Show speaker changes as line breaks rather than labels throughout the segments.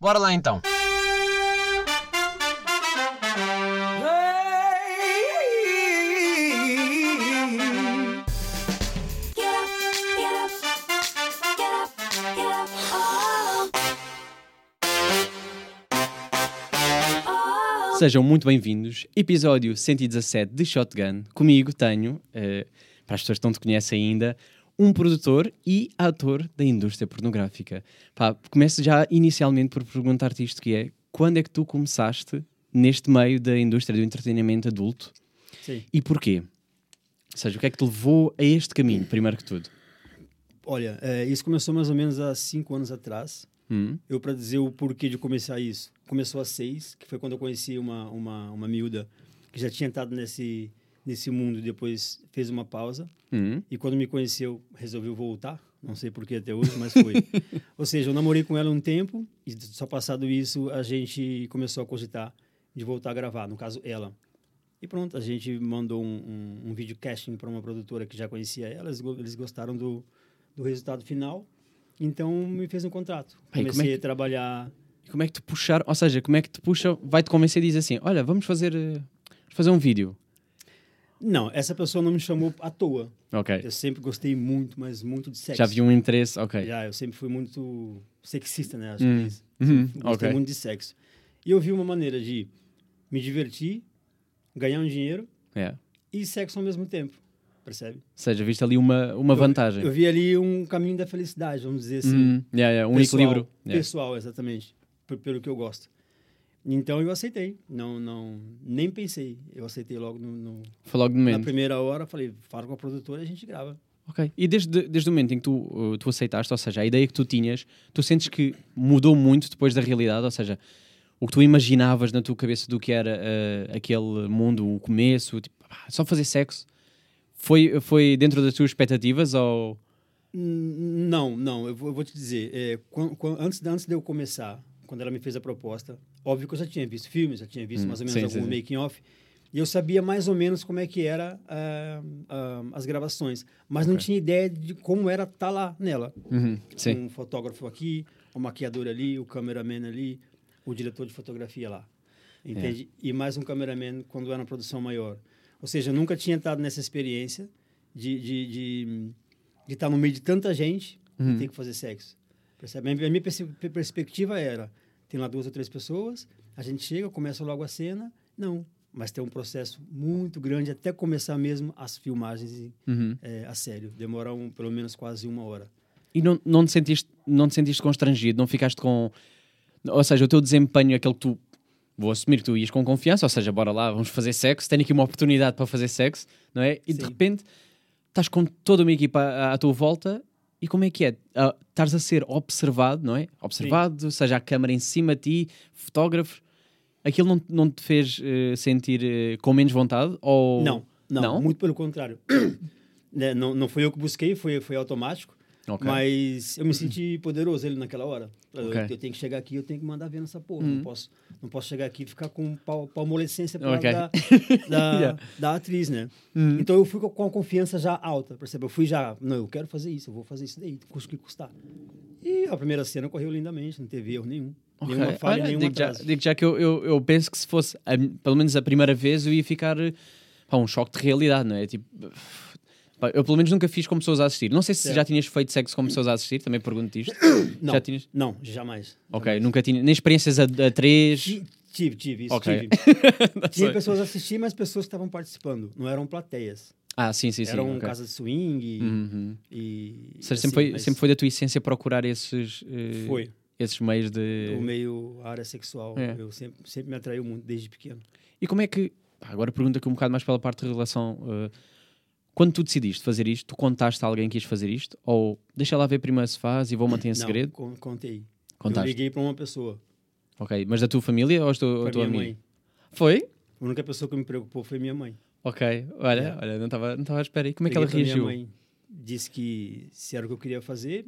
Bora lá então!
Get up, get up, get up, get up, oh. Oh.
Sejam muito bem-vindos. Episódio 117 de Shotgun. Comigo tenho, eh, para as pessoas que não te conhecem ainda, um produtor e ator da indústria pornográfica. Pá, começo já inicialmente por perguntar-te isto que é, quando é que tu começaste neste meio da indústria do entretenimento adulto
Sim.
e porquê? Ou seja, o que é que te levou a este caminho, primeiro que tudo?
Olha, é, isso começou mais ou menos há cinco anos atrás.
Hum?
Eu, para dizer o porquê de começar isso, começou há seis, que foi quando eu conheci uma, uma, uma miúda que já tinha entrado nesse, nesse mundo e depois fez uma pausa.
Hum?
E quando me conheceu, resolveu voltar. Não sei por que até hoje, mas foi. Ou seja, eu namorei com ela um tempo e só passado isso a gente começou a cogitar de voltar a gravar, no caso ela. E pronto, a gente mandou um, um, um vídeo casting para uma produtora que já conhecia ela, eles, go- eles gostaram do, do resultado final, então me fez um contrato.
Bem, como é
Comecei
que-
a trabalhar
E como é que te puxaram? Ou seja, como é que te puxa, vai-te convencer e diz assim, olha, vamos fazer, eh, vamos fazer um vídeo.
Não, essa pessoa não me chamou à toa.
Ok.
Eu sempre gostei muito, mas muito de sexo.
Já vi um interesse, ok.
Já, eu sempre fui muito sexista, né? Acho
Hum.
que isso.
Uhum,
Sempre Gostei
ok.
muito de sexo. E eu vi uma maneira de me divertir, ganhar um dinheiro
É.
e sexo ao mesmo tempo, percebe?
Ou seja, viste ali uma, uma vantagem.
Eu vi ali um caminho da felicidade, vamos dizer assim.
Hum, yeah, yeah, um
pessoal,
equilíbrio. Yeah.
Pessoal, exatamente, p- pelo que eu gosto. Então eu aceitei, não, não, nem pensei. Eu aceitei logo no, no-
Foi logo de
na
momento.
primeira hora, falei, fala com a produtora e a gente grava.
Ok. E desde, desde o momento em que tu, uh, tu aceitaste, ou seja, a ideia que tu tinhas, tu sentes que mudou muito depois da realidade, ou seja, o que tu imaginavas na tua cabeça do que era uh, aquele mundo, o começo, tipo, ah, só fazer sexo, foi, foi dentro das tuas expectativas ou...
N- Não, não, eu vou, eu vou te dizer. é, quan- quan- antes, da- antes de eu começar, quando ela me fez a proposta, óbvio que eu já tinha visto filmes, já tinha visto
Hum,
mais ou menos
sim,
algum
sim, sim.
making-off, e eu sabia mais ou menos como é que era ah, ah, as gravações, mas não tinha ideia de como era estar lá nela.
Uhum, Sim.
Um fotógrafo aqui, o maquiador ali, o cameraman ali, o diretor de fotografia lá, entende? E mais um cameraman quando era uma produção maior. Ou seja, eu nunca tinha estado nessa experiência de de de de estar no meio de tanta gente e ter que fazer sexo. Percebe? A minha- a minha perce- perspectiva era tem lá duas ou três pessoas, a gente chega, começa logo a cena, não. Mas tem um processo muito grande até começar mesmo as filmagens e,
Uhum.
eh, a sério. Demora um, pelo menos quase uma hora.
E não, não, te sentiste, não te sentiste constrangido, não ficaste com. Ou seja, o teu desempenho, é aquele que tu. Vou assumir que tu ias com confiança, ou seja, bora lá, vamos fazer sexo, tenho aqui uma oportunidade para fazer sexo, não é? E de
Sim.
repente estás com toda uma equipa à, à tua volta e como é que é? Ah, estás a ser observado, não é? Observado, ou seja, a câmara em cima de ti, fotógrafos. Aquilo não, não te fez eh, sentir eh, com menos vontade? Ou...
Não, não,
Não?
muito pelo contrário. Né, não, não foi eu que busquei, foi, foi automático.
Ok.
Mas eu me senti poderoso ele naquela hora. Eu,
Ok. Uhum.
eu tenho que chegar aqui, eu tenho que mandar ver nessa porra. Não, posso, não posso chegar aqui e ficar com pal- palmolescência pro lado
Ok.
da, da,
Yeah. Uhum.
da atriz, né? Então eu fui co- com a confiança já alta, percebe? Eu fui já, não, eu quero fazer isso, eu vou fazer isso daí, custa o que custar. E a primeira cena correu lindamente, não teve erro nenhum.
Ok.
Nenhuma falha,
Olha,
nenhum
digo já,
atraso.
digo já que eu, eu, eu penso que se fosse, a- pelo menos a primeira vez, eu ia ficar eh, pá, um choque de realidade, não é? Tipo, pá, eu pelo menos nunca fiz com pessoas a assistir. Não sei se
Certo.
já tinhas feito sexo com pessoas a assistir, também pergunto isto.
Não,
Já tinhas?
não, jamais.
Ok, nunca tinha. Nem experiências a, a três.
Ti- Tive, tive, isso,
Ok.
tive.
Sei.
Tinha pessoas assistindo, mas pessoas que estavam participando. Não eram plateias.
Ah, sim, sim, sim.
eram
ok.
casa de swing e...
Uhum.
e
Ou seja,
um assim,
sempre, foi,
mas
sempre foi da tua essência procurar esses, eh,
Foi.
esses meios de.
O meio a área sexual.
É.
Eu sempre, sempre me atraiu muito, desde pequeno.
E como é que. pá, Agora pergunta aqui um bocado mais pela parte de relação. eh, quando tu decidiste fazer isto, tu contaste a alguém que ias fazer isto? Ou deixa lá ver primeiro se faz e vou manter em
Não,
segredo?
con- contei. Eu
Contaste.
liguei pra uma pessoa.
Ok, mas da tua família ou da tua,
Pra
tua
minha
amiga?
mãe.
Foi?
A única pessoa que me preocupou foi minha mãe.
Ok, olha, olha, não estava não tava à espera. E como é que ela
Liguei pra
reagiu?
Minha mãe disse que se era o que eu queria fazer...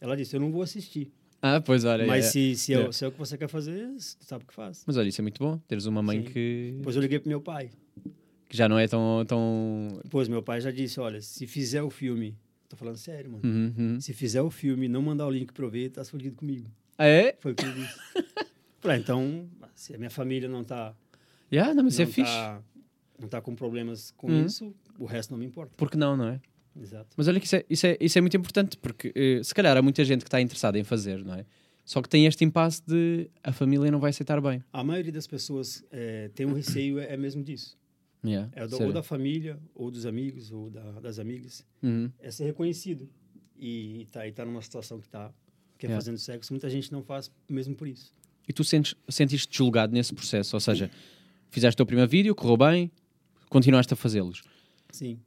Ela disse, eu não vou assistir.
Ah, pois olha.
Mas
é.
se, se,
Yeah.
é. o- se é o que você quer fazer, tu sabe o que faz.
Mas olha, isso é muito bom, teres uma mãe
Sim.
que,
Depois eu liguei pro meu pai.
que já não é tão. tão...
Pois meu pai já disse, olha, se fizer o filme, tô falando sério, mano.
Uhum, uhum.
Se fizer o filme e não mandar o link pra eu ver, tá fudido comigo.
Ah, é?
Foi o que ele disse. Falei, ah, então, se a minha família não tá...
Yeah, não, mas isso é
não
fixe.
tá- não tá com problemas com
Uhum.
isso, o resto não me importa.
Porque não, não é?
Exato.
Mas olha que isso é, isso é, isso é muito importante, porque eh, se calhar há muita gente que está interessada em fazer, não é? Só que tem este impasse de a família não vai aceitar bem.
A maioria das pessoas eh, tem um receio, é, é mesmo disso.
Yeah,
É da, ou
sério.
da família, ou dos amigos, ou da- das amigas.
Uhum.
É ser reconhecido. E tá, e tá numa situação que tá que é
É.
fazendo sexo, muita gente não faz mesmo por isso.
E tu sentes, sentiste julgado nesse processo, ou seja, fizeste o teu primeiro vídeo, correu bem, continuaste a fazê-los.
Sim.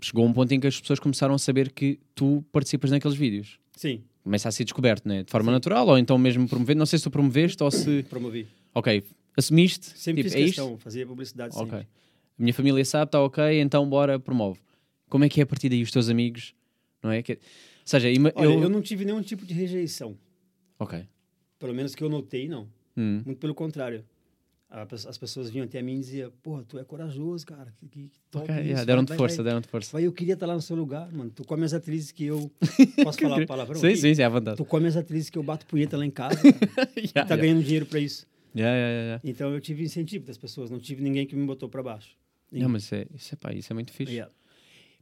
Chegou um ponto em que as pessoas começaram a saber que tu participas naqueles vídeos.
Sim,
Começa a ser descoberto, né? De forma natural, ou então mesmo promovendo. Não sei se tu promoveste ou se.
promovi.
Ok, assumiste.
Sempre
tipo,
fiz
é isto?
questão, fazia publicidade
Ok. A
sempre.
minha família sabe, está ok, então bora, promove. Como é que é a partir daí os teus amigos? Não é? Que... Ou seja, ima-
Olha, eu...
eu...
não tive nenhum tipo de rejeição.
Ok.
Pelo menos que eu notei, não.
Hum.
Muito pelo contrário. A pe- As pessoas vinham até mim e diziam, porra, tu é corajoso, cara. Que, que, que top
Ok,
isso,
yeah,
vai,
deram-te
vai,
força,
vai."
deram-te força.
Vai, eu queria estar lá no seu lugar, mano. Tu come as atrizes que eu... Posso falar palavrão
sim,
aqui?
sim, sim, à vontade.
Tu come as atrizes que eu bato punheta lá em casa, cara.
yeah,
tá ganhando dinheiro pra isso.
yeah, yeah, yeah, yeah.
Então eu tive incentivo das pessoas, não tive ninguém que me botou pra baixo.
Não, mas isso é, isso é, pá, isso é muito fixe.
Yeah.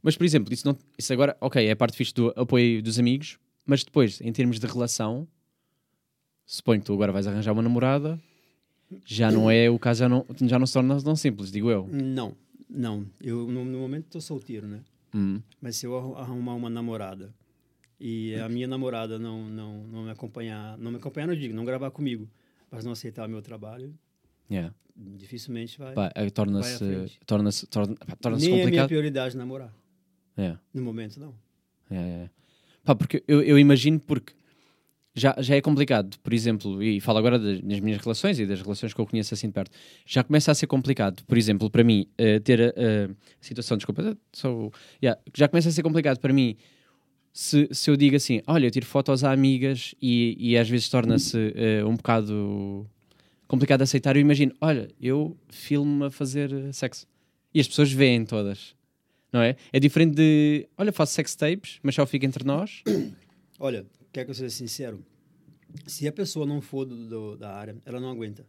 Mas, por exemplo, isso, não, isso agora, ok, é a parte fixe do apoio dos amigos, mas depois, em termos de relação, suponho que tu agora vais arranjar uma namorada, já não é o caso, já não, já não se torna tão simples, digo eu.
Não, não. Eu, no, no momento, tô solteiro, né?
Hum.
Mas se eu arru- arrumar uma namorada e
Hum.
a minha namorada não, não, não me acompanhar, não me acompanhar, não digo, não gravar comigo, mas não aceitar meu trabalho,
Yeah.
dificilmente vai.
Pá, aí torna-se
vai à frente.
torna-se torna, pá, torna-se
Nem é minha
complicado.
prioridade namorar.
É,
No momento, não.
é, é. Pá, porque eu, eu imagino porque já, já é complicado, por exemplo, e falo agora das, das minhas relações e das relações que eu conheço assim de perto, já começa a ser complicado, por exemplo, para mim, eh, ter a, a situação, desculpa, eh, só, o- yeah, já começa a ser complicado para mim se, se eu digo assim, olha, eu tiro fotos a amigas e, e às vezes torna-se eh, um bocado complicado de aceitar, eu imagino, olha, eu filmo a fazer eh, sexo. E as pessoas veem todas, não é? É diferente de, olha, faço sex tapes, mas só fica entre nós.
Olha, quer que eu seja sincero? Se a pessoa não for do, do- da área, ela não aguenta.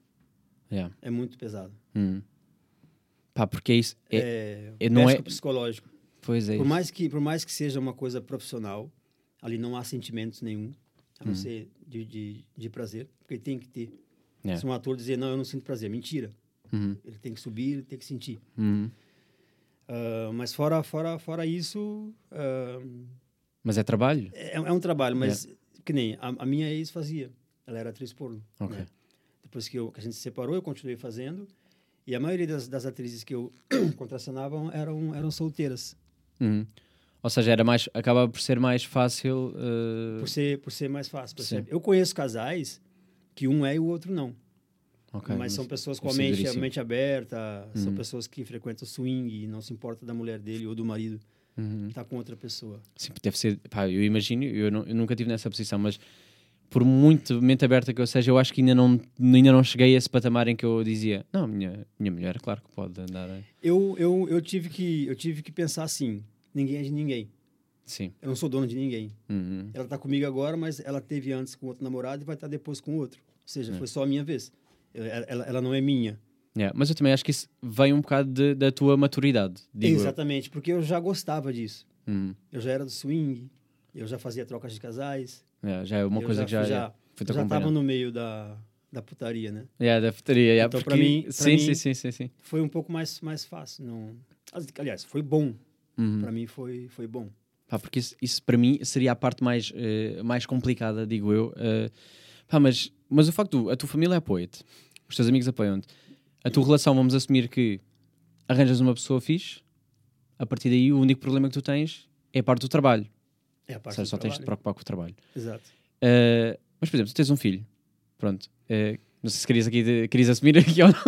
Yeah.
É muito pesado.
Hum. Pá, porque é isso. É,
É,
é- não é-
pesco psicológico.
Pois é
Por
isso.
mais que por mais que seja uma coisa profissional, ali não há sentimentos nenhum, a
Hum.
não ser de, de, de prazer, porque tem que ter.
É.
Se um ator dizer não, eu não sinto prazer, mentira.
Uhum.
Ele tem que subir, ele tem que sentir.
Hum.
Ah, mas fora fora fora isso ah,
Mas é trabalho?
é, é um trabalho, mas que nem a, a minha ex fazia. Ela era atriz porno.
Ok.
né? Depois que, eu, que a gente se separou, eu continuei fazendo. E a maioria das, das atrizes que eu contracionava eram eram solteiras.
Uhum. Ou seja, era mais, acaba por ser mais fácil. eh,
por ser por ser mais fácil percebe? eu conheço casais que um é e o outro não
ok,
mas são pessoas com a
deve ser
mente, a
duríssimo.
mente aberta são
Uhum.
pessoas que frequentam swing e não se importa da mulher dele ou do marido
Uhum.
tá com outra pessoa
Sim, deve ser. Pá, eu imagino, eu, não- eu nunca estive nessa posição, mas por muito mente aberta que eu seja, eu acho que ainda não, ainda não cheguei a esse patamar em que eu dizia: Não, minha, minha mulher, claro que pode andar. eh."
eu eu, eu tive que eu tive que pensar assim ninguém é de ninguém
Sim.
eu não sou dono de ninguém
Uhum.
ela tá comigo agora mas ela teve antes com outro namorado e vai estar depois com outro ou seja
É.
foi só a minha vez Eu- ela, ela não é minha
Yeah, Mas eu também acho que isso vem um bocado de- da tua maturidade. Digo eu.
exatamente porque eu já gostava disso
Uhum.
eu já era do swing eu já fazia trocas de casais
Yeah, já é uma
Eu
coisa
já
que já,
fui- já-
yeah, fui
Eu
te
já estava
acompanhando.
no meio da, da putaria, né?
Yeah, da futaria, yeah,
Então, pra
porque-
mim- pra
sim,
mim-
sim, sim, sim, sim.
Foi um pouco mais, mais fácil. Não... Aliás, foi bom.
Uhum.
Para mim foi, foi bom.
Pá, porque isso, isso para mim seria a parte mais, eh, mais complicada, digo eu. Eh, pá, mas, mas o facto, de- a tua família apoia-te, os teus amigos apoiam-te, a tua relação, vamos assumir que arranjas uma pessoa fixe, a partir daí o único problema que tu tens é a parte do trabalho.
É a
Ou
parte
seja,
do
só tens de te
trabalho.
preocupar com o trabalho.
Exato.
Eh, mas, por exemplo, tu tens um filho, pronto. eh, não sei se querias, aqui de- querias assumir aqui ou não.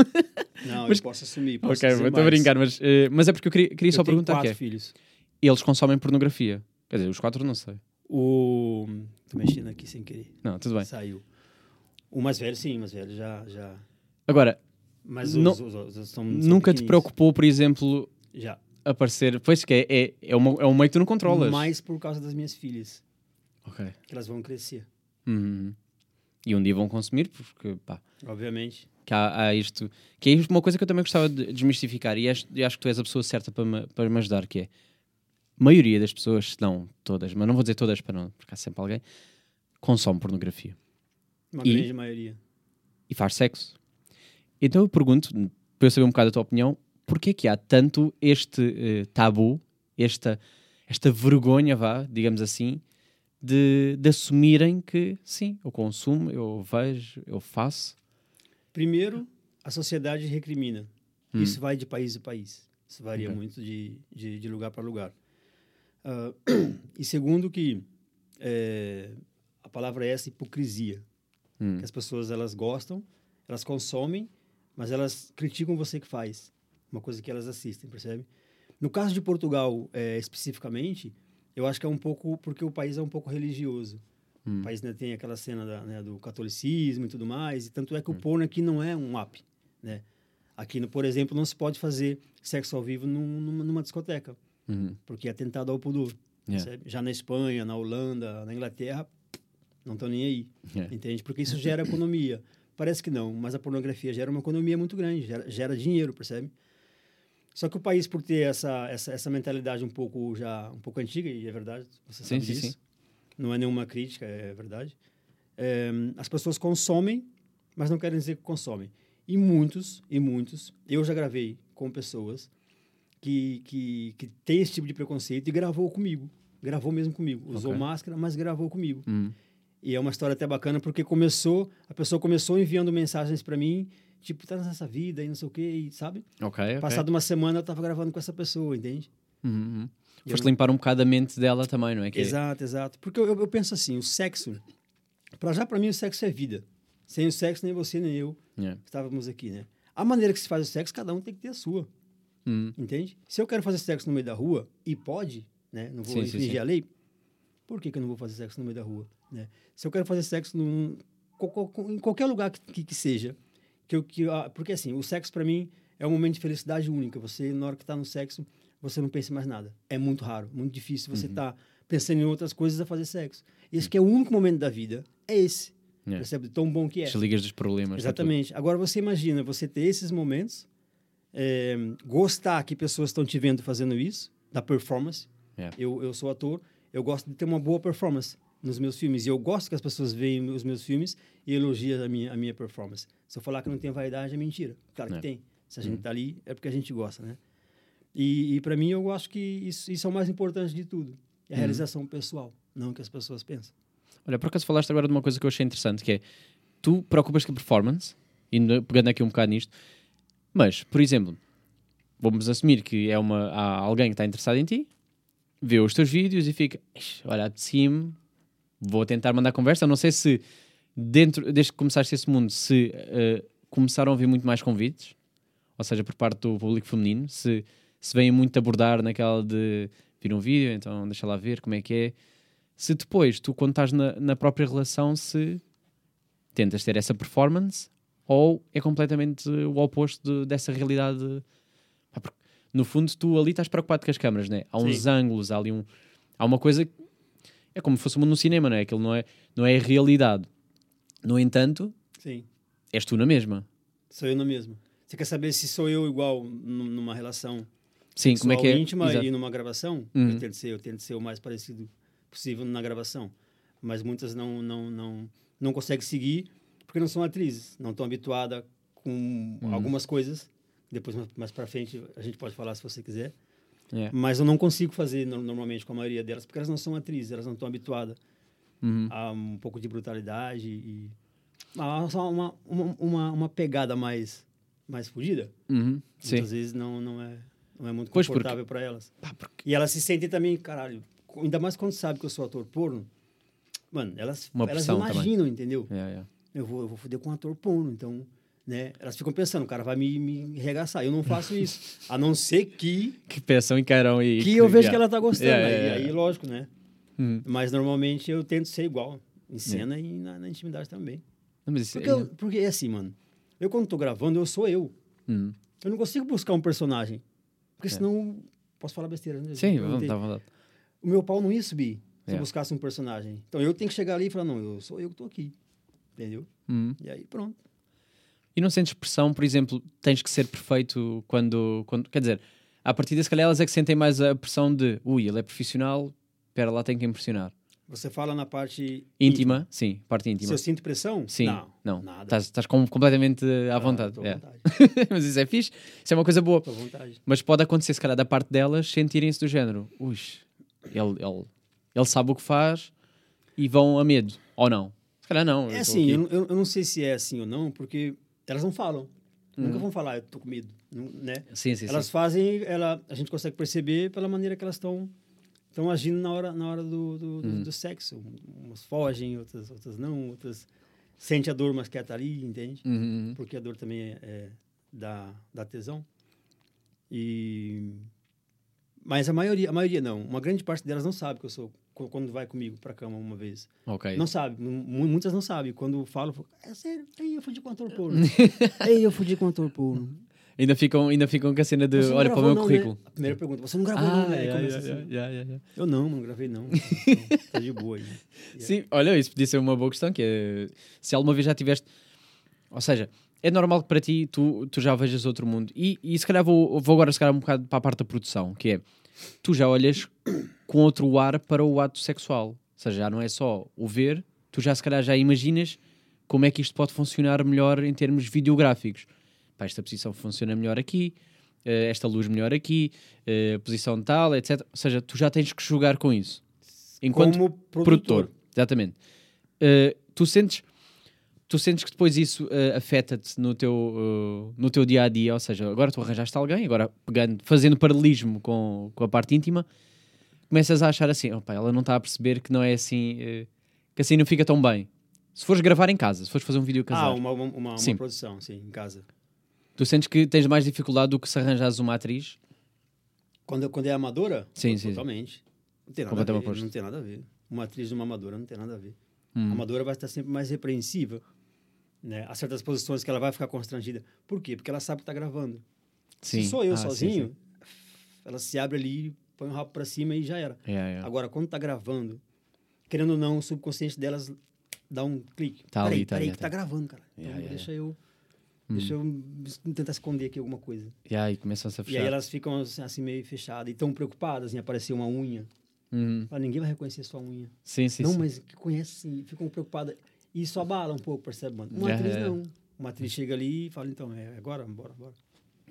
Não,
Mas-
eu posso assumir. Posso
ok,
dizer
estou a
mais.
brincar, mas, eh, mas é porque eu queria, queria
Eu
só
tenho
perguntar que
quatro
é.
filhos.
eles consomem pornografia. Quer dizer, os quatro não sei.
O... Tô mexendo aqui sem querer.
Não, tudo bem.
Saiu. O mais velho, sim, o mais velho já... já...
Agora,
Mas os,
Não-
os, os, os são, são
nunca te
pequenininhos.
preocupou, por exemplo,
Já.
aparecer. Pois que é, é, é, uma- é um meio que tu não controlas.
Mais por causa das minhas filhas,
Ok.
que elas vão crescer.
Uhum. E um dia vão consumir, porque pá,
Obviamente.
que há, há isto. Que é isto uma coisa que eu também gostava de desmistificar, e acho, e acho que tu és a pessoa certa para me, para me ajudar, que é a maioria das pessoas, se não todas, mas não vou dizer todas para não, porque há sempre alguém, consome pornografia
Uma
E?
grande maioria.
e faz sexo. Então eu pergunto, para eu saber um bocado a tua opinião, porquê que há tanto este eh, tabu, esta, esta vergonha, vá, digamos assim, de, de assumirem que sim, eu consumo, eu vejo, eu faço.
Primeiro, a sociedade recrimina. Isso vai de país a país. Isso varia
Hum. Ok.
muito de, de, de lugar para lugar. Ah, e segundo que eh, a palavra é essa hipocrisia.
Hum.
Que as pessoas elas gostam, elas consomem, mas elas criticam você que faz. Uma coisa que elas assistem, percebe? No caso de Portugal, eh, especificamente, eu acho que é um pouco porque o país é um pouco religioso. O país né, tem aquela cena da, né, do catolicismo e tudo mais, e tanto é que o porno aqui não é um app, né? Aqui, no- por exemplo, não se pode fazer sexo ao vivo num- numa, numa discoteca,
Uhum.
porque é tentado ao pudor.
Yeah.
percebe? Já na Espanha, na Holanda, na Inglaterra, não estão nem aí,
Yeah.
entende? Porque isso gera economia. Parece que não, mas a pornografia gera uma economia muito grande, gera, gera dinheiro, percebe? Só que o país, por ter essa, essa, essa mentalidade um pouco já um pouco antiga, e é verdade, você
Sim,
sabe
sim,
disso,
sim.
não é nenhuma crítica, é verdade. É, as pessoas consomem, mas não querem dizer que consomem. E muitos, e muitos, eu já gravei com pessoas que, que, que tem esse tipo de preconceito e gravou comigo. Gravou mesmo comigo. Usou
Ok.
máscara, mas gravou comigo.
Hum.
E é uma história até bacana porque começou, a pessoa começou enviando mensagens para mim, tipo, tá nessa vida e não sei o quê, e, sabe?
Ok, ok.
Passado uma semana eu tava gravando com essa pessoa, entende?
Uhum, uhum.
E
Foste
eu-
limpar um bocado a mente dela também, não é? Que
Exato, exato. Porque eu, eu penso assim, o sexo, para já para mim o sexo é vida. Sem o sexo nem você nem eu
Yeah.
estávamos aqui, né? A maneira que se faz o sexo, cada um tem que ter a sua.
Hum.
Entende? Se eu quero fazer sexo no meio da rua, e pode, né? Não vou
Sim, sim,
infringir
sim.
a lei. Por que, que eu não vou fazer sexo no meio da rua? Né? Se eu quero fazer sexo num, co- co- em qualquer lugar que, que, que seja, que eu, que, ah, porque assim, o sexo para mim é um momento de felicidade única. Você, na hora que tá no sexo, você não pensa em mais nada. É muito raro, muito difícil
Uhum.
você estar tá pensando em outras coisas a fazer sexo. Esse que é o único momento da vida, é esse.
Yeah.
Percebe? Tão bom que é.
Desligas dos problemas. tá tudo.
Exatamente. Agora você imagina você ter esses momentos, eh, gostar que pessoas estão te vendo fazendo isso, da performance.
Yeah.
Eu, eu sou ator, eu gosto de ter uma boa performance nos meus filmes. E eu gosto que as pessoas vejam os meus filmes e elogiam a minha, a minha performance. Se eu falar que não tem vaidade, é mentira. Claro que
É.
tem. Se a gente tá ali, é porque a gente gosta, né? E, e para mim, eu acho que isso, isso é o mais importante de tudo.
Uhum.
É a realização pessoal, não o que as pessoas pensam.
Olha, por acaso falaste agora de uma coisa que eu achei interessante, que é tu preocupas com a performance, e no- pegando aqui um bocado nisto, mas, por exemplo, vamos assumir que é uma, há alguém que está interessado em ti, vê os teus vídeos e fica, "Ixi, olha, apetecia-me, vou tentar mandar conversa. Eu não sei se, dentro, desde que começaste esse mundo, se eh, começaram a vir muito mais convites, ou seja, por parte do público feminino, se, se vêm muito abordar naquela de vir um vídeo, então deixa lá ver como é que é se depois tu, quando estás na, na própria relação, se tentas ter essa performance ou é completamente o oposto de- dessa realidade. Pá, porque, No fundo, tu ali estás preocupado com as câmaras, né? Há uns
Sim.
ângulos, há ali um. Há uma coisa. que- É como se fosse um mundo no cinema, não é? Aquilo não é, não é a realidade. No entanto,
Sim.
és tu na mesma.
Sou eu na mesma. Você quer saber se sou eu igual num- numa relação
Sim, como é que é?
íntima
Exato.
e numa gravação?
Uhum.
Eu tento ser, eu tento ser o mais parecido possível na gravação, mas muitas não não não não conseguem seguir porque não são atrizes, não estão habituada com
Uhum.
algumas coisas. Depois mais- mais para frente a gente pode falar se você quiser.
Yeah.
Mas eu não consigo fazer no- normalmente com a maioria delas porque elas não são atrizes, elas não estão habituadas
Uhum.
a um pouco de brutalidade e a- só uma uma, uma, uma pegada mais mais fugida.
Uhum. Sim.
Muitas vezes não, não, é, não é muito
Pois, porque-
confortável para elas. E elas se sentem também, caralho, co- ainda mais quando sabe que eu sou ator porno. Mano, elas,
Uma
elas
pressão também.
imaginam, entendeu?
Yeah, yeah.
Eu vou, eu vou foder com um ator porno, então, né? Elas ficam pensando, o cara vai me, me regaçar. Eu não faço isso. a não ser que,
Que peçam e carão e.
que eu vejo
yeah.
que ela tá gostando.
Yeah,
aí,
yeah, yeah.
aí, lógico, né?
Uhum.
Mas normalmente eu tento ser igual, em cena e na, na intimidade também.
Não, mas isso-
Porque, eu- porque é assim, mano. Eu quando tô gravando, eu sou eu.
Uhum.
Eu não consigo buscar um personagem. Porque senão. Posso falar besteira, né?
É. Sim,
Eu
vamos,
não
dá
tenho-
vontade.
O meu pau não ia subir se
É.
eu buscasse um personagem. Então eu tenho que chegar ali e falar: não, eu sou eu que tô aqui. entendeu?
Hum.
Uhum.
E aí pronto.
E não sentes pressão, por exemplo, tens que ser perfeito quando. quando quer dizer, à partida, se calhar elas é que sentem mais a pressão de ui, ele é profissional, pera lá, tem que impressionar.
Você fala na parte
Íntima, sim, parte íntima.
Se eu sinto pressão?
Sim,
Não,
não.
nada.
Estás estás com- completamente eh, à
Ah,
vontade.
tô à
é.
vontade.
Mas isso é fixe, isso é uma coisa boa.
Tô à vontade.
Mas pode acontecer, se calhar, da parte delas sentirem-se do género. Ui, ele, ele, ele sabe o que faz e vão a medo. Ou não? Se calhar não. eu
É
tô
assim,
aqui.
eu, eu- eu não sei se é assim ou não, porque elas não falam.
Hum.
Nunca vão falar, eu tô com medo, nu- né?
Sim, sim,
Elas
sim.
fazem, ela, a gente consegue perceber pela maneira que elas estão estão agindo na hora na hora do, do, do-
Uhum.
do sexo. Umas fogem, outras outras não, outras sente a dor, mas quer estar ali, entende?
Uhum.
Porque a dor também é, é da, da tesão. E mas a maioria, a maioria não, uma grande parte delas não sabe que eu sou qu- quando vai comigo para cama uma vez.
Ok.
Não sabe, mu- mu- muitas não sabem. Quando eu falo, eu falo, é sério, aí eu fudi com ator porno. Aí eu fudi com ator porno.
Ainda, ficam, ainda ficam com a cena de
Você não
olha para o
gravou
meu
não, né?"
currículo.
A primeira pergunta, você não gravou
Ah,
não, né? Aí
yeah,
começa
yeah,
assim.
yeah, yeah, yeah.
Eu não, mano, gravei não. Então, tá de boa aí. Yeah.
Sim, olha, isso podia ser uma boa questão, que é se alguma vez já tiveste. Ou seja, é normal que para ti tu, tu já vejas outro mundo. E, e se calhar vou, vou agora se calhar um bocado para a parte da produção, que é tu já olhas com outro ar para o ato sexual. Ou seja, já não é só o ver, tu já se calhar já imaginas como é que isto pode funcionar melhor em termos videográficos. Pá, esta posição funciona melhor aqui, eh, esta luz melhor aqui, eh, posição tal, etc. Ou seja, tu já tens que jogar com isso. Enquanto
Como
produtor. Exatamente. Uh, tu sentes tu sentes que depois isso uh, afeta-te no teu uh, no teu dia a dia, ou seja, agora tu arranjaste alguém, agora pegando, fazendo paralelismo com, com a parte íntima, começas a achar assim, opa, ela não está a perceber que não é assim, uh, que assim não fica tão bem. Se fores gravar em casa, se fores fazer um vídeo
Ah,
casal,
uma, uma, uma, uma
Sim.
produção, sim, em casa.
tu sentes que tens mais dificuldade do que se arranjares uma atriz?
Quando, quando é amadora?
Sim,
to-
sim.
Totalmente. Não tem nada a
Completamente
ver.
oposto. Hum.
Não tem nada a ver. Uma atriz de uma amadora não tem nada a ver. A amadora vai estar sempre mais repreensiva. Né? Há certas posições que ela vai ficar constrangida. Por quê? Porque ela sabe que está gravando. Se sou eu
Ah, sim,
sozinho, ela se abre ali, põe o rabo para cima e já era.
sim. Yeah, yeah.
Agora, quando tá gravando, querendo ou não, o subconsciente delas dá um clique.
Tá
peraí,
ali, tá
peraí
ali,
que
tá ali.
tá
é,
gravando, cara. Então,
Yeah, yeah,
deixa eu...
Hum.
Deixa eu es- tentar esconder aqui alguma coisa.
Yeah, e começam-se a fechar.
E aí elas ficam assim, assim, meio fechadas e tão preocupadas em aparecer uma unha.
Uhum.
Fala, ninguém vai reconhecer sua unha.
Sim, sim,
não,
sim.
mas que conhece sim. Ficam preocupadas. E isso abala um pouco, percebe? mano? Uma
Yeah,
atriz
yeah,
não. Uma atriz chega ali e fala, então, é agora, bora, bora.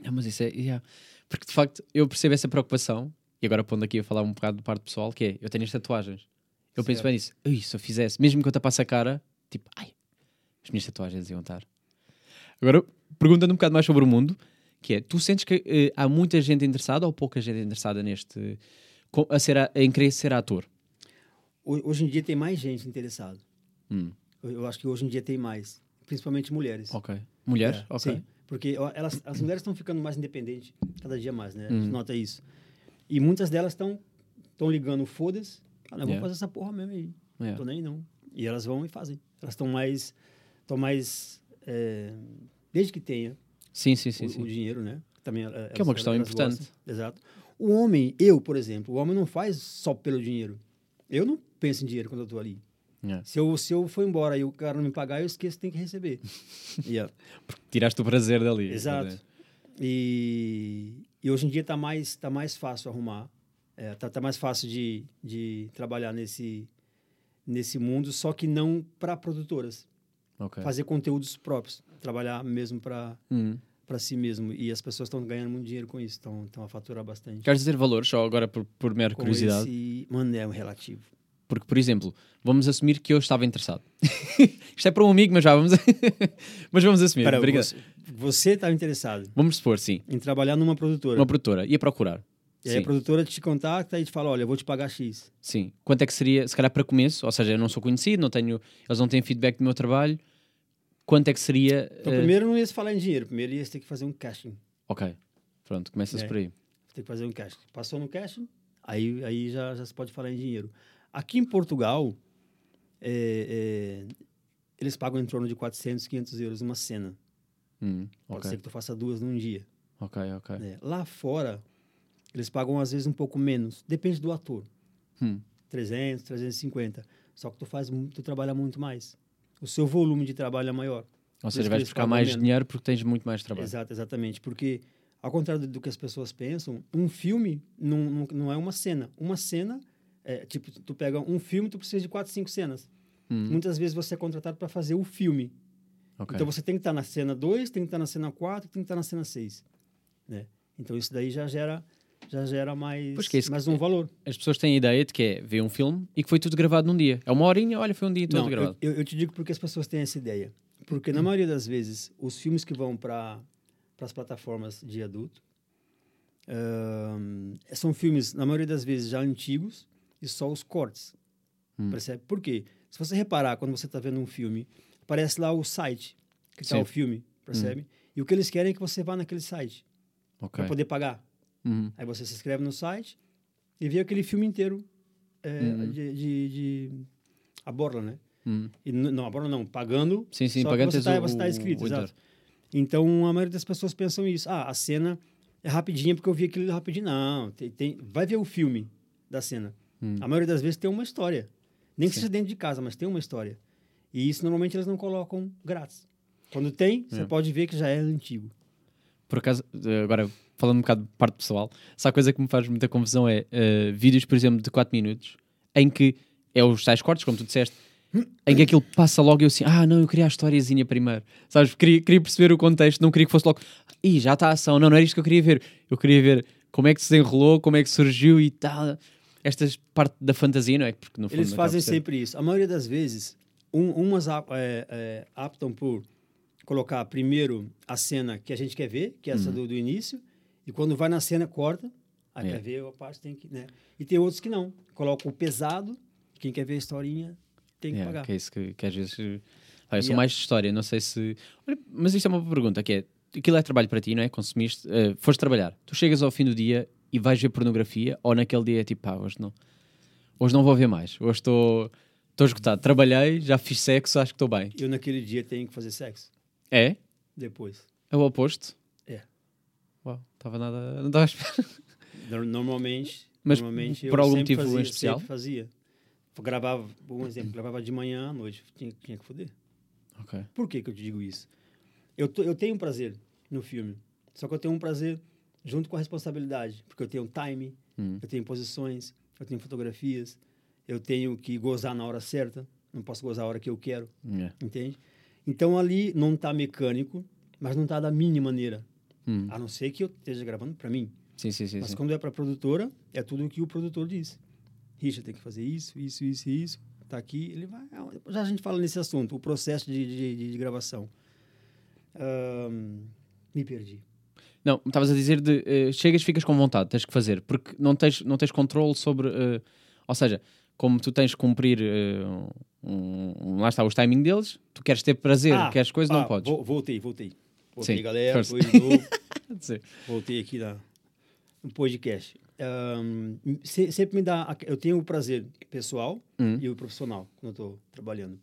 Ah, mas isso é. yeah. Porque de facto eu percebo essa preocupação, e agora pondo aqui a falar um bocado de parte pessoal, que é eu tenho as tatuagens. Eu penso
Certo.
bem nisso. Ui, se eu fizesse, mesmo que eu tapasse a cara, tipo, ai, as minhas tatuagens iam estar. Agora, perguntando um bocado mais sobre o mundo, que é, tu sentes que eh, há muita gente interessada ou pouca gente interessada neste. co- a ser a- em querer ser ator?
Ho- Hoje em dia tem mais gente interessada.
Hum.
Eu eu acho que hoje em dia tem mais. Principalmente mulheres.
Ok. Mulheres?
É,
ok.
Sim, porque ó, elas, as mulheres estão ficando mais independentes cada dia mais, né? A
Hum.
gente nota isso. E muitas delas estão estão ligando, foda-se, cara, eu vou
Yeah.
fazer essa porra mesmo aí.
Yeah.
Não tô nem aí, não. E elas vão e fazem. Elas estão mais, estão mais, é, desde que tenha
Sim, sim, sim.
o,
sim.
o dinheiro, né? Também ela-
Que é uma
elas-
questão
elas
importante.
gostam. Exato. O homem, eu, por exemplo, o homem não faz só pelo dinheiro. Eu não penso em dinheiro quando eu tô ali.
Yeah.
Se eu, se eu for embora e o cara não me pagar, eu esqueço que tem que receber. yeah.
Tiraste o prazer dali.
Exato. E, e hoje em dia está mais, tá mais fácil arrumar, é, tá, tá mais fácil de, de trabalhar nesse, nesse mundo, só que não para produtoras.
Ok.
Fazer conteúdos próprios, trabalhar mesmo para
Hum.
para si mesmo. E as pessoas estão ganhando muito dinheiro com isso, estão a faturar bastante.
Queres dizer valores, só agora por, por mera
Com
curiosidade?
esse- mano, é um relativo.
Porque, por exemplo, vamos assumir que eu estava interessado. Isto é para um amigo, mas já vamos. mas vamos assumir.
Pera,
Obrigado.
você- você estava interessado
Vamos supor, sim.
em trabalhar numa produtora.
Uma produtora. Ia procurar.
E aí
Sim.
a produtora te contacta e te fala, olha, eu vou te pagar X.
sim. Quanto é que seria, se calhar para começo? Ou seja, eu não sou conhecido, não tenho, eles não têm feedback do meu trabalho. Quanto é que seria.
Então,
eh,
primeiro não ia se falar em dinheiro, primeiro ia ter que fazer um casting.
Ok. Pronto, começas
É.
por aí.
tem que fazer um casting. Passou no casting, aí, aí já, já se pode falar em dinheiro. Aqui em Portugal, é, é, eles pagam em torno de 400, 500 euros uma cena.
Hum,
Pode ser
ok, É.
que tu faça duas num dia.
ok, ok.
né? Lá fora, eles pagam às vezes um pouco menos. Depende do ator.
Hum.
300, 350. Só que tu, faz, mu- tu trabalha muito mais. o seu volume de trabalho é maior.
Ou
Por
seja, vais
isso que eles
buscar
pagam
mais
menos.
dinheiro porque tens muito mais trabalho.
Exato, exatamente. Porque, ao contrário do que as pessoas pensam, um filme não, não, não é uma cena. Uma cena, é, tipo, tu pega um filme, tu precisa de quatro, cinco cenas.
Hum, É.
Muitas vezes você é contratado para fazer o filme.
ok.
Então você tem que estar na cena 2, tem que estar na cena 4, tem que estar na cena 6. Né? Então isso daí já gera, já gera mais,
Pois que é isso
mais um valor.
As pessoas têm a ideia de que é ver um filme e que foi tudo gravado num dia. É uma horinha, olha, foi um dia todo Hum.
Não, eu,
gravado.
eu, eu te digo porque as pessoas têm essa ideia. Porque na maioria das vezes, os filmes que vão para as plataformas de adulto ahn, são filmes, na maioria das vezes, já antigos e só os cortes.
Hum.
Percebe? Por quê? Se você reparar, quando você está vendo um filme, aparece lá o site que está
Sim. Hum.
o filme, percebe? E o que eles querem é que você vá naquele site
Ok.
para poder pagar.
Uhum.
Aí você se inscreve no site e vê aquele filme inteiro é,
Uhum.
de, de- de- a borla, né?
Uhum.
E n- não, a borla não, pagando.
Sim, sim,
só
pagando
que
tens
você
o-
está tá inscrito,
o
exato.
inteiro.
Então a maioria das pessoas pensam isso. Ah, a cena é rapidinha porque eu vi aquilo rapidinho. Não, tem, tem- vai ver o filme da cena.
Hum.
A maioria das vezes tem uma história. Nem que seja dentro de casa, mas tem uma história. E isso normalmente eles não colocam grátis. Quando tem, você pode ver que já é antigo.
Por acaso, eh, agora falando um bocado de parte pessoal, se há coisa que me faz muita confusão é eh, vídeos, por exemplo, de 4 minutos, em que é os tais cortes, como tu disseste, em que aquilo passa logo e eu assim, ah, não, eu queria a historiazinha primeiro. Sabes, queria, queria perceber o contexto, não queria que fosse logo, ih, já está a ação, não, não era isto que eu queria ver. Eu queria ver como é que se desenrolou, como é que surgiu e tal. Esta parte da fantasia, não é? Porque no fundo
Eles
acaba
fazem
por ser-
sempre isso. A maioria das vezes, um- umas ap- é, é, optam por colocar primeiro a cena que a gente quer ver, que é essa do, do início, e quando vai na cena, corta. Aí
Uhum. É.
quer ver a parte, tem que. Né? E tem outros que não. Colocam o pesado, quem quer ver a historinha tem que
É,
pagar.
que é isso que, que às vezes. eh, pá, eu sou
Yeah.
mais de história, não sei se. Olha, mas isto é uma boa pergunta: que é, aquilo é trabalho para ti, não é? Consumiste, eh, foste trabalhar, tu chegas ao fim do dia e vais ver pornografia, ou naquele dia é tipo, pá, hoje não. Hoje não vou ver mais, hoje estou. Estou esgotado, trabalhei, já fiz sexo, acho que estou bem.
Eu, naquele dia, tenho que fazer sexo
É?
depois.
É o oposto?
É.
Uau, estava nada. Não estava à espera.
Nor- Normalmente.
Mas
normalmente
por
eu
algum
sempre
motivo
fazia,
especial?
Sempre fazia. Gravava, um exemplo, gravava de manhã à noite. Tinha, tinha que foder.
Ok.
Por que, que eu te digo isso? Eu, tô- eu tenho um prazer no filme, só que eu tenho um prazer junto com a responsabilidade, porque eu tenho time,
Hum.
eu tenho posições, eu tenho fotografias, eu tenho que gozar na hora certa, não posso gozar a hora que eu quero,
Yeah.
entende? Então ali não tá mecânico, mas não tá da minha maneira,
Hum.
a não ser que eu esteja gravando para mim.
Sim, sim, sim.
Mas
sim.
quando é para produtora, é tudo o que o produtor diz. Richard tem que fazer isso, isso, isso e isso. Tá aqui, ele vai. Já a gente fala nesse assunto, o processo de, de- de- de gravação. Ahn, me perdi.
Não, estavas a dizer de eh, chegas, ficas com vontade, tens que fazer, porque não tens, não tens controle sobre. eh, ou seja, como tu tens que cumprir eh, um, um- lá está os timing deles, tu queres ter prazer,
Ah,
queres coisa,
ah,
não podes.
vo- voltei, voltei. Voltei,
Sim,
galera.
força.
Foi de novo.
Sim.
voltei aqui na, no podcast. Ahn, se- sempre me dá. aque- Eu tenho o prazer pessoal
Hum.
e o profissional quando eu estou trabalhando.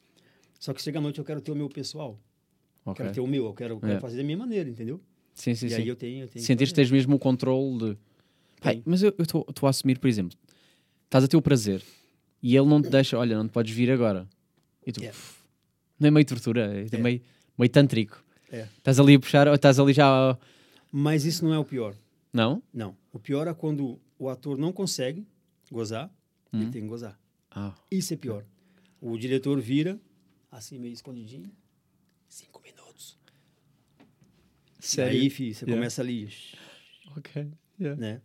Só que chega à noite eu quero ter o meu pessoal. Eu
Ok.
Quero ter o meu, eu quero, eu quero
É.
fazer da minha maneira, entendeu?
Sim, sim,
e
sim.
aí eu tenho. Eu tenho que
Sentires que
fazer.
tens mesmo o controle de. Pai,
Tenho.
mas eu estou a assumir, por exemplo, estás a ter o prazer e ele não te deixa, olha, não te podes vir agora. E tu,
Yeah.
"Uf", não é meio tortura, é,
É.
meio, meio tântrico.
É.
Estás ali a puxar, ou estás ali já.
Mas isso não é o pior.
Não?
Não. O pior é quando o ator não consegue gozar,
Hum.
ele tem que gozar.
Ah,
Isso é pior. O diretor vira, assim meio escondidinho, cinco minutos. E Aí, filho, você
Yeah.
começa ali,
Ok.
né?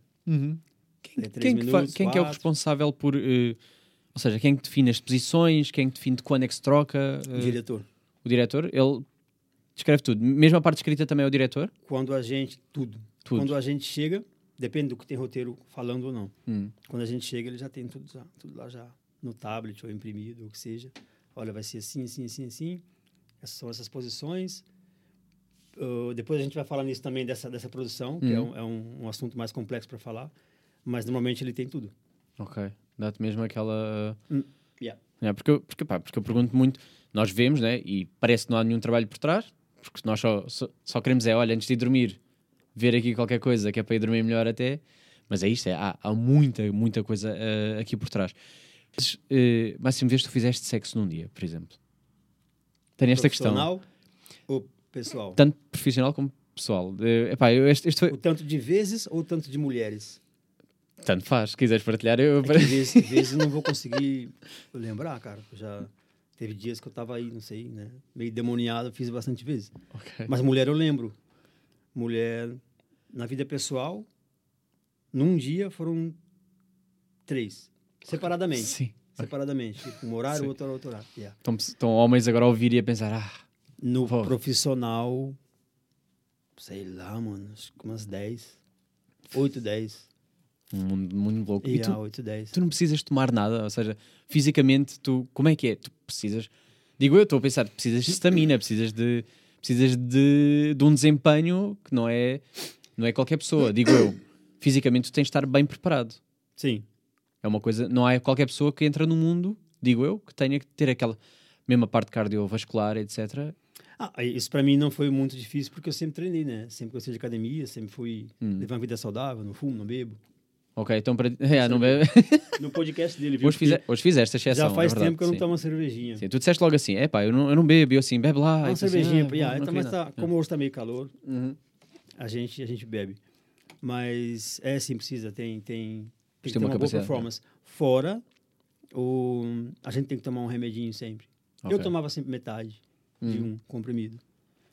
Quem,
É três
quem que fa-
minutos,
quem que é o
quatro.
responsável por. eh, ou seja, quem que define as posições, quem que define de quando é que se troca? eh,
O diretor.
o diretor, ele descreve tudo. Mesmo a parte escrita também é o diretor?
Quando a gente, tudo.
Tudo.
Quando a gente chega, depende do que tem roteiro falando ou não.
Hum.
Quando a gente chega, ele já tem tudo, já, tudo lá já, no tablet ou imprimido, ou o que seja. Olha, vai ser assim, assim, assim, assim. Essas são essas posições. Ah, depois a gente vai falar nisso também dessa, dessa produção, que é,
Uhum.
um, é um, um assunto mais complexo para falar. Mas normalmente ele tem tudo.
Ok. Dá-te mesmo aquela.
Hum, yeah.
É, porque, eu- porque, pá, porque eu pergunto muito, nós vemos, né? E parece que não há nenhum trabalho por trás, porque nós só, só, só queremos é, olha, antes de ir dormir, ver aqui qualquer coisa que é para ir dormir melhor até. Mas é isto, é, há, há muita, muita coisa eh, aqui por trás. Mas, eh, Máximo, vês que tu fizeste sexo num dia, por exemplo. Tem esta questão. Então,
Profissional ou pessoal?
Tanto profissional como pessoal. Eh, epá, eu- este, este
O
foi.
tanto de vezes ou o tanto de mulheres?
Tanto faz, se quiseres partilhar, eu.
É que vezes, vezes eu não vou conseguir lembrar, cara. Eu Já teve dias que eu tava aí, não sei, né? Meio demoniado, eu fiz bastante vezes.
Ok.
Mas mulher eu lembro. Mulher, na vida pessoal, num dia foram três. Separadamente.
Sim.
Separadamente. Tipo, um horário,
Sim.
outro horário, outro horário. Yeah.
Estão, estão homens agora a ouvir e a pensar, ah,
No
Porra.
profissional, sei lá, mano, acho que umas 10. 8, 10.
um mundo muito louco. E
Yeah,
tu,
8, 10.
tu não precisas tomar nada, ou seja, fisicamente, tu, como é que é? Tu precisas, digo eu, estou a pensar, precisas de estamina, precisas de, precisas de, de um desempenho que não é, não é qualquer pessoa, digo eu. Fisicamente, tu tens de estar bem preparado.
Sim.
É uma coisa, não há qualquer pessoa que entra no mundo, digo eu, que tenha que ter aquela mesma parte cardiovascular, etc.
Ah, isso pra mim não foi muito difícil porque eu sempre treinei, né? Sempre gostei de academia, sempre fui
Hum.
levar uma vida saudável, não fumo, não bebo.
Ok, então para. É, não bebe-
No podcast dele, viu?
hoje, fize, hoje fizeste a
Porque
exceção.
já faz
é verdade,
tempo que eu não
sim.
tomo uma cervejinha.
Sim, tu disseste logo assim, é pá, eu não, eu não bebo, e eu assim, bebe lá.
Ah,
e
uma
tu assim,
cervejinha,
"Ah,
pra- yeah,
não
então,
queria
mas
nada."
tá, como hoje tá meio calor,
Uhum.
a gente, a gente bebe. Mas é sim, precisa, tem, tem, tem que ter
uma
uma, boa
capacidade,
performance. Fora, o, a gente tem que tomar um remedinho sempre. Eu
Ok. Hum.
tomava sempre metade de um comprimido.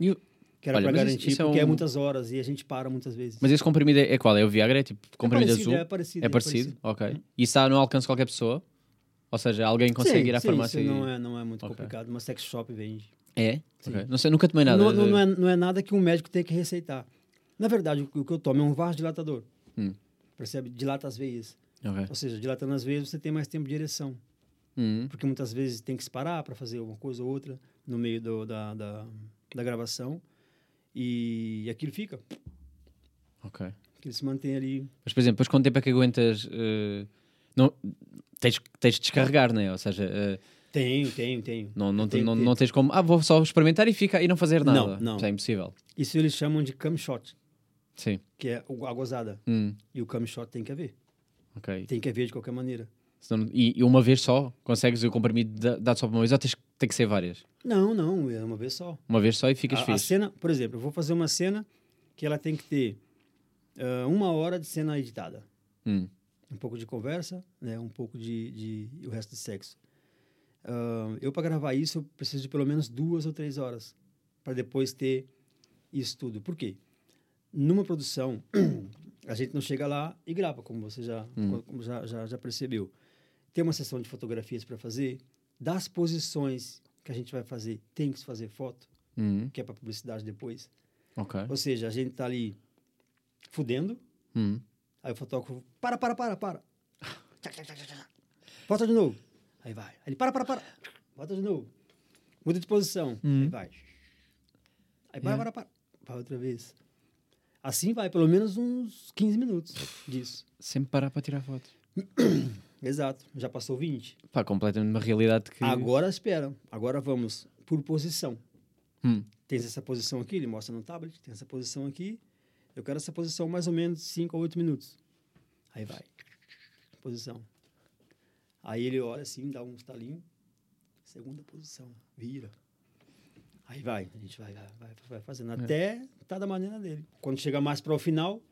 E o-
Que era
Olha,
pra
mas isso-
garantir,
isso é
porque é
um-
muitas horas e a gente para muitas vezes.
Mas esse comprimido é, é qual? É o Viagra? É tipo comprimido
parecido,
azul?
é parecido,
É
é
parecido?
parecido.
Ok. E está no alcance de qualquer pessoa? Ou seja, alguém consegue
Sim,
ir à
sim,
farmácia
isso
e...
não é, não é muito
Ok.
complicado. Uma sex shop vende.
é? Ok. Não sei, nunca tomei nada.
Não, não, não é, não é nada que um médico tenha que receitar. Na verdade, o que- o que eu tomo é um vasodilatador.
Hum. É.
Percebe? Dilata as veias.
Ok.
Ou seja, dilatando as veias, você tem mais tempo de ereção.
Hum,
Porque muitas vezes tem que se parar para fazer uma coisa ou outra no meio do- da, da, da gravação. E aquilo fica.
ok.
Aquilo se mantém ali.
Mas, por exemplo, depois quanto tempo é que aguentas... eh, não, tens, tens de descarregar, não é? Ou seja, eh,
Tenho, tenho, tenho.
não, não,
Tem-
não,
tem-
não tens como... Ah, vou só experimentar e, fica, e não fazer nada.
Não, não.
Isso é impossível.
Isso eles chamam de cam shot,
Sim.
que é o- a gozada.
Hum,
E o cam shot tem que haver.
ok.
Tem que haver de qualquer maneira.
Senão- e, e uma vez só? Consegues o comprimido da- dado só para uma vez ou tens, que- tem que ser várias?
Não, não, é uma vez só.
Uma vez só e ficas
a, a
fixe.
cena, por exemplo, eu vou fazer uma cena que ela tem que ter ah, uma hora de cena editada.
Hum.
Um pouco de conversa, né? Um pouco de, de e o resto de sexo. Ah, eu para gravar isso eu preciso de pelo menos duas ou três horas para depois ter isso tudo. Por quê? Numa produção a gente não chega lá e grava, como você já co- como já, já, já percebeu. Tem uma sessão de fotografias para fazer. Das posições que a gente vai fazer, tem que se fazer foto
Hum,
que é para publicidade depois.
ok.
Ou seja, a gente tá ali fudendo,
Hum.
aí o fotógrafo, para, para, para, para. Tchac, tchac, tchac, tchac. Volta de novo. Aí vai. Aí ele, para, para, para. Volta de novo. Muda de posição. Aí vai. Aí para, para, para. Vai outra vez. Assim vai, pelo menos uns 15 minutos disso.
Sempre parar para tirar fotos.
Exato. Já passou 20.
Pá, completamente uma realidade que.
Agora espera. Agora vamos por posição.
Hum.
Tem essa posição aqui, ele mostra no tablet, tem essa posição aqui. Eu quero essa posição mais ou menos 5 a 8 minutos. Aí vai. Posição. Aí ele olha assim, dá um estalinho. Segunda posição. Vira. Aí vai. A gente vai, vai, vai, vai
É.
fazendo até tá da maneira dele. Quando chega mais para o final,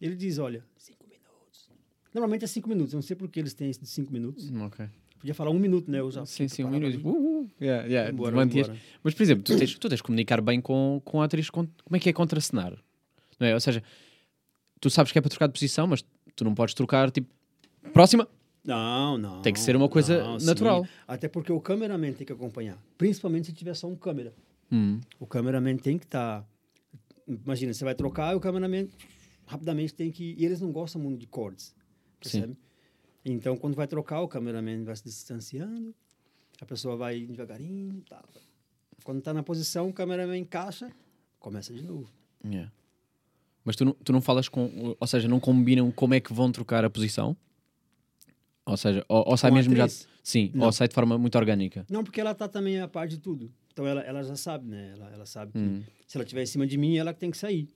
ele diz, olha, 5 minutos. Normalmente é 5 minutos. Eu não sei por que eles têm esse de 5 minutos.
Hum, Ok.
Podia falar um minuto, né? Eu já
Sim,
fico
sim, um
parado
minuto.
ali.
Uh, uh, yeah, yeah,
Vambora,
mantias.
vambora.
Mas, por exemplo, tu tens, tu tens de comunicar bem com, com a atriz. com- como é que é contracenar? Não é? Ou seja, tu sabes que é para trocar de posição, mas tu não podes trocar tipo. Próxima!
Não, não.
Tem que ser uma coisa
não, sim.
natural.
Até porque o cameraman tem que acompanhar. Principalmente se tiver só um câmera.
Hum,
O cameraman tem que estar... Imagina, você vai trocar e o cameraman rapidamente tem que... E eles não gostam muito de cortes, percebe? Então, quando vai trocar, o cameraman vai se distanciando, a pessoa vai devagarinho, tá. Quando tá na posição, o cameraman encaixa, começa de novo.
yeah. Mas tu não, tu não falas com. Ou seja, não combinam como é que vão trocar a posição? Ou seja, ou, ou sai
Com a
mesmo
atriz?
já. Sim, ou
Não.
sai de forma muito orgânica.
Não, porque ela tá também a par de tudo. Então, ela, ela já sabe, né? Ela, ela sabe que
Hum.
se ela estiver em cima de mim, ela que tem que sair.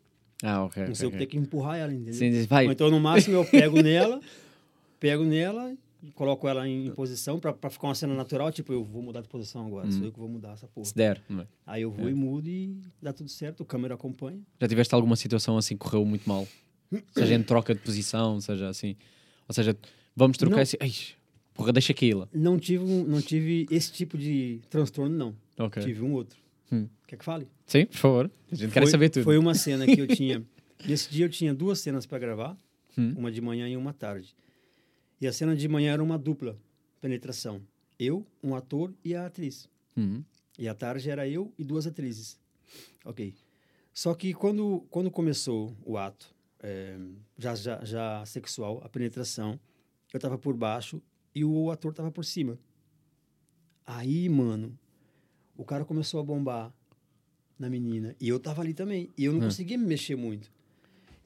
Ah, ok.
é Não sei o que tem que empurrar ela, entendeu?
Sim, diz, vai.
Ou então, no máximo, eu pego nela, pego nela coloco ela em posição para ficar uma cena natural, tipo, eu vou mudar de posição agora, sou eu que vou mudar essa porra.
Se der.
Não Hum. é?
Aí eu vou e mudo e dá tudo certo, o câmera acompanha.
Já tiveste alguma situação assim que correu muito mal? Seja em troca de posição, seja assim. Ou seja, vamos trocar
Não.
esse. Ai, porra, deixa aquilo.
Não tive, um- não tive esse tipo de transtorno, não.
Ok.
Tive um outro.
Hum.
Quer que fale?
Sim, por favor. A gente quer
Foi-
saber tudo.
Foi uma cena que eu tinha. Nesse dia eu tinha duas cenas para gravar,
Hum.
uma de manhã e uma tarde. E a cena de manhã era uma dupla penetração. Eu, um ator e a atriz.
Uhum.
E à tarde era eu e duas atrizes. Ok. Só que quando, quando começou o ato, eh, já, já, já sexual, a penetração, eu tava por baixo e o ator tava por cima. Aí, mano, o cara começou a bombar na menina e eu tava ali também. E eu não conseguia me mexer muito.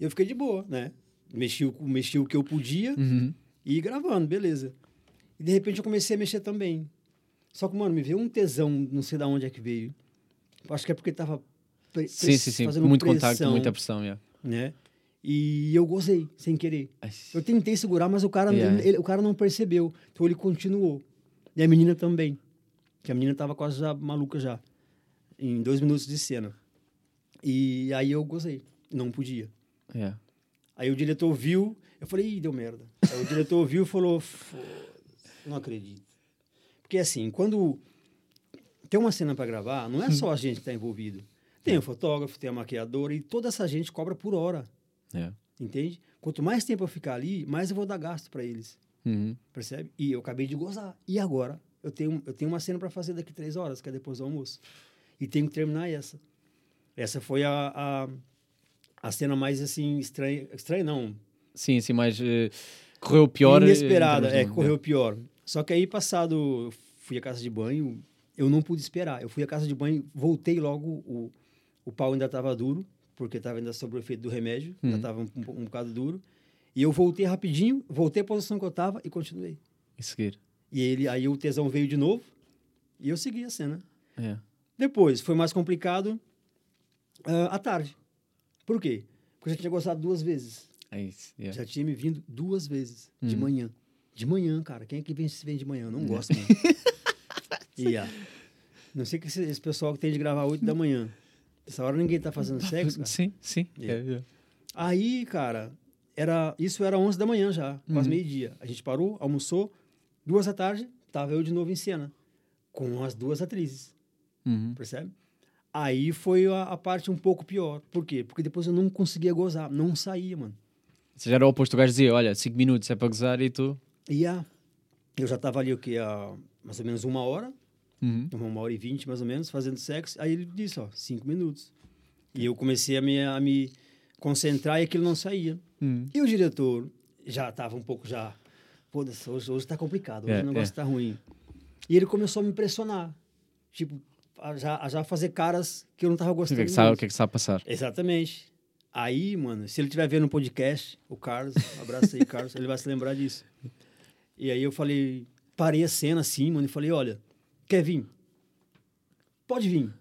Eu fiquei de boa, né? Mexi o, mexi o que eu podia
Uhum.
e gravando, beleza. E de repente eu comecei a mexer também. Só que, mano, me veio um tesão, não sei de onde é que veio. Eu Acho que é porque tava pre-
Sim,
press-
sim, sim.
fazendo
Muito
pressão,
contacto, muita pressão. yeah.
né? E eu gozei, sem querer.
Ai,
Eu tentei segurar, mas o cara,
Yeah.
ele- o cara não percebeu. Então ele continuou. E a menina também. Que a menina tava quase já maluca já. Em dois minutos de cena. E aí eu gozei. Não podia.
yeah.
Aí o diretor viu, eu falei, Ih, deu merda. Aí o diretor viu e falou, "Fo- não acredito. Porque assim, quando tem uma cena para gravar, não é só a gente que está envolvido. Tem o fotógrafo, tem a maquiadora e toda essa gente cobra por hora,
Yeah.
entende? Quanto mais tempo eu ficar ali, mais eu vou dar gasto para eles,
Uhum.
percebe? E eu acabei de gozar. E agora? Eu tenho, eu tenho uma cena para fazer daqui três horas, que é depois do almoço. E tenho que terminar essa. Essa foi a, a, a cena mais, assim, estranha. Estranha não,
Sim, sim, mas eh, correu pior. eh, em
Inesperada,
termos
é,
de-
correu pior. Só que aí, passado, eu fui à casa de banho, eu não pude esperar. Eu fui à casa de banho, voltei logo, o, o pau ainda estava duro, porque estava ainda sob o efeito do remédio, ainda
Uhum.
estava um, um bocado duro. E eu voltei rapidinho, voltei à posição que eu estava e continuei.
E seguir.
E ele, aí o tesão veio de novo e eu segui a cena.
Yeah.
Depois, foi mais complicado ah, à tarde. Por quê? Porque eu já tinha gostado duas vezes.
É isso. Yeah.
Já tinha me vindo duas vezes de
Uhum.
manhã. De manhã, cara. Quem é que vem se vem de manhã? Eu não
Né?
gosto, mano. E, ah, Não sei que esse, esse pessoal que tem de gravar 8 da manhã. Essa hora ninguém tá fazendo sexo, cara.
Sim, sim.
Yeah.
Yeah, yeah.
Aí, cara, era, isso era 11 da manhã já, quase
Uhum.
meio-dia. A gente parou, almoçou, duas da tarde, tava eu de novo em cena. Com as duas atrizes,
Uhum.
percebe? Aí foi a, a parte um pouco pior. Por quê? Porque depois eu não conseguia gozar, não saía, mano.
Ou seja, era o oposto. O gajo dizia: olha, 5 minutos é para gozar e tu.
E a, eu já estava ali o que há mais ou menos uma hora,
Uhum.
uma uma hora e vinte mais ou menos, fazendo sexo. Aí ele disse, ó, cinco minutos. E eu comecei a me, a me concentrar e aquilo não saía.
Uhum.
E o diretor já estava um pouco já, pô, dessa- hoje, hoje tá complicado, hoje
É,
o negócio
é.
tá ruim. E ele começou a me pressionar, tipo, a já, a já fazer caras que eu não tava
O
gostando.
que é que sabe, o
muito.
que é que sabe passar?
Exatamente. Aí, mano, se ele estiver vendo o podcast, o Carlos, um abraço aí, Carlos, ele vai se lembrar disso. E aí eu falei, parei a cena assim, mano, e falei, olha, quer vir? Pode vir.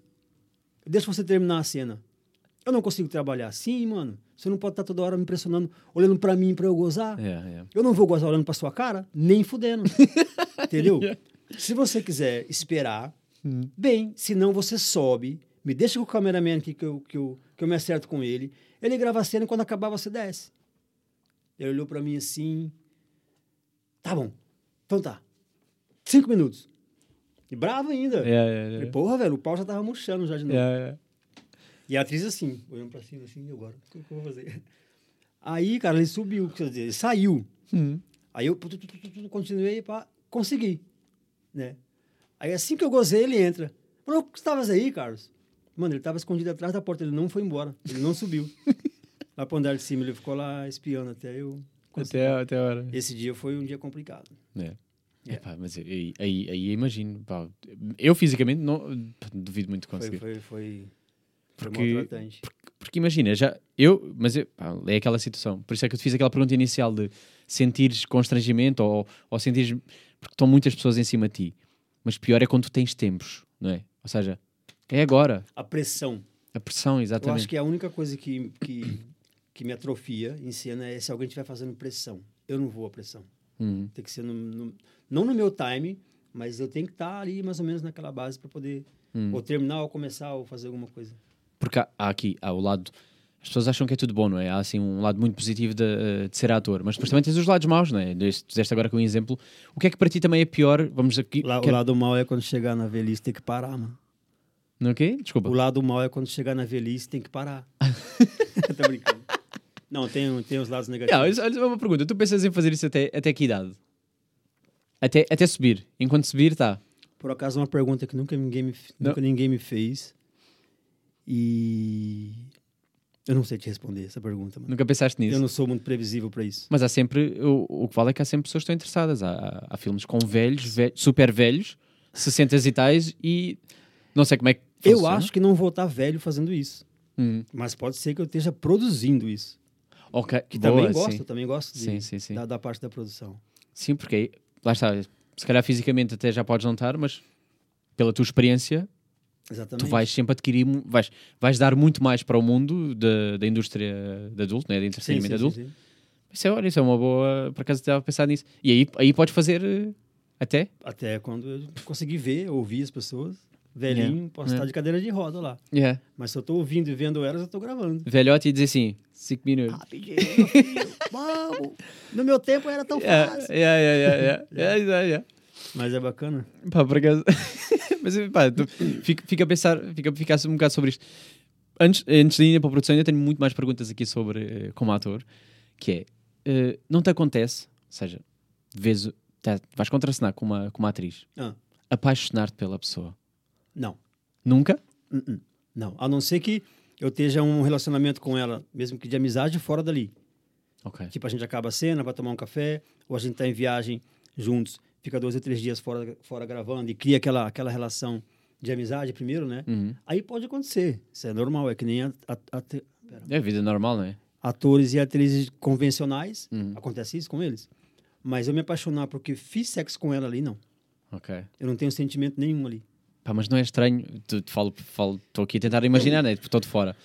Deixa você terminar a cena. Eu não consigo trabalhar assim, mano. Você não pode estar toda hora me pressionando, olhando pra mim pra eu gozar.
Yeah, yeah.
Eu não vou gozar olhando pra sua cara, nem fudendo. Entendeu? Se você quiser esperar, bem, senão você sobe, me deixa com o cameraman aqui que eu, que, eu, que eu me acerto com ele. Ele grava a cena e quando acabar você desce. Ele olhou pra mim assim. Tá bom. Então tá. Cinco minutos. E bravo ainda.
Yeah, yeah,
Falei,
yeah.
Porra, velho, o pau já tava murchando já de novo.
Yeah, yeah.
E a atriz assim, olhando pra cima assim, e agora? O que eu vou fazer? Aí, cara, ele subiu, quer dizer, ele saiu.
Uhum.
Aí eu tu, tu, tu, tu, tu, continuei para conseguir, né? Aí assim que eu gozei, ele entra. Falou, o que estavas aí, Carlos? Mano, ele estava escondido atrás da porta, ele não foi embora, ele não subiu. lá para andar de cima, ele ficou lá espiando até eu. conseguir.
Até, até a hora.
Esse dia foi um dia complicado.
É.
Yeah.
Epá, mas aí, aí, aí imagino. pá, eu fisicamente não, pá, duvido muito
Foi,
conseguir.
foi, foi, foi
Porque-
maltratante.
Porque imagina, já eu, mas eu- pá, é aquela situação. Por isso é que eu te fiz aquela pergunta inicial de sentires constrangimento ou, ou sentires. Porque estão muitas pessoas em cima de ti. Mas pior é quando tu tens tempos, não é? Ou seja, é agora.
A pressão.
A pressão,
Eu acho
exatamente.
que a única coisa é que, que, que me atrofia em cena é se alguém estiver fazendo pressão. Eu não vou à pressão.
Uhum.
Tem que ser, no, no- não no meu time, mas eu tenho que estar ali mais ou menos naquela base para poder
Hum.
ou terminar ou começar ou fazer alguma coisa.
Porque há, há aqui, há o lado. As pessoas acham que é tudo bom, não é? Há assim um lado muito positivo de, eh, de ser ator, mas depois também tens os lados maus, não é? Deste- Dizeste agora com um exemplo. O que é que para ti também é pior? Vamos aqui.
Lá- O
quer-
lado mal é quando chegar na velhice tem que parar, mano.
Não é o quê? Desculpa.
O lado mal é quando chegar na velhice tem que parar. tá brincando. Não, tem, tem os lados negativos.
Yeah, isso- olha, uma pergunta. Tu pensas em fazer isso até, até que idade? Até, até subir. Enquanto subir, tá.
Por acaso, uma pergunta que nunca ninguém me,
Não.
nunca ninguém me fez. E. Eu não sei te responder essa pergunta, mano.
Nunca pensaste nisso.
Eu não sou muito previsível pra isso.
Mas há sempre, o, o que vale é que há sempre pessoas que estão interessadas. Há, há- há filmes com velhos, ve- super velhos, 60 e tais, e não sei como é que.
Eu
funciona.
acho que não vou estar velho fazendo isso.
Hum.
Mas pode ser que eu esteja produzindo isso.
Ok,
Que
boa,
também gosto,
Sim.
também gosto de-
Sim, sim, sim.
Da, da parte da produção.
Sim, porque aí, lá está, se calhar fisicamente até já podes não estar, mas pela tua experiência,
Exatamente.
tu vais sempre adquirir, mu- vais, vais dar muito mais para o mundo da, da indústria de adulto, né? de
Sim, sim,
entretenimento
sim,
adulto.
sim.
Isso é, olha, isso é uma boa, por acaso estava a pensar nisso. E aí, aí podes fazer eh, até.
Até quando eu conseguir ver, ouvir as pessoas. Velhinho, posso
yeah.
estar de cadeira de roda lá.
Yeah.
Mas se eu tô ouvindo e vendo elas, eu tô gravando.
Velhote e dizer assim, 5
Ah,
minutos.
Vamos! No meu tempo era tão
Yeah,
fácil.
yeah, yeah, yeah, yeah, yeah, yeah, yeah.
É, Mas é bacana.
Pá, por acaso. Mas pá, tu- fico, fico a pensar, fico a ficar um bocado sobre isto. Antes, antes de ir para a produção, ainda tenho muito mais perguntas aqui sobre eh, como ator, que é, eh, não te acontece, ou seja, de vez, tá, vais contracenar com uma, com uma atriz,
Ah.
apaixonar-te pela pessoa.
Não, Hum,
Nunca?
não. A não ser que eu esteja um relacionamento com ela, mesmo que de amizade, fora dali.
Ok.
Tipo, a gente acaba a cena, vai tomar um café, ou a gente tá em viagem juntos, fica dois ou três dias fora, fora gravando e cria aquela, aquela relação de amizade primeiro, né?
Uhum.
Aí pode acontecer. Isso é normal, é que nem a- a- a- pera.
É vida normal, não é?
atores e atrizes convencionais.
Uhum.
Acontece isso com eles. Mas eu me apaixonar porque fiz sexo com ela ali, não.
Ok.
Eu não tenho sentimento nenhum ali.
Pá, mas não é estranho, tu, tu falo, falo, estou aqui a tentar imaginar, né? Estou de fora.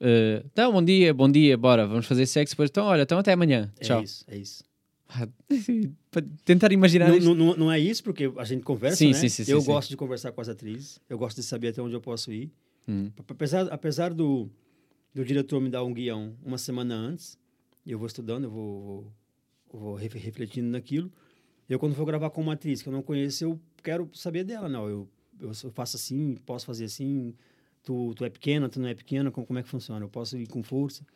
Eh, então, bom dia, bom dia, bora, vamos fazer sexo, depois, então, olha, então até amanhã.
É
Tchau.
isso, é isso.
Ah, Para tentar imaginar
Não,
isto.
não- não- não é isso, porque a gente conversa,
Sim,
né?
sim, sim, sim,
eu
sim.
gosto de conversar com as atrizes, eu gosto de saber até onde eu posso ir.
Uhum.
Ap- Apesar, apesar do, do diretor me dar um guião uma semana antes, e eu vou estudando, eu vou, vou- eu vou ref- refletindo naquilo. Eu, quando for gravar com uma atriz que eu não conheço, eu quero saber dela, não. Eu, eu só faço assim, posso fazer assim, tu, tu é pequena, tu não é pequena, como, como é que funciona? Eu posso ir com força.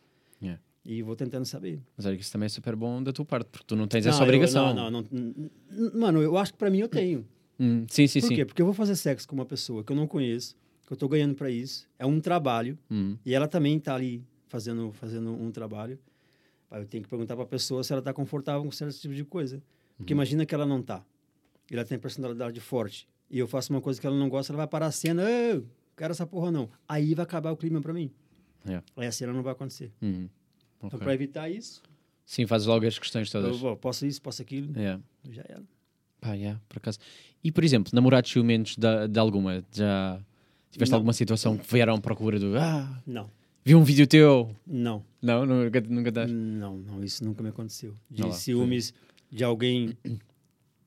Yeah.
E vou tentando saber.
Mas olha que isso também é super bom da tua parte, porque tu não tens
Não,
essa
eu-
é obrigação.
não, não, não, não, mano, eu acho que pra mim eu tenho.
Hum, sim, sim,
Por
sim.
quê? Porque eu vou fazer sexo com uma pessoa que eu não conheço, que eu tô ganhando pra isso, é um trabalho,
Hum.
e ela também tá ali fazendo, fazendo um trabalho. Aí eu tenho que perguntar pra pessoa se ela tá confortável com certo tipo de coisa. Porque
Uhum.
imagina que ela não tá. E ela tem personalidade forte. E eu faço uma coisa que ela não gosta, ela vai parar a cena, "Ô, não quero essa porra não. Aí vai acabar o clima pra mim.
É.
Aí a cena não vai acontecer.
Hum. Ok.
Então, pra evitar isso,
Sim, fazes logo as questões
eu,
todas.
vou, posso isso, posso aquilo,
Yeah.
já era.
Pá, yeah, por acaso. E por exemplo, namorados ciumentos de, de alguma? Já tiveste
Não.
alguma situação que vieram à procura do Ah,
Não,
vi um vídeo teu?
não.
Não, nunca, nunca dás.
Não, não, isso nunca me aconteceu. De
Tá? Olha lá, tá
ciúmes de alguém,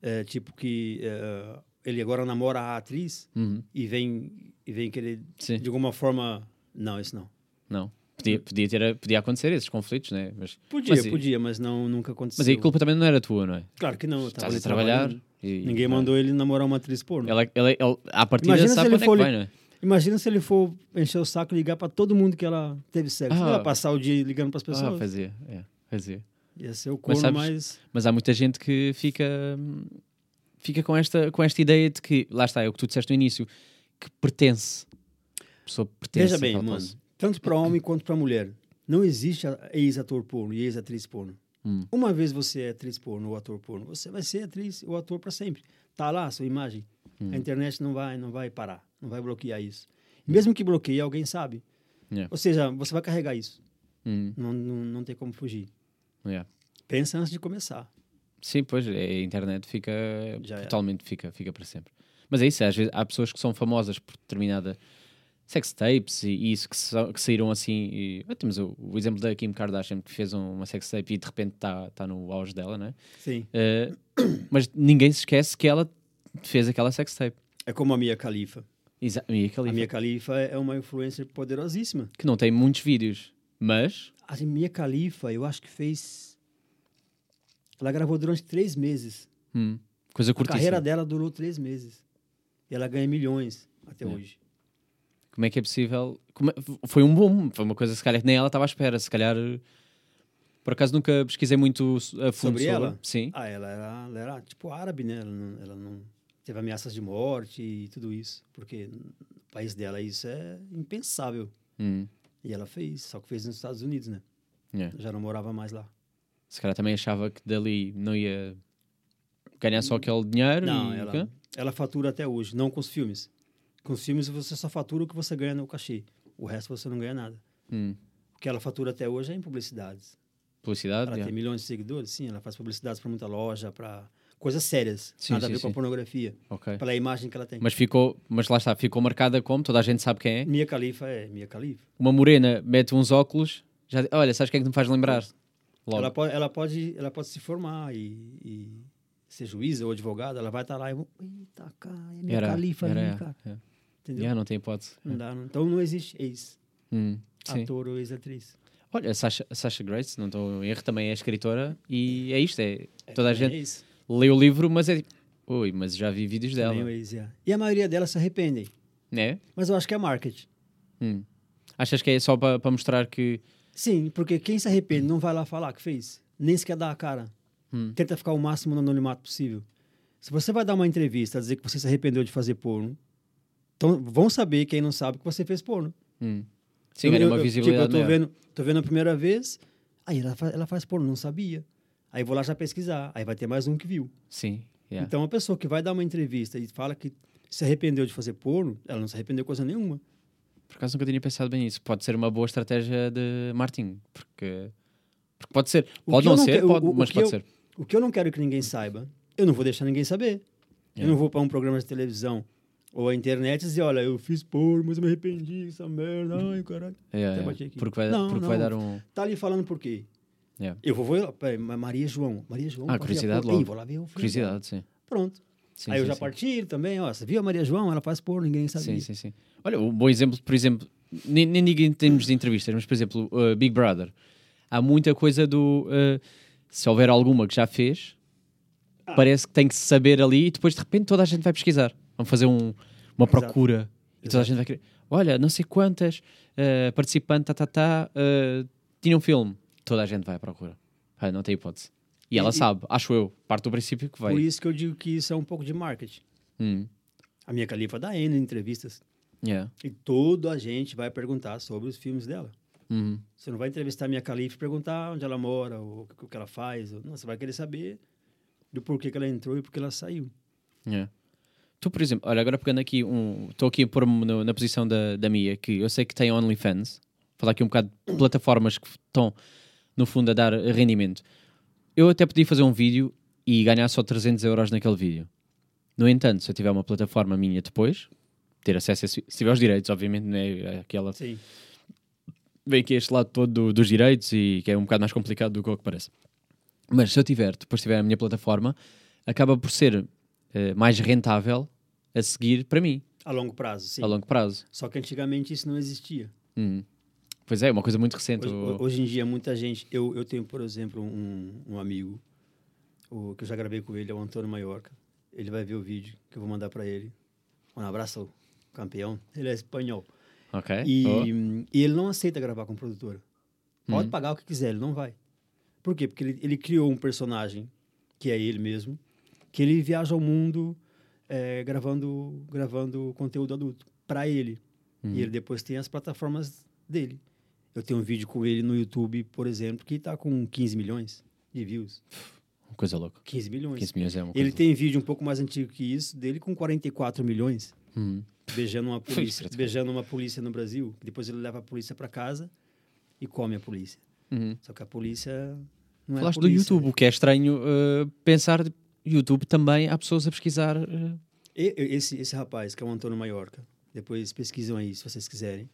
é, tipo que é, ele agora namora a atriz
Uhum.
e vem, e vem querer,
Sim.
de alguma forma... Não, isso não.
Não. Podia, podia, ter, podia acontecer esses conflitos, né? Mas,
Podia,
mas,
podia, mas não, nunca aconteceu.
Mas aí a culpa também não era tua, não é?
Claro que não. eu
Estás
tava
a
ali
trabalhar.
trabalhando.
e-
Ninguém
pá,
mandou ele namorar uma atriz porno.
Ela, ela, ela, à partida
Imagina se
sabe
ele
onde é que
for li-
vai, não é?
Imagina se ele for encher o saco e ligar pra todo mundo que ela teve sexo.
Ah.
Ela vai passar o dia ligando pras pessoas.
Ah, fazia. É, fazia.
Ia ser o corno,
sabes-
mas...
Mas há muita gente que fica, hum, fica com, esta, com esta ideia de que, lá está, é o que tu disseste no início, que pertence. A pessoa pertence.
Veja bem,
àquela
mano.
classe.
Tanto para homem quanto para mulher. Não existe a- ex-ator porno e ex-atriz porno.
Hum.
Uma vez você é atriz porno ou ator porno, você vai ser atriz ou ator para sempre. Tá lá a sua imagem.
Hum.
A internet não vai, não vai parar, não vai bloquear isso. E Mesmo que bloqueie, alguém sabe.
Yeah.
Ou seja, você vai carregar isso.
Hum,
Não, não, não tem como fugir.
yeah.
Pensa antes de começar.
Sim, pois, é, a internet fica
Já é.
totalmente fica, fica para sempre. Mas é isso, às vezes há pessoas que são famosas por determinada sex tapes e isso que, sa- que saíram assim. E, Ah, temos o, o exemplo da Kim Kardashian que fez um- uma sex tape e de repente está tá no auge dela, né?
Sim.
Eh, mas ninguém se esquece que ela fez aquela sex tape.
É como a Mia Khalifa.
Exa Mia Khalifa,
A Mia Khalifa é uma influencer poderosíssima.
Que não tem muitos vídeos, mas
A Mia Khalifa, eu acho que fez... Ela gravou durante três meses.
hum, coisa
A carreira
curtíssima.
dela durou três meses. E ela ganha milhões até
É.
hoje.
Como é que é possível? Como é- Foi um boom, foi uma coisa se calhar que nem ela estava à espera. Se calhar, eh, por acaso nunca pesquisei muito a fundo
Sobre ela?
Sim.
Ah, ela era, ela era tipo árabe, né? Ela não, ela não- teve ameaças de morte e tudo isso, porque no país dela isso é impensável.
Hum.
E ela fez, só que fez nos Estados Unidos, né?
Yeah.
Já não morava mais lá.
Se calhar também achava que dali não ia ganhar só aquele dinheiro.
Não,
e...
ela, ela fatura até hoje, não com os filmes. Com os filmes você só fatura o que você ganha no cachê, o resto você não ganha nada.
Hum,
O que ela fatura até hoje é em publicidades.
publicidade.
Ela
yeah.
tem milhões de seguidores, sim, ela faz publicidades para muita loja, para coisas sérias,
Sim,
nada
sim,
a ver com a
sim.
pornografia,
Ok.
pela imagem que ela tem.
Mas ficou, mas lá está, ficou marcada como toda a gente sabe quem é.
Mia Khalifa é Mia Khalifa.
Uma morena mete uns óculos, já olha, sabes quem é que me faz lembrar? Logo.
Ela pode, ela pode, ela pode se formar e, e ser juíza ou advogada, ela vai estar lá e vão, eita, cara, é minha
Era-
califa ali,
era-
cara.
é.
Entendeu?
Yeah, não tem hipótese.
Não dá, não. Então não existe
Hum, sim.
ex-ator ou ex-atriz.
Olha, Sasha, Sasha Grace, não estou em erro, também é escritora e é isto, é toda a
Também
gente
É ex,
lê o livro, mas é tipo, ui, mas já vi vídeos dela,
também é ex, yeah. E a maioria delas se arrependem.
né?
Mas eu acho que é marketing.
Hum. Achas que é só para mostrar que
Sim, porque quem se arrepende não vai lá falar que fez, nem sequer dar a cara.
Hum.
Tenta ficar o máximo no anonimato possível. Se você vai dar uma entrevista dizer que você se arrependeu de fazer porno, então vão saber quem não sabe que você fez porno.
hum, sim,
Eu-
ganha
eu-
uma
eu-
visibilidade
Tipo, eu tô
maior.
vendo, tô vendo a primeira vez, aí ela, fa- ela faz porno, não sabia. Aí vou lá já pesquisar, aí vai ter mais um que viu.
Sim, yeah.
Então, a pessoa que vai dar uma entrevista e fala que se arrependeu de fazer porno, ela não se arrependeu de coisa nenhuma.
Por acaso nunca tinha pensado bem nisso. Pode ser uma boa estratégia de marketing, porque, porque pode ser.
O
Pode
que eu
não,
não
ser,
que- o-
pode-
o- o
mas
que
pode
eu-
ser.
O que eu não quero que ninguém saiba, eu não vou deixar ninguém saber.
É.
Eu não vou para um programa de televisão ou a internet e dizer, olha, eu fiz porno, mas eu me arrependi, essa merda, ai, caralho.
É, é,
Até bati aqui.
Porque, vai,
Não,
porque vai
não.
dar um.
Tá ali falando por quê?
É.
Eu vou, vou lá, peraí, Ma- Maria João. Maria João.
Ah,
fazia
curiosidade
porno. Ih,
logo.
Vou lá ver o filme dela.
Curiosidade, sim.
Pronto.
Sim,
Aí eu
sim,
já
sim.
partilho também, ó. Você viu a Maria João? Ela faz porno, ninguém sabia.
Sim, sim, sim. Olha, um bom exemplo, por exemplo, nem, nem digo em termos de entrevistas, mas por exemplo, uh, Big Brother. Há muita coisa do. uh, se houver alguma que já fez,
Ah.
parece que tem que se saber ali e depois de repente toda a gente vai pesquisar. Vamos fazer um- uma procura e toda a gente vai querer. Olha, não sei quantas uh, participantes tá, tá, tá, uh, tinha um filme. Toda a gente vai à procura. Ah, não tem hipótese. E ela
E- e-
sabe, acho eu, parte do princípio que vai.
Por isso que eu digo que isso é um pouco de marketing.
Hum,
A minha califa dá N entrevistas
yeah.
e toda a gente vai perguntar sobre os filmes dela.
Uhum.
Você não vai entrevistar a minha califa e perguntar onde ela mora, ou o que- o que ela faz. Ou... Não, você vai querer saber do porquê que ela entrou e porquê ela saiu.
É. Tu, por exemplo, olha, agora pegando aqui um. Estou aqui a pôr-me no- na posição da, da Mia, que eu sei que tem OnlyFans. Falar aqui um bocado de plataformas que estão, no fundo, a dar rendimento. Eu até podia fazer um vídeo e ganhar só 300 euros naquele vídeo. No entanto, se eu tiver uma plataforma minha depois, ter acesso a esse, se tiver os direitos, obviamente, né? Aquela
Sim.
vem aqui este lado todo do- dos direitos e que é um bocado mais complicado do que o que parece. Mas se eu tiver, depois tiver a minha plataforma, acaba por ser eh, mais rentável a seguir para mim,
A longo prazo, sim.
a longo prazo.
Só que antigamente isso não existia.
Hum. Pois é, é uma coisa muito recente.
Hoje,
o-
hoje em dia, muita gente. Eu, eu tenho, por exemplo, um, um amigo o, que eu já gravei com ele, é o Antônio Maiorca. Ele vai ver o vídeo que eu vou mandar para ele. Um abraço, campeão. Ele é espanhol.
ok.
E,
Oh.
e ele não aceita gravar com produtora. Pode pagar o que quiser, ele não vai. Por quê? Porque ele, ele criou um personagem, que é ele mesmo, que ele viaja ao mundo eh, gravando, gravando conteúdo adulto para ele. E ele depois tem as plataformas dele. Eu tenho um vídeo com ele no YouTube, por exemplo, que está com 15 milhões de views.
Uma coisa louca.
15 milhões.
15 milhões é uma coisa.
Ele tem vídeo um pouco mais antigo que isso, dele com 44 milhões,
Hum.
beijando uma polícia,
Foi
beijando uma polícia no Brasil. Depois ele leva a polícia para casa e come a polícia.
Uhum.
Só que a polícia não é
Falaste do
polícia,
YouTube,
né?
o que é estranho eh, pensar. de- YouTube também há pessoas a pesquisar. eh,
E- e- esse, esse rapaz, que é o Antônio Maiorca, Depois pesquisam aí, se vocês quiserem.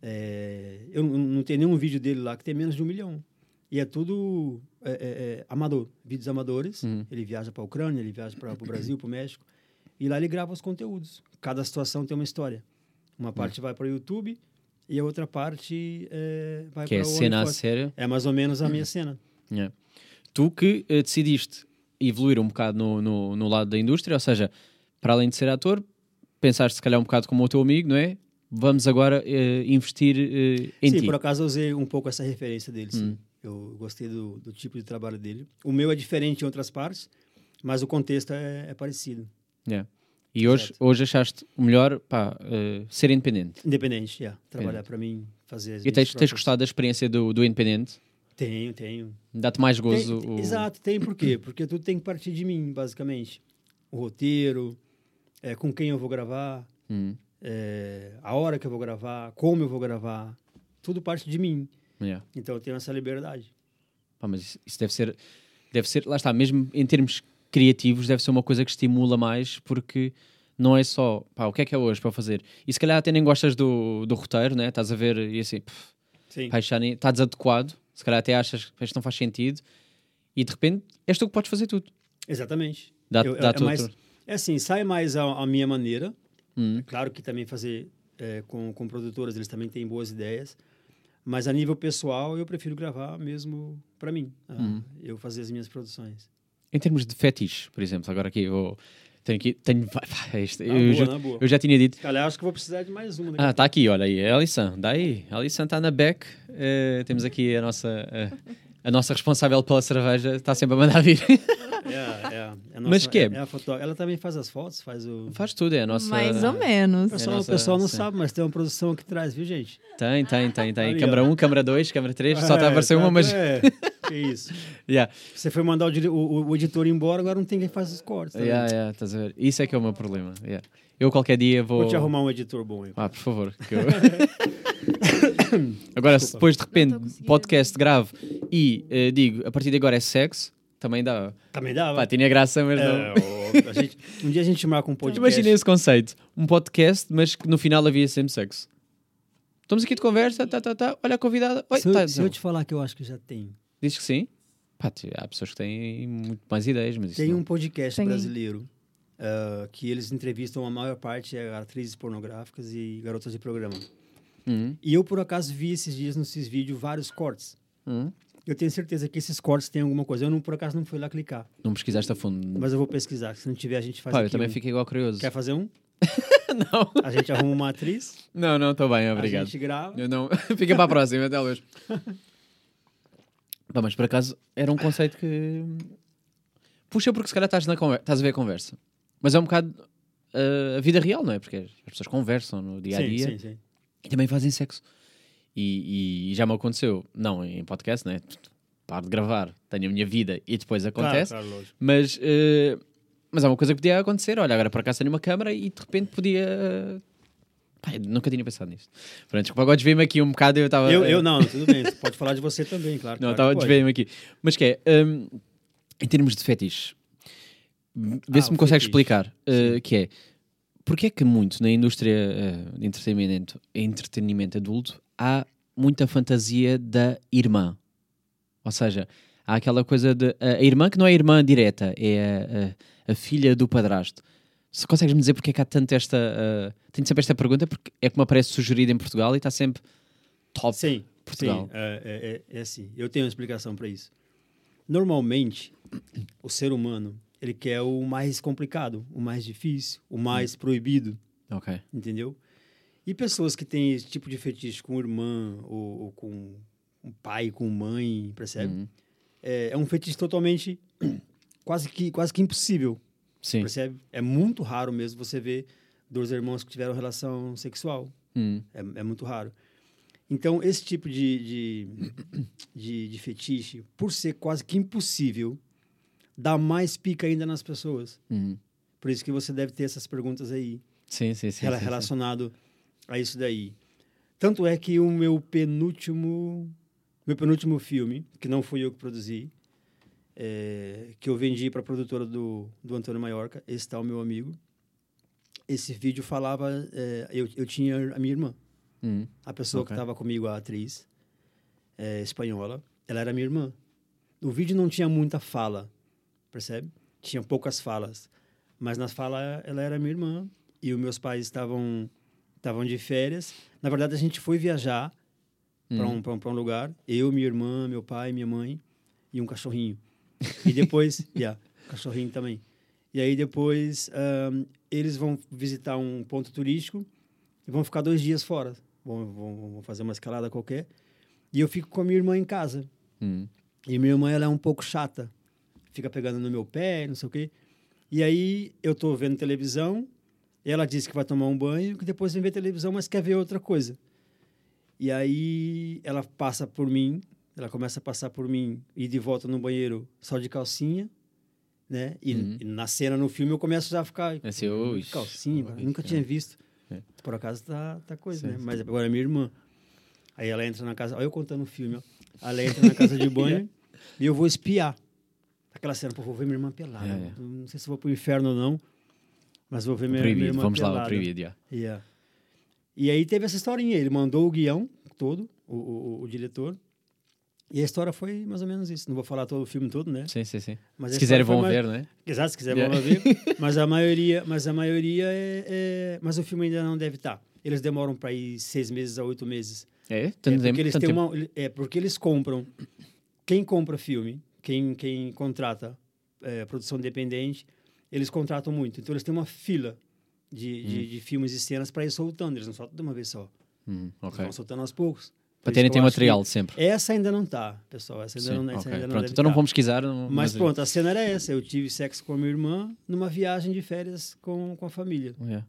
É, eu não- não tenho nenhum vídeo dele lá que tem menos de um milhão. E é tudo é, é, é, amador, vídeos amadores.
Hum.
Ele viaja para a Ucrânia, ele viaja para o Brasil, para o México. E lá ele grava os conteúdos. Cada situação tem uma história.
Hum.
Uma parte vai para o YouTube e a outra parte é, vai
Que é
para
a
o
cena a
OnlyFans.
sério.
É mais ou menos a minha cena.
Yeah. Tu que eh, decidiste evoluir um bocado no, no, no lado da indústria, ou seja, para além de ser ator, pensaste se calhar um bocado como o teu amigo, não é? Vamos agora eh, investir eh, em
sim,
ti. Hum.
por acaso eu usei um pouco essa referência dele, sim. Eu gostei do, do tipo de trabalho dele. O meu é diferente em outras partes, mas o contexto é, é parecido.
Yeah. E hoje,
Exato.
hoje achaste o melhor pá, eh, ser independente.
Independente, yeah. Trabalhar para mim, fazer... as
É. E
minhas
tens, tens
próprias-
gostado da experiência do, do independente?
Tenho, tenho.
Dá-te mais gozo.
Tem-
o- Hum.
Exato, tem por quê? Porque tudo tem que partir de mim, basicamente. O roteiro, é, com quem eu vou gravar,
Hum,
é, a hora que eu vou gravar, como eu vou gravar. Tudo parte de mim.
yeah.
Então eu tenho essa liberdade.
Pá, mas isso- isso deve ser, deve ser, lá está, mesmo em termos criativos, deve ser uma coisa que estimula mais, porque não é só, pá, o que é que é hoje para fazer? E se calhar até nem gostas do, do roteiro, né? Estás a ver e assim, pff,
Sim.
pá, isto já nem- está desadequado, se calhar até achas que isto não faz sentido, e de repente és tu que podes fazer tudo.
Exatamente.
Dá- dá
é,
tudo
mais-
outro-
é assim, sai mais a, a minha maneira.
Hum.
É Claro que também fazer é, com, com produtoras, eles também têm boas ideias. Mas a nível pessoal, eu prefiro gravar mesmo para mim. ah,
Hum.
Eu fazer as minhas produções.
Em termos de fetiche, por exemplo, agora aqui eu tenho aqui, tenho, pá, isto-
Na
eu
boa,
já-
na boa.
eu já tinha dito,
Galera, acho que vou precisar de mais uma. Né?
Ah, tá aqui, olha aí. A Alisson, daí. A Alisson está na back. Eh, temos aqui a nossa, eh, a nossa responsável pela cerveja, está sempre a mandar vir.
É, a- é, a- é a
Mas
nossa-
que é?
é a fotó- Ela também faz as fotos, faz o...
Faz tudo, é a nossa.
Mais ou
O
menos.
pessoal,
é nossa-
o pessoal não
sim.
sabe, mas tem uma produção aqui atrás, viu, gente?
Tem, tem, tem, tem.
Ali,
câmara
ó.
1, câmara 2, câmara 3, só está a aparecer
É,
uma, mas.
É, que isso.
Yeah,
Você foi mandar o, dire- o- o- o editor embora, agora não tem quem faça os cortes. Tá
yeah,
vendo?
yeah, estás a ver. Isso é que é o meu problema. yeah. Eu qualquer dia vou.
Vou te arrumar um editor bom aí.
Ah, por favor. que eu- agora, se depois de repente
Não tô conseguindo.
podcast grave e eh, digo a partir de agora é sexo, também dá.
Também dá,
Pá,
vai.
tinha graça, mas não.
É, o- a gente- um dia a gente marca um podcast.
Imagina esse conceito. Um podcast, mas que no final havia sempre sexo. Estamos aqui de conversa, tá, tá, tá. Olha a convidada. Oi,
se, eu,
tá,
se eu te falar que eu acho que já tem.
Diz que sim. Pá, t- há pessoas que têm muito mais ideias, mas isso
Tem
não-
um podcast
Tem.
brasileiro ah, que eles entrevistam a maior parte é atrizes pornográficas e garotas de programa.
Uhum,
E eu, por acaso, vi esses dias nesses vídeos vários cortes.
uhum.
Eu tenho certeza que esses cortes têm alguma coisa. Eu, não, por acaso, não fui lá clicar.
Não pesquisaste a fundo.
Mas eu vou pesquisar. Se não tiver, a gente faz
Pá, eu
aqui
também
um.
fiquei igual curioso.
Quer fazer um?
Não,
A gente arruma uma atriz.
não, não, estou bem, obrigado.
A gente grava.
Eu não... Fica para a próxima, até hoje. Pá, mas por acaso era um conceito que. Puxa, porque se calhar estás, na conver... estás a ver a conversa. Mas é um bocado ah, a vida real, não é? Porque as pessoas conversam no dia a
Sim,
dia
sim, sim.
e também fazem sexo. E, e- e já me aconteceu, não em podcast, né? Paro de gravar, tenho a minha vida e depois acontece.
Claro, claro, lógico.
Mas, eh, mas é uma coisa que podia acontecer. Olha, agora para cá tenho uma câmara e de repente podia. Pá, eu nunca tinha pensado nisto. Pronto, desculpa, agora desviei-me aqui um bocado. Eu estava.
Eu,
eh,
eu não, tudo bem. Você pode falar de você também, claro.
Não,
claro
estava
que pode.
desviei-me aqui. Mas que é, hum, em termos de fetiche, vê
Ah,
se
o
me consegues
fetiche.
explicar. eh, que é, porque é que muito na indústria eh, de entretenimento, entretenimento adulto há muita fantasia da irmã? Ou seja, há aquela coisa de. A, a irmã que não é a irmã direta, é a, a- a filha do padrasto. Se consegues me dizer porque é que há tanto esta. eh, tenho sempre esta pergunta, porque é que me aparece sugerida em Portugal e está sempre top.
Sim,
Portugal.
sim. É, é, é, é assim. Eu tenho uma explicação para isso. Normalmente, o ser humano, ele quer o mais complicado, o mais difícil, o mais proibido,
Ok.
entendeu? E pessoas que têm esse tipo de fetiche com irmã ou, ou com um pai, com mãe, percebe?
Uhum.
É, é um fetiche totalmente quase que, quase que impossível
Sim.
Percebe? É muito raro mesmo você ver dois irmãos que tiveram relação sexual.
Hum.
É, é muito raro. Então, esse tipo de, de, de, de fetiche, por ser quase que impossível, dá mais pica ainda nas pessoas.
Uhum.
Por isso que você deve ter essas perguntas aí,
Sim, sim, sim.
rela-
sim, sim.
relacionado a isso daí. Tanto é que o meu penúltimo, meu penúltimo filme, que não fui eu que produzi, é, que eu vendi para a produtora do, do Antônio Maiorca, esse tal meu amigo, esse vídeo falava. eh, eu, eu tinha a minha irmã.
Hum.
A pessoa que
Ok.
estava comigo, a atriz eh, espanhola, ela era minha irmã. O vídeo não tinha muita fala, percebe? Tinha poucas falas. Mas na fala, ela era minha irmã. E os meus pais estavam estavam de férias. Na verdade, a gente foi viajar para um, pra um, pra um lugar. Eu, minha irmã, meu pai, minha mãe e um cachorrinho. E depois, yeah, cachorrinho também. E aí depois ahn, eles vão visitar um ponto turístico e vão ficar dois dias fora. Vão, vão, vão fazer uma escalada qualquer. E eu fico com a minha irmã em casa.
Hum.
E minha irmã, ela é um pouco chata. Fica pegando no meu pé, não sei o quê. E aí, eu tô vendo televisão, e ela diz que vai tomar um banho, que depois vem ver televisão, mas quer ver outra coisa. E aí, ela passa por mim, ela começa a passar por mim, e de volta no banheiro, só de calcinha, né? E, e na cena, no filme, eu começo já a ficar...
É assim, ui,
calcinha,
ui,
nunca
é.
tinha visto.
É.
Por acaso, tá, tá coisa, né?
Certo.
Mas agora é minha irmã. Aí ela entra na casa. Olha eu contando o filme, ó. Ela entra na casa de banho e eu vou espiar. Aquela cena, pô, vou ver minha irmã pelada.
É, é.
Não sei se vou pro inferno ou não, mas vou ver minha, minha
Proibido,
irmã
vamos
pelada.
lá, proibido, já.
Yeah. E aí teve essa historinha. Ele mandou o guião todo, o, o- o- o diretor. E a história foi mais ou menos isso. Não vou falar todo o filme todo, né?
Sim, sim, sim.
Mas a
Se quiserem
história foi
vão
mais-
ver, não é?
Exato, se quiser,
Yeah.
vamos ver. Mas a maioria, mas a maioria é, é- Mas o filme ainda não deve estar. Eles demoram para ir seis meses a oito meses.
É,
É
tanto
porque,
tempo,
eles
tanto
têm
tempo.
uma, é porque eles compram. Quem compra filme, quem, quem contrata é, produção independente, eles contratam muito. Então eles têm uma fila de, de, de filmes e cenas para ir soltando. Eles não soltam de uma vez só.
Hum,
Eles
ok.
vão soltando aos poucos. Por
Para
isso
terem
que
ter
eu acho que-
material sempre.
Essa ainda não tá, pessoal. Essa ainda
Sim,
não, essa
ok.
ainda não
Pronto,
deve
então não
tá.
vamos pesquisar. não-
Mas
mas- é
pronto, a cena era essa. Eu tive sexo com a minha irmã numa viagem de férias com, com a família.
É.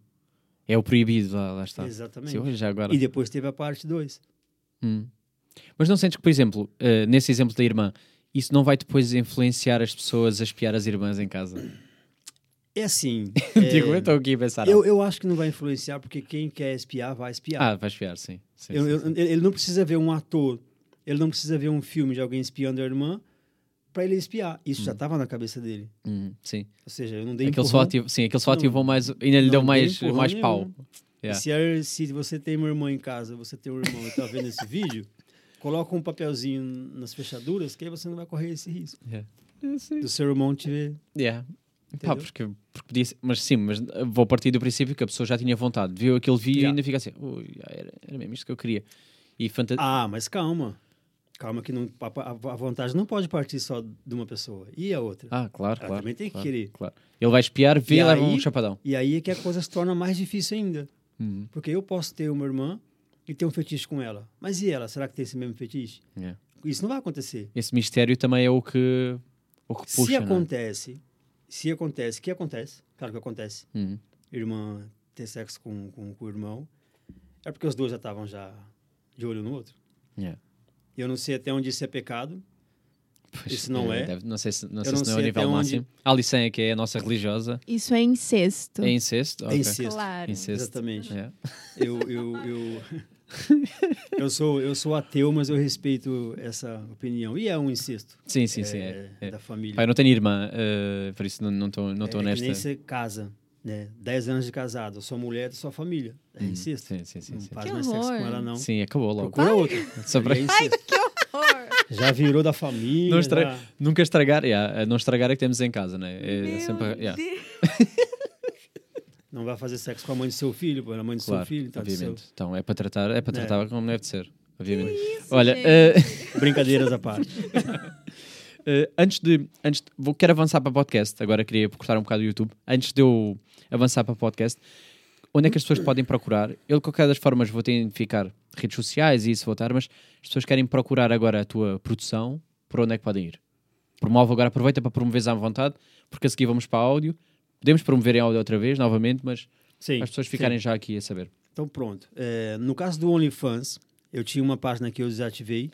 É o proibido, lá, lá está.
Exatamente.
Tá. Sim, hoje já agora.
E depois teve a parte 2.
Hum. Mas não sentes que, por exemplo, eh, nesse exemplo da irmã, isso não vai depois influenciar as pessoas a espiar as irmãs em casa?
É assim.
Digo, eu
é,
estou aqui a pensar.
eu, eu acho que não vai influenciar, porque quem quer espiar, vai espiar.
Ah, vai espiar, sim. sim,
Eu-
sim,
eu-
sim.
ele não precisa ver um ator, ele não precisa ver um filme de alguém espiando a irmã para ele espiar. Isso já estava na cabeça dele.
Hum, sim.
Ou seja, eu não dei
Aquele É só
empurrão.
ativou, sim, aquele só
Não,
ativou mais, ainda lhe
não
deu
deu
mais,
empurrão
mais
nenhum.
pau. É.
E
Yeah.
Se, a- se você tem uma irmã em casa, você tem um irmão e está vendo esse vídeo, coloca um papelzinho nas fechaduras, que aí você não vai correr esse risco.
Yeah.
Do seu irmão te ver.
Yeah. Pá,
Entendeu?
porque, porque podia ser, mas sim, mas eh, vou partir do princípio que a pessoa já tinha vontade, viu aquele vídeo e
Yeah.
ainda fica assim, "Ui, era, era mesmo isto que eu queria. E fanta-
Ah, mas calma. Calma que não, a, a- a vontade não pode partir só de uma pessoa. E a outra?
Ah, claro,
Ela
claro.
também tem que
claro,
querer.
claro. Ele vai espiar, vê
E
e leva um
aí-
chapadão.
E aí é que a coisa se torna mais difícil ainda.
Uhum.
Porque eu posso ter uma irmã e ter um fetiche com ela. Mas e ela? Será que tem esse mesmo fetiche?
Yeah.
Isso não vai acontecer.
Esse mistério também é o que, o que
se
puxa. não é?
acontece, se acontece, que acontece, claro que acontece,
Uhum.
irmã ter sexo com, com, com o irmão, é porque os dois já estavam já de olho no outro.
Yeah.
E eu não sei até onde isso é pecado.
Pois,
Isso não
eh,
é.
deve- não sei se não,
Eu
sei
não
se não é o
sei
nível
até onde-
máximo. A Alicenha, que é a nossa religiosa,
Isso é incesto.
é incesto.
É
Ok.
incesto.
Claro.
Incesto.
Exatamente.
Yeah.
Eu, eu, eu, eu, sou, eu sou ateu, mas eu respeito essa opinião. E é um incesto.
Sim, sim, sim.
é,
é, é.
Da família.
Pá, eu não tenho irmã, eh, por isso não- não estou não estou
é, é que
nesta.
nem você casa, né? 10 anos de casado, sua mulher da sua família. É
Uhum.
incesto.
Sim, sim, sim.
Não
sim.
faz
Que
mais sexo com
horror.
ela, não.
Sim, acabou logo.
Procura outro.
Só para-
É incesto. Já virou da família.
Não estra-
já-
Nunca estragar, yeah, a não estragar é que temos em casa, né? É
Meu
sempre. yeah,
Deus.
Não vai fazer sexo com a mãe do seu filho, pô, a mãe do
claro,
seu filho. Tá do seu-
obviamente. Então é para tratar, é para
É.
tratar como deve de ser. Obviamente. Olha,
gente?
eh,
Brincadeiras à parte.
Eh, antes de. Antes de- vou, quero avançar para podcast. Agora queria cortar um bocado o YouTube. Antes de eu avançar para podcast, onde é que as pessoas podem procurar? Eu, de qualquer das formas, vou ter de identificar redes sociais e isso voltar, mas as pessoas querem procurar agora a tua produção, por onde é que podem ir? Promove agora, aproveita para promoveres à vontade, porque a seguir vamos para áudio. Podemos promover em áudio outra vez, novamente, mas
Sim.
para as pessoas
sim.
ficarem já aqui a saber.
Então pronto. É, no caso do OnlyFans, eu tinha uma página que eu desativei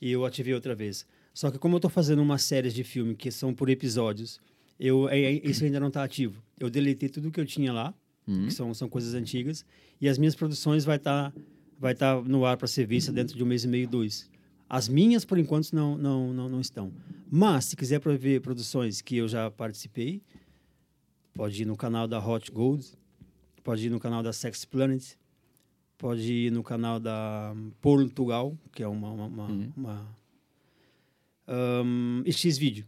e eu ativei outra vez. Só que como eu tô fazendo uma série de filme que são por episódios, eu é- é- isso ainda não tá ativo. Eu deletei tudo que eu tinha lá,
Hum.
que são, são coisas antigas, e as minhas produções vai estar vai tá no ar para ser vista dentro de um mês e meio, dois. As minhas, por enquanto, não, não, não, não estão. Mas, se quiser pra ver produções que eu já participei, pode ir no canal da Hot Gold, Pode ir no canal da Sex Planet, pode ir no canal da Portugal, que é uma. uma, uma, uma- Ahn, e Xvideo.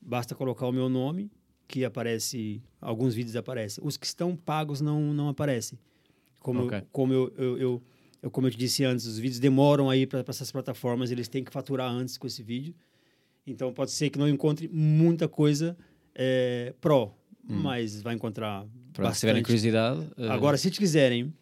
Basta colocar o meu nome, que aparece. Alguns vídeos aparecem. Os que estão pagos não, não aparecem. Como,
Ok.
eu, como eu, eu, eu- eu- como eu te disse antes, os vídeos demoram aí para essas plataformas, eles têm que faturar antes com esse vídeo. Então pode ser que não encontre muita coisa eh, pró,
Hum.
mas vai encontrar
Pronto, se tiverem
bastante
curiosidade. eh,
Agora, se te quiserem,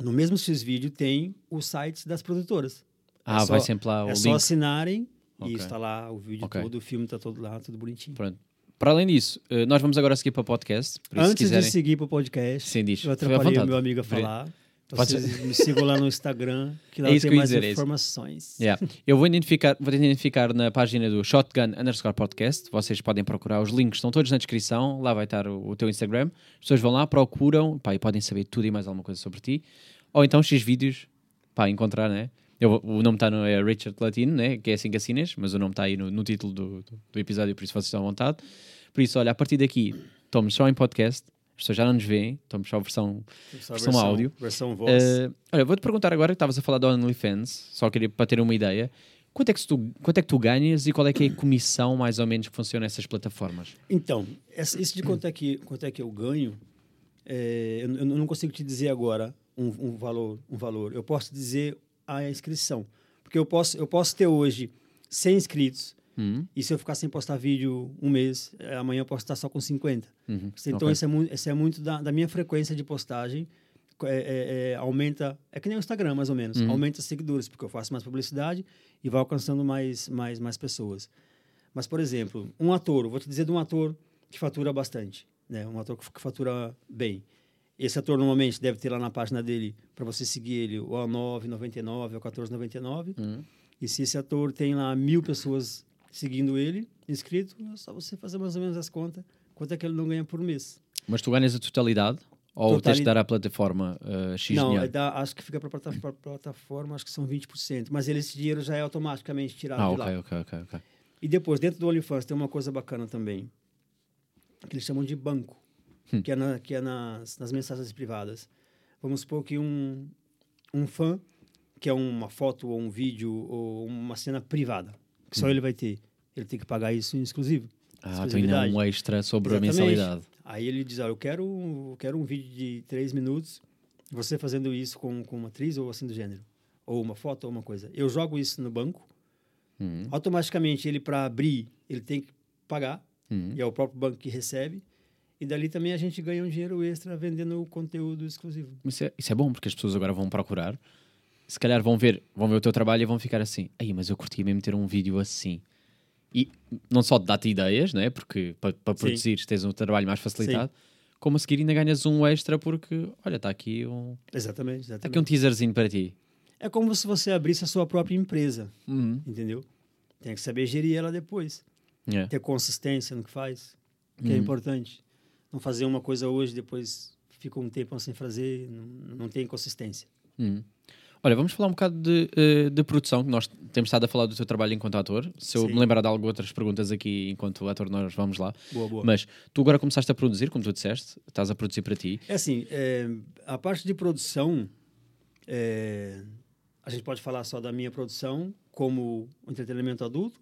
no mesmo X-Vídeo tem os sites das produtoras.
ah,
é só-
vai sempre lá o
é
link.
só assinarem
Ok.
e está lá o vídeo
Ok.
todo, o filme está todo lá, tudo bonitinho.
Pronto. Para além disso, eh, nós vamos agora seguir para o podcast. Por isso, se
Antes
quiserem,
de seguir para o podcast,
Sim, diz. Fica
eu
à
atrapalhei o
vontade.
meu amigo a
Vire-
falar.
Pode
Vocês me sigam lá no Instagram, que lá
É isso
tem
que eu ia
mais
dizer, é isso.
informações.
Yeah. Eu vou identificar, vou identificar na página do Shotgun underscore podcast. Vocês podem procurar, os links estão todos na descrição. Lá vai estar o, o teu Instagram. As pessoas vão lá, procuram pá, e podem saber tudo e mais alguma coisa sobre ti. Ou então X vídeos para encontrar, né? Eu, vou- o nome está no é Richard Latino, né? que é assim que assinas, mas o nome está aí no, no título do, do- do episódio, por isso vocês estão à vontade. Por isso, olha, a partir daqui, estamos só em podcast, as pessoas já não nos veem, estamos só a versão
Só a
Versão áudio.
Versão voz.
eh, olha, vou-te perguntar agora, que estavas a falar do OnlyFans, só queria para ter uma ideia. Quanto é, que tu, quanto é que tu ganhas e qual é que é a comissão mais ou menos que funciona nessas plataformas?
Então, essa- isso de quanto é que, quanto é que eu ganho, é, eu, n- eu não consigo te dizer agora um, um valor, um valor. Eu posso dizer a inscrição. Porque eu posso, eu posso ter hoje 100 inscritos, e se eu ficar sem postar vídeo um mês, eh, amanhã eu posso estar só com 50. Então,
Uhum. ok.
isso, é muito, isso é muito da, da minha frequência de postagem. Co- é- é- é, aumenta, é que nem o Instagram, mais ou menos. Aumenta seguidores, porque eu faço mais publicidade e vai alcançando mais, mais, mais pessoas. Mas, por exemplo, um ator, eu vou te dizer de um ator que fatura bastante, né? Um ator que f- que fatura bem. Esse ator normalmente deve ter lá na página dele, para você seguir ele, o A999 ou 1499. E se esse ator tem lá mil pessoas seguindo ele, inscrito, é só você fazer mais ou menos as contas, quanto é que ele não ganha por mês.
Mas tu ganhas a totalidade ou
Totali-
tens que dar à plataforma eh, X
não, é
dinheiro?
da- acho que fica para a plataforma, acho que são 20%. Mas ele, esse dinheiro já é automaticamente tirado
Ah,
de lá.
ok, ok, ok. ok.
E depois, dentro do OnlyFans, tem uma coisa bacana também, que eles chamam de banco,
Hum.
que é, na- que é nas, nas mensagens privadas. Vamos supor que um, um fã quer uma foto ou um vídeo ou uma cena privada, que
Hum.
só ele vai ter. Ele tem que pagar isso em exclusivo.
Ah, tu ainda há
exclusividade.
um extra sobre
Exatamente.
a mensalidade.
Aí ele diz, ó, eu quero, eu quero um vídeo de três minutos, você fazendo isso com, com uma atriz ou assim do gênero. Ou uma foto ou uma coisa. Eu jogo isso no banco,
Hum,
automaticamente ele, para abrir, ele tem que pagar,
hum.
e é o próprio banco que recebe, e dali também a gente ganha um dinheiro extra vendendo o conteúdo exclusivo.
Mas Isso é, isso é bom porque as pessoas agora vão procurar. Se calhar vão ver, vão ver o teu trabalho e vão ficar assim. Aí, mas eu curti mesmo ter um vídeo assim. E não só dá-te ideias, né? Porque para produzir tens um trabalho mais facilitado, como a seguir ainda ganhas um extra porque, olha, está aqui um,
Exatamente,
tá
exatamente.
aqui um teaserzinho para ti.
É como se você abrisse a sua própria empresa,
Uhum.
entendeu? Tem que saber gerir ela depois.
É.
ter consistência no que faz, que é importante. Não fazer uma coisa hoje, depois fica um tempo sem fazer, não, não tem consistência.
Uhum. Olha, vamos falar um bocado de, eh, de produção, que nós temos estado a falar do teu trabalho enquanto ator. Se eu
Sim.
me lembrar de algumas outras perguntas aqui enquanto ator, nós vamos lá.
Boa, boa.
Mas tu agora começaste a produzir, como tu disseste, estás a produzir para ti.
É assim, é, a parte de produção, é, a gente pode falar só da minha produção como entretenimento adulto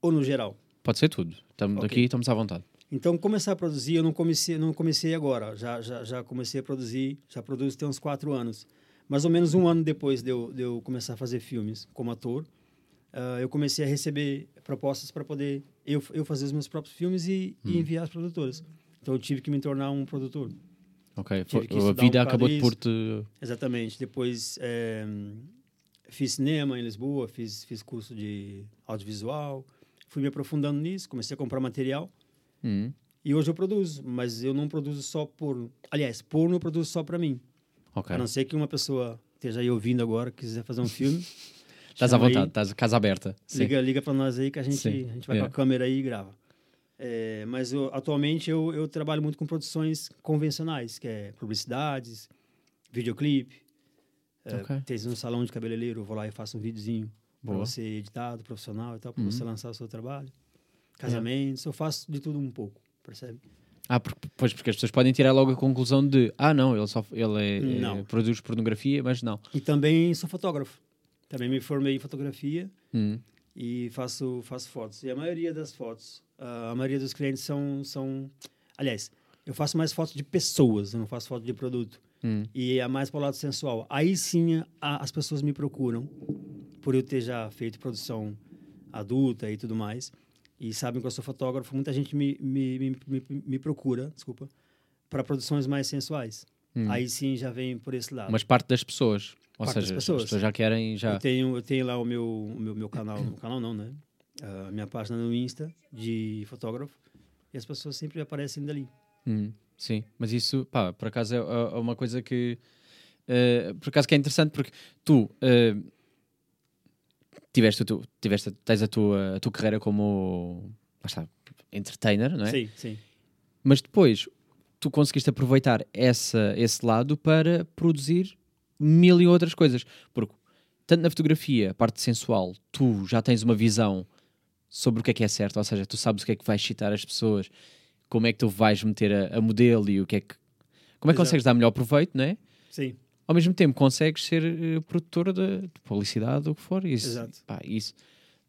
ou no geral?
Pode ser tudo. Estamos
Ok.
aqui, estamos à vontade.
Então, começar a produzir, eu não comecei, não comecei agora. Já, já, já comecei a produzir, já produzo tem uns quatro anos. Mais ou menos um ano depois de eu, de eu começar a fazer filmes como ator, ah, eu comecei a receber propostas para poder eu, eu fazer os meus próprios filmes e, e enviar às produtoras. Então, eu tive que me tornar um produtor.
Ok,
Tive
foi-
que
a
estudar um
vida
bocado
acabou de
isso.
por te.
Exatamente. Depois, eh, fiz cinema em Lisboa, fiz, fiz curso de audiovisual, fui me aprofundando nisso, comecei a comprar material.
Hum,
E hoje eu produzo, mas eu não produzo só porno. Aliás, porno eu produzo só para mim.
ok.
A não ser que uma pessoa esteja aí ouvindo agora, quiser fazer um filme.
Estás Tá à
chama aí,
vontade, estás casa aberta. Sim.
liga liga para nós aí que a gente,
Sim,
a gente vai
é.
com a câmera aí e grava. É, mas eu- atualmente eu, eu trabalho muito com produções convencionais, que é publicidades, videoclipe. É,
Ok.
Tem um salão de cabeleireiro, eu vou lá e faço um videozinho para
Boa. Uhum.
você editado,
É.
profissional e tal, para você lançar o seu trabalho. Casamentos, eu faço de tudo um pouco, percebe?
Ah, porque, pois, porque as pessoas podem tirar logo a conclusão de ah, não, ele, só, ele é- é-
Não.
produz pornografia, mas não.
E também sou fotógrafo. Também me formei em fotografia
Hum.
e faço, faço fotos. E a maioria das fotos, ah, a maioria dos clientes são, são. Aliás, eu faço mais fotos de pessoas, eu não faço foto de produto.
Hum.
E é mais para o lado sensual. Aí sim a- as pessoas me procuram, por eu ter já feito produção adulta e tudo mais. E sabem que eu sou fotógrafo, muita gente me, me, me, me- me procura, desculpa, para produções mais sensuais. Aí sim já vem por esse lado.
Mas parte das pessoas. Ou
Ah. Parte das
seja,
pessoas.
as pessoas já querem.
Eu
já
tenho, eu tenho lá o meu, o meu, meu canal, o canal não, né? A minha página no Insta de fotógrafo. E as pessoas sempre aparecem dali.
Hum, Sim, mas isso, pá, por acaso é, é- é uma coisa que. eh, por acaso que é interessante porque tu. eh, tiveste, o teu- tiveste tens a tua, a tua carreira como. lá está, entertainer, não é?
Sim, sim.
Mas depois tu conseguiste aproveitar essa, esse lado para produzir mil e outras coisas. Porque tanto na fotografia, a parte sensual, tu já tens uma visão sobre o que é que é certo, ou seja, tu sabes o que é que vais citar as pessoas, como é que tu vais meter a, a modelo e o que é que. Como é que
Exato.
consegues dar melhor proveito, não é?
Sim.
Ao mesmo tempo consegues ser eh, produtora de, de publicidade ou o que for. Isso,
Exato.
pá, isso.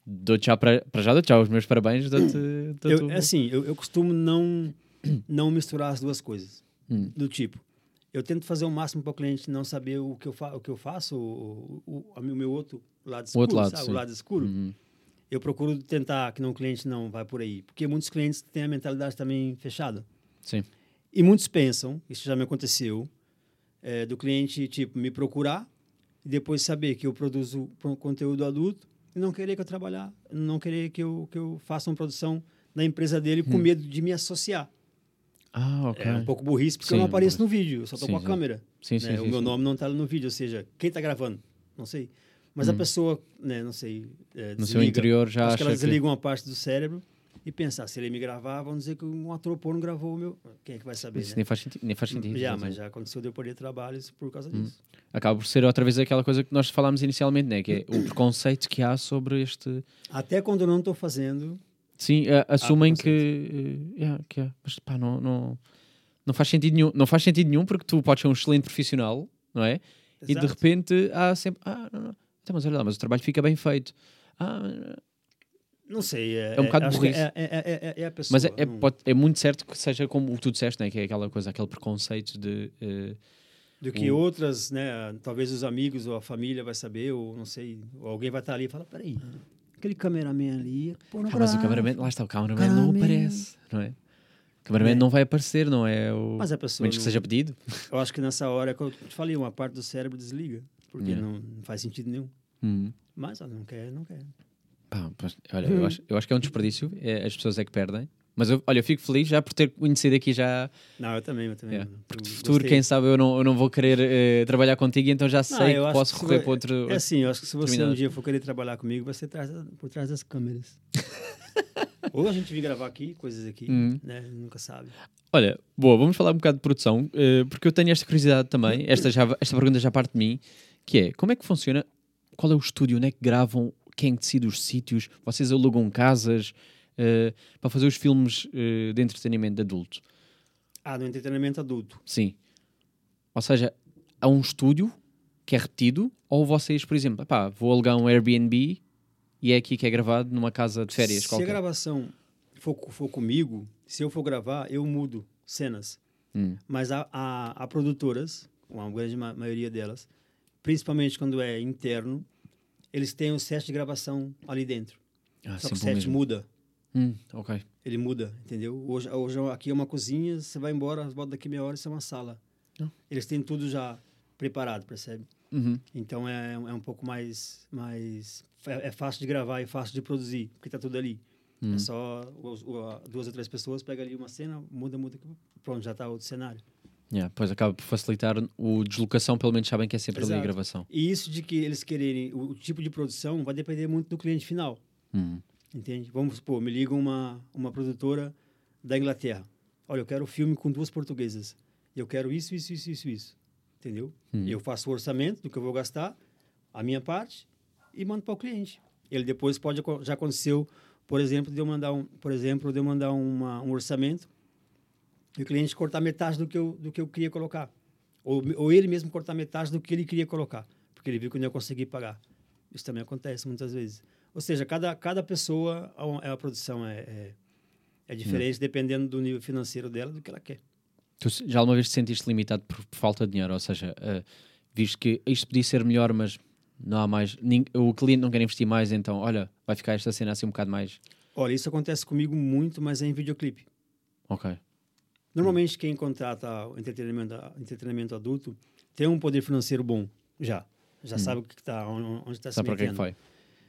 Dou-te já para, para já, dou-te já os meus parabéns. Dou-te, dou-te
Eu,
o-
é assim, eu, eu costumo não, não misturar as duas coisas.
Hum.
Do tipo, eu tento fazer o máximo para o cliente não saber o que eu, fa o que eu faço, o, o, o- a mi- o meu outro lado escuro,
outro lado,
sabe?
sim.
O lado escuro.
Uhum.
Eu procuro tentar que não o cliente não vai por aí. Porque muitos clientes têm a mentalidade também fechada.
Sim.
E muitos pensam, isso já me aconteceu, é, do cliente, tipo, me procurar e depois saber que eu produzo pro- conteúdo adulto e não querer que eu trabalhar, não querer que eu, que eu faça uma produção na empresa dele
Hum.
com medo de me associar.
Ah, ok.
É um pouco burrice, porque
Sim,
eu não apareço
pois.
no vídeo, eu só estou
Sim,
com a
sim.
câmera.
Sim, sim,
né?
sim,
o meu
sim.
nome não está no vídeo, ou seja, quem está gravando? Não sei. Mas a pessoa, né, não sei, é,
Hum. no seu
desliga.
interior já
Acho
acha
que elas
que...
desligam uma parte do cérebro e pensar, se ele me gravar, vão dizer que um ator porno gravou o meu... Quem é que vai saber,
Isso
né?
nem faz sentido. Nem faz sentido Hum.
Já,
quer
mas
dizer.
já aconteceu de eu perder trabalhos por causa disso.
Acaba por ser outra vez aquela coisa que nós falámos inicialmente, né? que é o preconceito que há sobre este...
Até quando eu não estou fazendo,
Sim, a- assumem que... eh, yeah, que há. Mas pá, não, não, não faz sentido nenhum. Não faz sentido nenhum porque tu podes ser um excelente profissional, não é? E de
Exato.
repente há sempre... Ah, não, não. Então, mas olha lá, mas o trabalho fica bem feito. Ah,
não sei. É,
É um bocado
acho que
burrice.
É, é, é- é- é a pessoa.
mas é, é,
não-
pode- é muito certo que seja como o que tu disseste, né? que é aquela coisa, aquele preconceito de... eh,
do que
o-
outras, né? Talvez os amigos ou a família vai saber, ou não sei. Ou alguém vai estar ali e fala, peraí, aquele cameraman ali é
Ah, mas o
pornográfico."
cameraman, lá está, o cameraman não
Cameraman.
aparece, não é? O cameraman
É.
não vai aparecer, não é? O...
Mas a
a
pessoa
menos que
não-
seja pedido.
Eu acho que nessa hora, que eu te falei, uma parte do cérebro desliga. Porque
Yeah.
não, não faz sentido nenhum.
Hum.
Mas ó, não quer, não quer.
Pá, pois, olha, eu, acho, eu acho que é um desperdício, é, as pessoas é que perdem. Mas eu, olha, eu fico feliz já por ter conhecido aqui já.
Não, eu também, eu também.
Yeah.
eu
Porque de futuro,
gostei.
quem sabe eu não, eu não vou querer eh, trabalhar contigo, então já sei
eu
que
acho
posso
que se
correr
vai-
para outro.
É assim, eu acho que se você
Terminado.
um dia for querer trabalhar comigo, você traz por trás das câmeras. Ou a gente vir gravar aqui, coisas aqui,
Hum.
né? Nunca sabe.
Olha, boa, vamos falar um bocado de produção, eh, porque eu tenho esta curiosidade também, esta, já, esta pergunta já parte de mim, que é, como é que funciona, qual é o estúdio, onde é que gravam, quem decide os sítios, vocês alugam casas eh, para fazer os filmes eh, de entretenimento de adulto?
Ah, no entretenimento adulto.
Sim. Ou seja, há um estúdio que é repetido, ou vocês, por exemplo, pá, vou alugar um Airbnb e é aqui que é gravado numa casa de férias
se
qualquer.
a gravação for, co- for comigo, se eu for gravar, eu mudo cenas.
Hum.
Mas há, há, há produtoras, uma grande ma- maioria delas, principalmente quando é interno, eles têm o set de gravação ali dentro.
Ah,
Só que
sempre
é o
o
set
mesmo.
muda.
Hum, ok.
Ele muda, entendeu? Hoje, hoje aqui é uma cozinha, você vai embora, volta daqui meia hora, isso é uma sala.
Ah.
Eles têm tudo já preparado, percebe?
Uhum.
Então é, é um pouco mais, mais é, é fácil de gravar e fácil de produzir, porque tá tudo ali. É só os- o- a- duas ou três pessoas pega ali uma cena, muda, muda, pronto, já tá outro cenário.
Yeah, pois acaba por facilitar o deslocação, pelo menos sabem que é sempre ali a
Exato.
gravação.
E isso de que eles quererem o, o tipo de produção vai depender muito do cliente final,
Hum.
entende? Vamos supor, me liga uma uma produtora da Inglaterra. Olha, eu quero um filme com duas portuguesas. Eu quero isso, isso, isso, isso, isso. Entendeu? Eu faço o orçamento do que eu vou gastar, a minha parte, e mando para o cliente. Ele depois pode acon- já aconteceu, por exemplo, de eu mandar um, por exemplo, de eu mandar uma, um orçamento e o cliente cortar metade do que eu, do que eu queria colocar. Ou, ou ele mesmo cortar metade do que ele queria colocar, porque ele viu que eu não ia conseguir pagar. Isso também acontece muitas vezes. Ou seja, cada, cada pessoa, a, um- a produção é, é, é diferente
Hum.
dependendo do nível financeiro dela, do que ela quer.
Tu se- já alguma vez te sentiste limitado por, por falta de dinheiro? Ou seja, ah, viste que isto podia ser melhor, mas não há mais. nin- o cliente não quer investir mais, então, olha, vai ficar esta cena assim um bocado mais.
Olha, isso acontece comigo muito, mas é em videoclipe.
Ok.
Assim Normalmente
Hum.
quem contrata o entretenimento, entretenimento adulto tem um poder financeiro bom, já. Já sabe o que está, onde está se
Hum. Sabe então para quem
metendo.
que foi?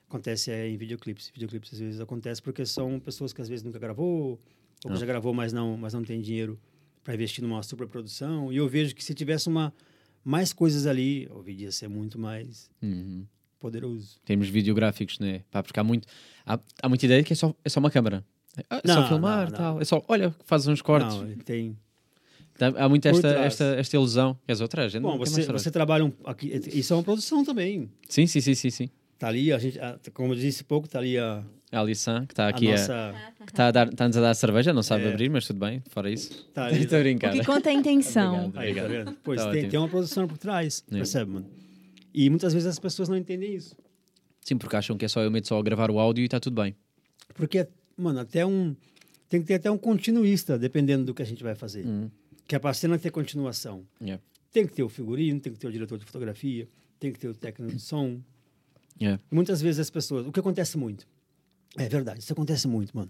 acontece é em videoclipes. Videoclipes às vezes acontece porque são pessoas que às vezes nunca gravou, ou que
Ah.
já gravou, mas não, mas não tem dinheiro para investir numa superprodução. E eu vejo que se tivesse uma mais coisas ali, o vídeo ia ser muito mais
Uhum.
poderoso.
Temos videográficos, né? Pá, porque há muito. Há, há muita ideia que é só, é só uma câmara. É, ah, é
Não,
só filmar,
não, não.
tal. É só, olha, fazes uns cortes.
Não, tem.
Tá- Há muito
Por
esta,
trás.
esta, esta ilusão. Queres outra? A gente
Bom,
não quer
você,
mais saber.
você trabalha um, aqui, isso é uma produção também.
Sim, sim, sim, sim, sim.
Tá ali a gente, a- como eu disse pouco, tá ali a,
A Alisson, que está
a
aqui é. a,
nossa,
que está a dar, está-nos a dar cerveja, não sabe
É.
abrir, mas tudo bem, fora isso.
tá ali-
Estou a
O
brincar.
que conta é a intenção.
Aí, tá vendo? Pois
Tá
tem,
ótimo.
tem uma produção por trás,
É.
percebe, mano? E muitas vezes as pessoas não entendem isso.
Sim, porque acham que é só eu meto só a gravar o áudio e está tudo bem.
Porque, mano, até um. Tem que ter até um continuista, dependendo do que a gente vai fazer. Que é para a cena ter continuação.
Uhum. Yeah.
Tem que ter o figurino, tem que ter o diretor de fotografia, tem que ter o técnico de som.
Yeah.
Muitas vezes as pessoas. O que acontece muito. É verdade, isso acontece muito, mano.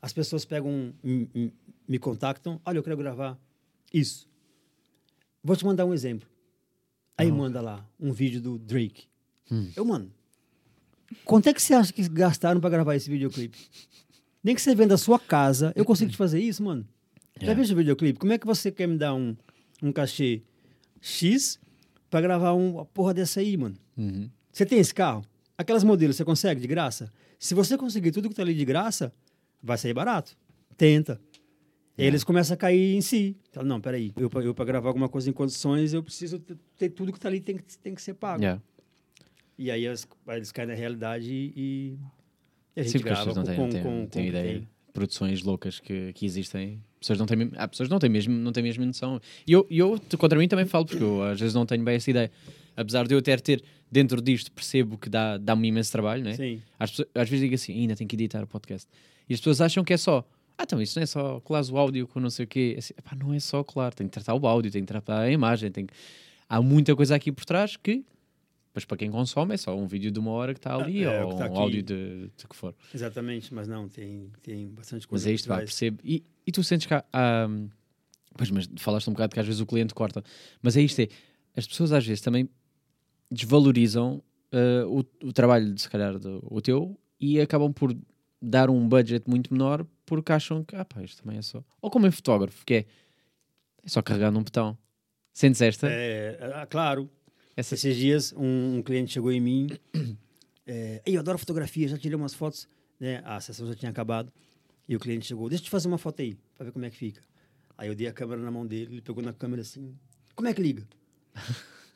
As pessoas pegam. um- um- um- Me contactam. Olha, eu quero gravar isso. Vou te mandar um exemplo. Aí manda lá um vídeo do Drake.
Hum.
Eu, mano. Quanto é que você acha que gastaram para gravar esse videoclipe? Nem que você venda a sua casa, eu consigo te fazer isso, mano. Já
Yeah.
vejo o videoclipe? Como é que você quer me dar um, um cachê X para gravar uma porra dessa aí, mano?
Uhum.
Você tem esse carro? Aquelas modelos você consegue de graça? Se você conseguir tudo que tá ali de graça, vai sair barato. Tenta. E aí eles começam a cair em si. Fala, não, peraí, eu, pra- eu para gravar alguma coisa em condições, eu preciso ter, ter tudo que tá ali, tem que, tem que ser pago.
Yeah.
E aí as- aí eles caem na realidade e, e a gente
Sim, porque as
grava
pessoas não têm, não têm- não têm
o que
ideia. Produções loucas que, que existem. Pessoas não têm, mesmo- há pessoas que não têm mesmo, não têm mesmo noção. E eu, e eu, t- contra mim, também falo, porque eu às vezes não tenho bem essa ideia. Apesar de eu até ter, dentro disto, percebo que dá- dá-me imenso trabalho, né?
Sim.
Às, pessoas- às vezes digo assim, ainda tenho que editar o podcast. E as pessoas acham que é só, ah, então isso não é só colar o áudio com não sei o quê. Assim, "Epá, não é só colar, tem que tratar o áudio, tem que tratar a imagem. Tem que- Há muita coisa aqui por trás que, pois para quem consome, é só um vídeo de uma hora que está ali
é, o
ou
que tá
um
aqui.
áudio de, de que for.
Exatamente, mas não, tem, tem bastante coisa.
Mas é isto,
por
vá,
trás.
percebo. E, e tu sentes que há, há- hum, Pois, mas falaste um bocado que às vezes o cliente corta. Mas é isto, é... As pessoas às vezes também desvalorizam eh, o, o trabalho, de, se calhar, do, o teu e acabam por dar um budget muito menor porque acham que, ah pá, isto também é só... Ou como em fotógrafo, que é, é só carregar num botão. Sentes esta?
É, ah, claro.
Essa-
Esses dias, um, um cliente chegou em mim. É, "Ei, eu adoro fotografia, já tirei umas fotos. Né? A sessão já tinha acabado. E o cliente chegou: Deixa eu te fazer uma foto aí, pra ver como é que fica. Aí eu dei a câmera na mão dele, ele pegou na câmera assim: Como é que liga?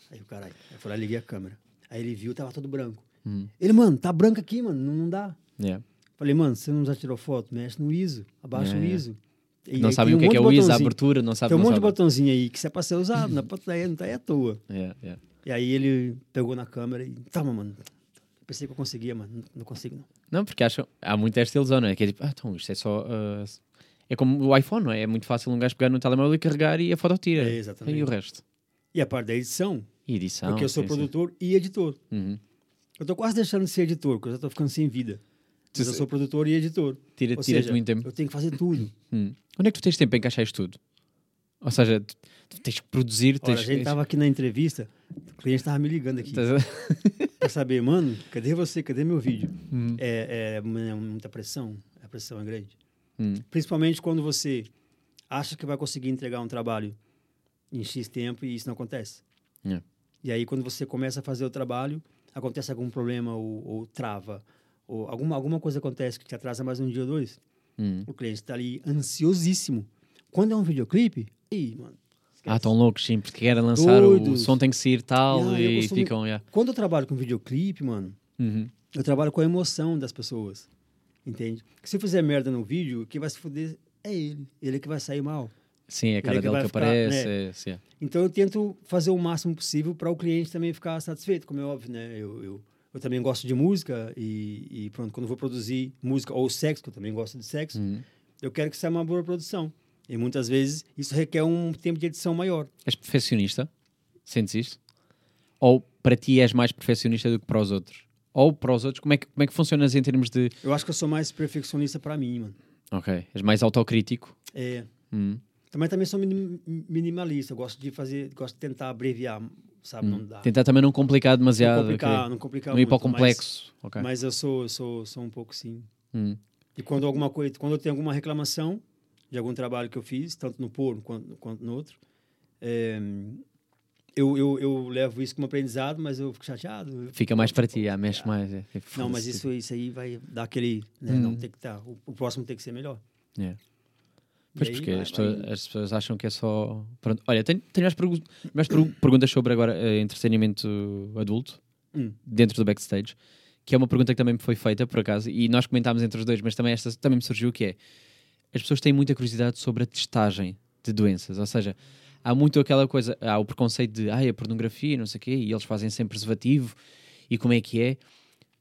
aí o caralho, eu falei: Liguei a câmera. Aí ele viu, tava todo branco.
Hum.
Ele, mano, tá branco aqui, mano, não, não dá.
Yeah.
Falei, mano, você não já tirou foto? Mexe no ISO, abaixa
É,
o
é.
ISO. E
Não
aí
sabem
tem um
o que é,
monte
que é
de
o ISO, a
botãozinho.
abertura, não sabem...
Tem um
não
monte de
sabem.
botãozinho aí que você é pra ser usado, não é pra tá aí, não tá aí à toa.
Yeah, yeah.
E aí ele pegou na câmera e. Toma, mano. Pensei que eu conseguia, mano. Não, não consigo, não.
Não, porque acham. Há muito esta ilusão, não é? Que é tipo, ah, então isto é só. ah, é como o iPhone, não é? É muito fácil um gajo pegar no telemóvel e carregar e a foto tira.
É, exatamente.
E o resto?
E a parte da edição,
E edição.
porque eu sou
Então, sim, sim.
produtor e editor.
Uhum.
Eu tô quase deixando de ser editor, porque eu já tô ficando sem vida. Mas eu sou produtor e editor.
Tira-
Ou
tira-te
seja,
muito tempo.
Eu tenho que fazer tudo.
Hum. Onde é que tu tens tempo para encaixar isto tudo? Ou seja, tu- tu tens que Tá produzir,
Olha, a
tens
gente tava aqui na entrevista, o cliente tava me ligando aqui
tens-
pra saber, mano, cadê você? Cadê meu vídeo? É, é mu- é muita pressão. A pressão é grande.
Hum.
Principalmente quando você acha que vai conseguir entregar um trabalho em X tempo e isso não acontece.
É.
E aí, quando você começa a fazer o trabalho, acontece algum problema ou, ou trava, ou alguma, alguma coisa acontece que te atrasa mais um dia ou dois,
Hum.
o cliente está ali ansiosíssimo. Quando é um videoclipe, ih, mano. esquece.
Ah, tão loucos, sim, porque querem lançar o
Doidos.
som tem que sair tal
Yeah, eu
e
costumo-
ficam. Yeah.
Quando eu trabalho com videoclipe, mano,
Uhum.
eu trabalho com a emoção das pessoas. Entende? Que se eu fizer merda no vídeo, quem vai se fuder é ele. Ele que vai sair mal.
Sim, é a
Ele
cara
é que
dele que
vai ficar,
aparece.
né?
é, sim.
Então eu tento fazer o máximo possível para o cliente também ficar satisfeito, como é óbvio, né? Eu, eu, eu também gosto de música e, e pronto, quando eu vou produzir música ou sexo, que eu também gosto de sexo,
Hum.
eu quero que saia uma boa produção. E muitas vezes isso requer um tempo de edição maior.
És perfeccionista? Sentes isto? Ou para ti és mais perfeccionista do que para os outros? Ou para os outros, como é que, como é que funcionas em termos de.
Eu acho que eu sou mais perfeccionista para mim, mano.
Ok, és mais autocrítico?
É,
Hum.
também também sou minim- minimalista, eu gosto de fazer, gosto de tentar abreviar, sabe, não dá.
Tentar também não complicar
não
demasiado.
complicar,
ok.
não complicar
Não ir
muito,
para o
mas-
complexo. ok.
Mas eu sou, eu sou, sou um pouco sim.
Hum.
E quando alguma coisa, quando eu tenho alguma reclamação de algum trabalho que eu fiz, tanto no porno quanto, quanto no outro, eh, eu, eu, eu levo isso como aprendizado, mas eu fico chateado. Eu-
Fica mais para ti, ah, mexe mais. é, é,
Não,
foda-se, Uhum.
mas
tipo.
isso, isso aí vai dar aquele, né, não tem que estar. o, o próximo tem que ser melhor.
É.
E
Pois
aí
porque
vai-
as,
vai-
pessoas- as pessoas acham que é só. Pronto. Olha, tenho, tenho mais, pergu- mais pergu- perguntas sobre agora eh, entretenimento adulto
Hum.
dentro do backstage, que é uma pergunta que também me foi feita por acaso, e nós comentámos entre os dois, mas também esta também me surgiu que é as pessoas têm muita curiosidade sobre a testagem de doenças, ou seja, há muito aquela coisa, há o preconceito de ai, a pornografia, não sei o quê, e eles fazem sem preservativo, e como é que é,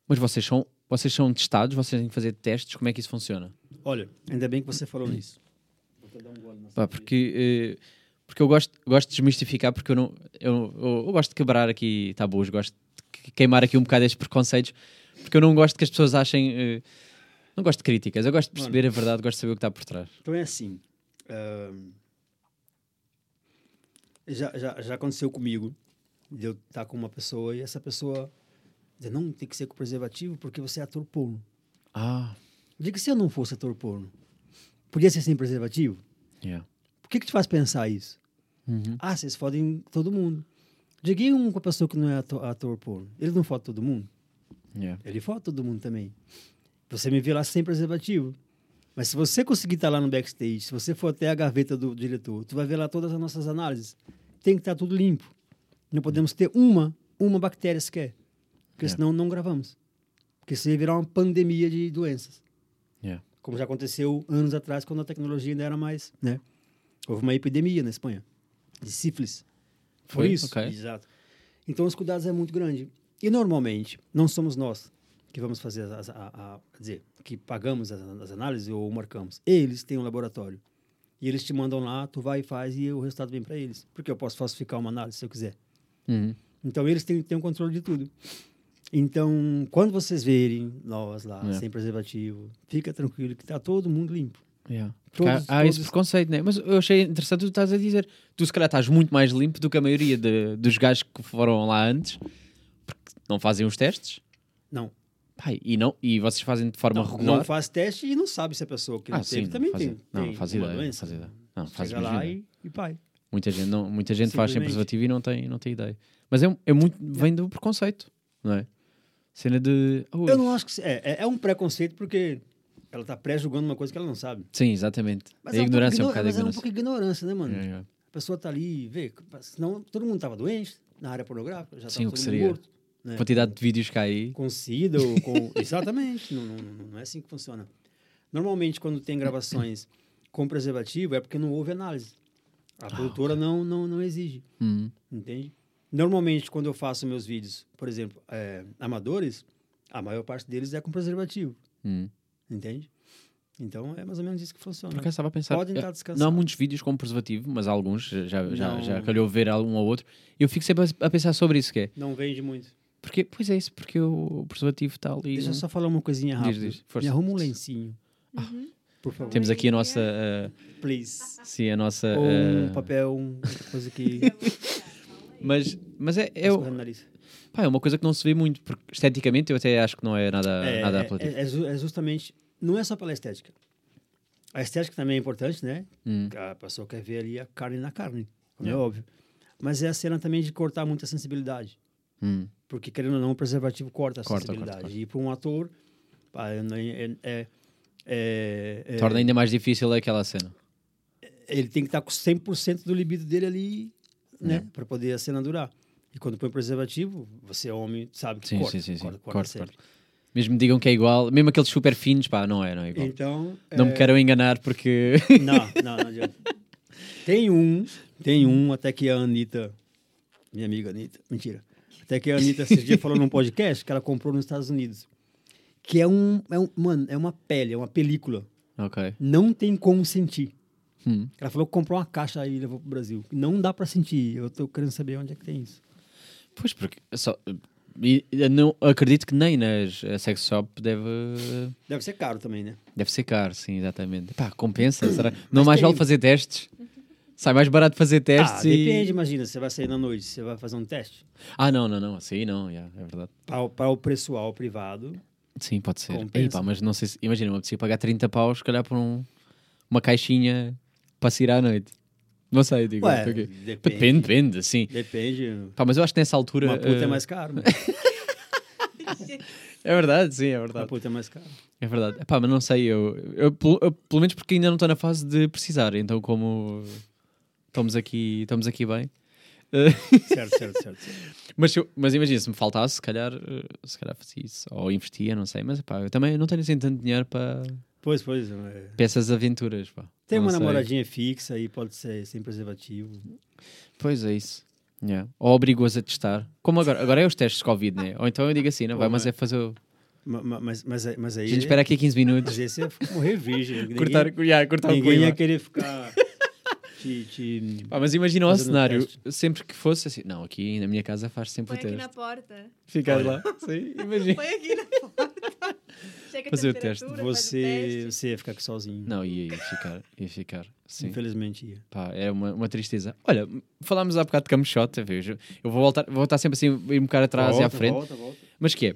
mas vocês são, vocês são testados, vocês têm que fazer testes, como é que isso funciona?
Olha, ainda bem que você falou
Uhum.
nisso.
Pá, porque, eh, porque eu gosto, gosto de desmistificar, porque eu não eu, eu- eu gosto de quebrar aqui tabus, gosto de que- queimar aqui um bocado estes preconceitos, porque eu não gosto que as pessoas achem. eh, não gosto de críticas, eu gosto de perceber a verdade, gosto de saber o que está por trás.
Então é assim. ahn, já, já, já aconteceu comigo de eu estar com uma pessoa e essa pessoa dizer, não, tem que ser com preservativo porque você é ator porno.
Ah,
Diga que se eu não fosse ator porno, podia ser sem preservativo?
yeah.
Por que que te faz pensar isso?
Uhum.
Ah, vocês fodem todo mundo. Diga e um com a pessoa que não é ator, ator porno. Ele não foda todo mundo?
yeah.
Ele foda todo mundo também. Você me vê lá sem preservativo. Mas se você conseguir estar lá no backstage, se você for até a gaveta do diretor, tu vai ver lá todas as nossas análises. Tem que estar tudo limpo. Não podemos ter uma, uma bactéria sequer. Porque
É.
senão não gravamos. Porque isso ia virar uma pandemia de doenças.
Yeah.
Como já aconteceu anos atrás, quando a tecnologia ainda era mais, né? Houve uma epidemia na Espanha de sífilis. Foi,
Foi?
isso?
Ok.
Exato. Então, os cuidados é muito grande. E, normalmente, não somos nós que vamos fazer as, as- a, a- quer dizer, que pagamos as, as análises ou marcamos. Eles têm um laboratório. E eles te mandam lá, tu vai e faz e o resultado vem para eles. Porque eu posso falsificar uma análise se eu quiser.
Uhum.
Então, eles têm, têm o controle de tudo. Então, quando vocês verem nós lá,
É.
sem preservativo, fica tranquilo que está todo mundo limpo.
Yeah.
Todos-
Porque há, há
todos-
esse preconceito, né? mas eu achei interessante o que estás a dizer. Tu, se calhar, estás muito mais limpo do que a maioria de- dos gajos que foram lá antes, porque não fazem os testes.
Não.
Pá, e, não, e vocês fazem de forma regular.
Não faz teste e não sabe se a pessoa que não teve
não
também
Ah, faz-
tem,
Não,
tem
não faz
alguma
ideia. Não
doença.
faz ideia. Não, não faz
Chega
mesmo
lá
ideia.
e, e pai.
Muita gente, não, muita gente faz sem
Simplesmente.
preservativo e não tem, não tem ideia. Mas é, um- é muito. Vem do preconceito, não é? Cena de. oh,
Eu não acho que... se- É, é, é um preconceito porque ela tá pré-julgando uma coisa que ela não sabe.
Sim, exatamente.
Mas
é
um pouco
ignorância, é um
igno-
bocado de
mas é um
ignorância.
pouco ignorância, né, mano?
É, é.
A pessoa tá ali, vê, senão todo mundo tava doente na área pornográfica, já
Sim,
tava
o que
todo
seria?
mundo morto. né?
Quantidade de vídeos cá aí.
Com sida ou com... Exatamente, não, não, não, não é assim que funciona. Normalmente, quando tem gravações com preservativo, é porque não houve análise. A
Ah,
produtora não, não, não exige.
Hum,
Entende? Normalmente, quando eu faço meus vídeos, por exemplo, é, amadores, a maior parte deles é com preservativo,
hum.
entende? Então, é mais ou menos isso que funciona.
Por acaso estava a pensar.
Podem tá
eu- é, Não
estar
há
descansados.
muitos vídeos com preservativo, mas alguns já, já, já,
Não.
já calhou ver um ou outro. Eu fico sempre a- a pensar sobre isso, que é.
Não vende muito.
Porque, pois é isso, porque o preservativo está ali.
Deixa eu
não-
só falar uma coisinha
né? Diz,
rápida.
diz, força. Ah,
Me arruma um lencinho. Por favor.
Temos aqui a nossa. ah,
Please.
sim, a nossa.
Ou um
ah,
papel, um- coisa que...
Mas, mas é, é,
Eu...
o- Pá, é uma coisa que não se vê muito, porque esteticamente eu até acho que não é nada,
É,
nada
é-
apelativo.
é ju- é justamente... Não é só pela estética. A estética também é importante, né?
Hum.
A pessoa quer ver ali a carne na carne, como é
Yeah.
óbvio. Mas é a cena também de cortar muita sensibilidade.
Hum.
Porque, querendo ou não, o preservativo corta a
Corta,
sensibilidade.
corta, corta.
E para um ator, pá, é, é- é- é- é-
Torna ainda mais difícil aquela cena.
ele tem que estar com 100% do libido dele ali, né?
É.
Para poder a cena durar. E quando põe preservativo, você é homem, sabe que
Sim,
corta,
sim, sim, sim.
corta, corta
Corta,
sempre.
Mesmo digam que é igual, mesmo aqueles super finos, pá, não é, não é igual.
Então,
Não me
é,
quero enganar porque.
Não, não, não adianta. Tem um, tem um, até que a Anitta, minha amiga Anitta, mentira. Até que a Anitta esses dias falou num podcast que ela comprou nos Estados Unidos. Que é um, é um, mano, é uma pele, é uma película.
Ok.
Não tem como sentir.
Hum.
Ela falou que comprou uma caixa aí e levou pro Brasil. Não dá pra sentir. Eu tô querendo saber onde é que tem isso.
Pois, porque só, e- e eu não, acredito que nem nas a sex shop deve,
Deve ser caro também, né?
deve ser caro, sim, exatamente. Pá, compensa, será? Não mais
tem-
vale fazer testes? Sai mais barato fazer
Ah,
testes e...
depende, imagina. Você vai sair na noite, você vai fazer um teste.
Ah, não, não, não, assim não, já, é verdade.
Para o pessoal privado,
Sim, pode ser.
Compensa.
Ei, pá, mas não sei se... Imagina, uma pessoa pagar 30 paus, se calhar por um, uma caixinha para se ir à noite. Não sei, digo.
Ué,
porque-
depende.
depende, depende, sim.
depende.
Pá, mas eu acho que nessa altura...
Uma puta
eh,
é mais caro, mano.
É verdade, sim, é
Uma
verdade.
puta é mais caro.
É verdade. Epá, mas não sei, eu, eu, pelo- eu- pelo menos porque ainda não estou na fase de precisar, então como estamos aqui, estamos aqui bem.
Certo, certo, certo. certo.
Mas, se eu- mas imagina, se me faltasse, se calhar, eh, se calhar fazia isso, ou investia, não sei, mas epá, eu também não tenho assim tanto dinheiro para
Pois, pois. é.
para essas aventuras, pá.
Tem
Não
uma
sei.
namoradinha fixa aí, pode ser sem preservativo.
Pois é isso. Yeah. Ou obrigou-se a testar. Como agora, agora é os testes de Covid, né? Ou então eu digo assim, não vai, mas é fazer. o-
Ma- ma- Mas, mas, aí- mas
A
aí.
gente espera aqui 15 minutos.
Mas aí você ia ficar- morrer virgem. Ninguém,
Cortar, yeah, cortar o
ninguém
clima.
ia querer ficar. te- te-
Pá, mas imagina o
Fazendo
cenário,
teste.
sempre que fosse assim, não, aqui na minha casa faz sempre
Põe
o
aqui na
teste.
porta.
Ficar lá, sim, imagina.
Põe aqui na porta. Chega
Fazer o
a
teste.
temperatura, faz o
Você,
teste.
você ia ficar aqui sozinho.
Não, ia, ia ficar, ia ficar, sim.
Infelizmente ia.
Pá, é uma, uma tristeza. Olha, falámos há bocado de camshot, vejo. Eu vou voltar, vou voltar sempre assim, ir um bocado atrás e à
Volta,
frente.
volta, volta.
Mas que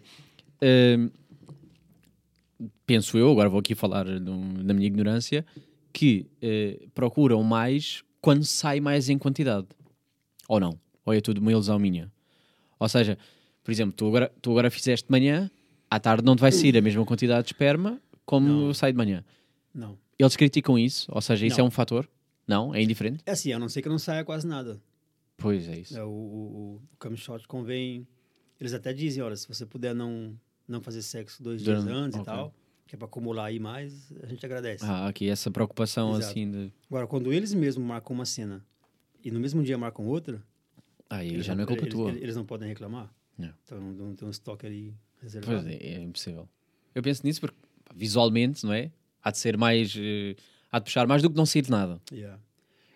é? hum, penso eu, agora vou aqui falar num- na minha ignorância, que eh, procuram mais quando sai mais em quantidade. Ou não? Ou é tudo uma ilusão minha? Ou seja, por exemplo, tu agora, tu agora fizeste de manhã, à tarde não te vai sair a mesma quantidade de esperma como
Não.
sai de manhã.
Não.
Eles criticam isso, ou seja, isso
Não.
é um fator? Não? É indiferente?
É assim, a não ser que não saia quase nada.
Pois é isso.
É, o, o, o- o come shot convém. Eles até dizem, olha, se você puder não, não fazer sexo dois dias
Durante-
antes e
ok.
tal, que é para acumular aí mais, a gente agradece.
Ah, aqui essa preocupação
Exato.
assim de.
Agora, quando eles mesmos marcam uma cena e no mesmo dia marcam outra,
Aí
eles
já
não-
não é culpa
eles,
tua.
Eles, eles não podem reclamar.
Não.
Então não, não tem um estoque ali reservado.
Pois é, é impossível. Eu penso nisso porque pá, visualmente, não é? Há de ser mais. eh, há de puxar mais do que não sair de nada.
Yeah.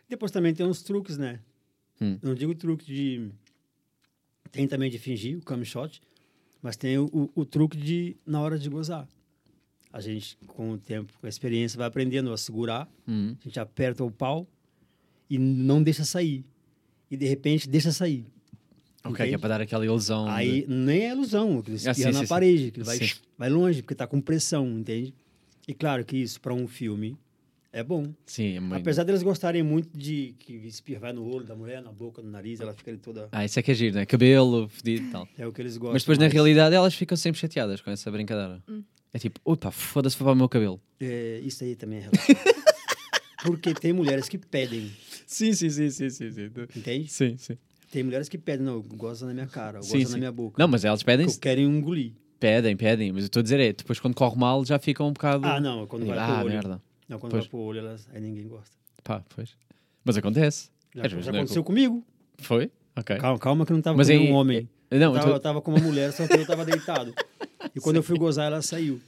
Depois também tem uns truques, né?
Hum.
Não digo truque de. Tem também de fingir, o come shot, mas tem o, o- o truque de na hora de gozar. A gente, com o tempo, com a experiência, vai aprendendo a segurar,
Hum.
a gente aperta o pau e não deixa sair. E de repente deixa sair.
Ok, que é
Entende?
para dar aquela ilusão. de-
Aí nem é ilusão, aquilo espirra
Ah, sim,
na
sim, sim.
parede, aquilo vai,
Sim.
vai longe, porque tá com pressão, entende? E claro que isso, para um filme, é bom.
Sim, é muito.
Apesar deles gostarem muito de que espirra vai no olho da mulher, na boca, no nariz, ela fica ali toda.
Ah, isso é que é giro, não é? Cabelo, fedido e tal.
É o que eles gostam.
Mas depois, na
mais.
realidade, elas ficam sempre chateadas com essa brincadeira. É tipo, opa, foda-se, foi para o meu cabelo.
É, isso aí também é relação. Porque tem mulheres que pedem,
Sim, sim, sim, sim, sim. Sim,
entende?
sim. sim.
Tem mulheres que pedem, não, goza na minha cara, goza
Sim,
na
sim.
minha boca.
Não, mas elas pedem,
que eu quero engolir.
pedem, pedem. Mas eu estou a dizer é, depois quando corre mal já ficam um bocado.
Ah, não, quando vai
ah
pro olho.
merda.
Não, quando
Pois.
vai pro olho, elas, aí ninguém gosta.
Pá, pois. Mas acontece.
Já,
Às vezes
já
não é
aconteceu comigo.
Foi? Ok.
Calma, Tá calma que eu não tava
Mas
com
aí-
nenhum homem.
Não, então- eu
Eu tava,
tô-
eu tava com uma mulher, só que eu tava deitado. E quando eu fui gozar, ela saiu.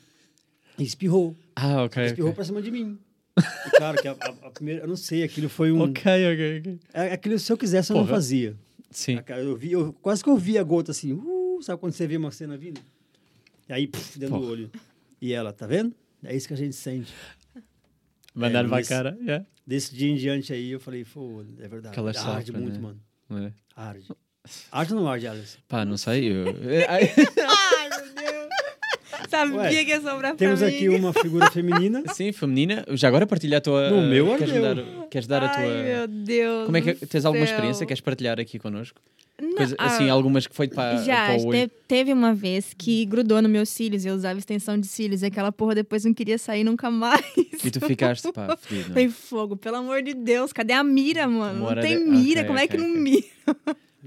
E espirrou.
Ah, ok. ok.
Espirrou pra cima de mim. E claro que a, a- a primeira... Eu não sei, aquilo foi um...
Ok, ok, ok.
é- Aquilo, se eu quisesse, eu não
Porra.
fazia.
Sim.
Cara, Eu vi, eu, quase que eu vi a gota assim. Uh, sabe quando você vê uma cena vindo? E aí, puf, dentro do
Porra.
olho. E ela, tá vendo? É isso que a gente sente.
Mandar
É,
para a
isso.
cara. yeah.
Desse dia em diante aí, eu falei, pô, é verdade.
Aquela
arde
safra,
muito,
né?
mano.
Não é?
Arde. Arde ou não arde, Alice?
Pá, não sei. Eu... é, ai,
Ai, meu Deus. Sabia
Ué,
que ia sobrar
Temos
pra
aqui
um-
mim.
uma figura feminina.
Sim, feminina. Já agora partilha a tua.
No meu
queres
ardeu.
dar, queres dar a tua.
Ai, meu Deus.
Como é que
do
tens alguma
céu.
experiência? Queres partilhar aqui connosco?
Não,
Coisa-
ah,
assim, algumas que foi para,
Já, é
para o
te- teve uma vez que grudou nos meus cílios, eu usava extensão de cílios, e aquela porra depois não queria sair nunca mais.
E tu ficaste, pá, fedido. não é?
Falei, fogo, pelo amor de Deus, cadê a mira, mano?
Uma hora
não tem
de- Ah,
mira,
ok,
como é que
ok,
não
ok.
mira?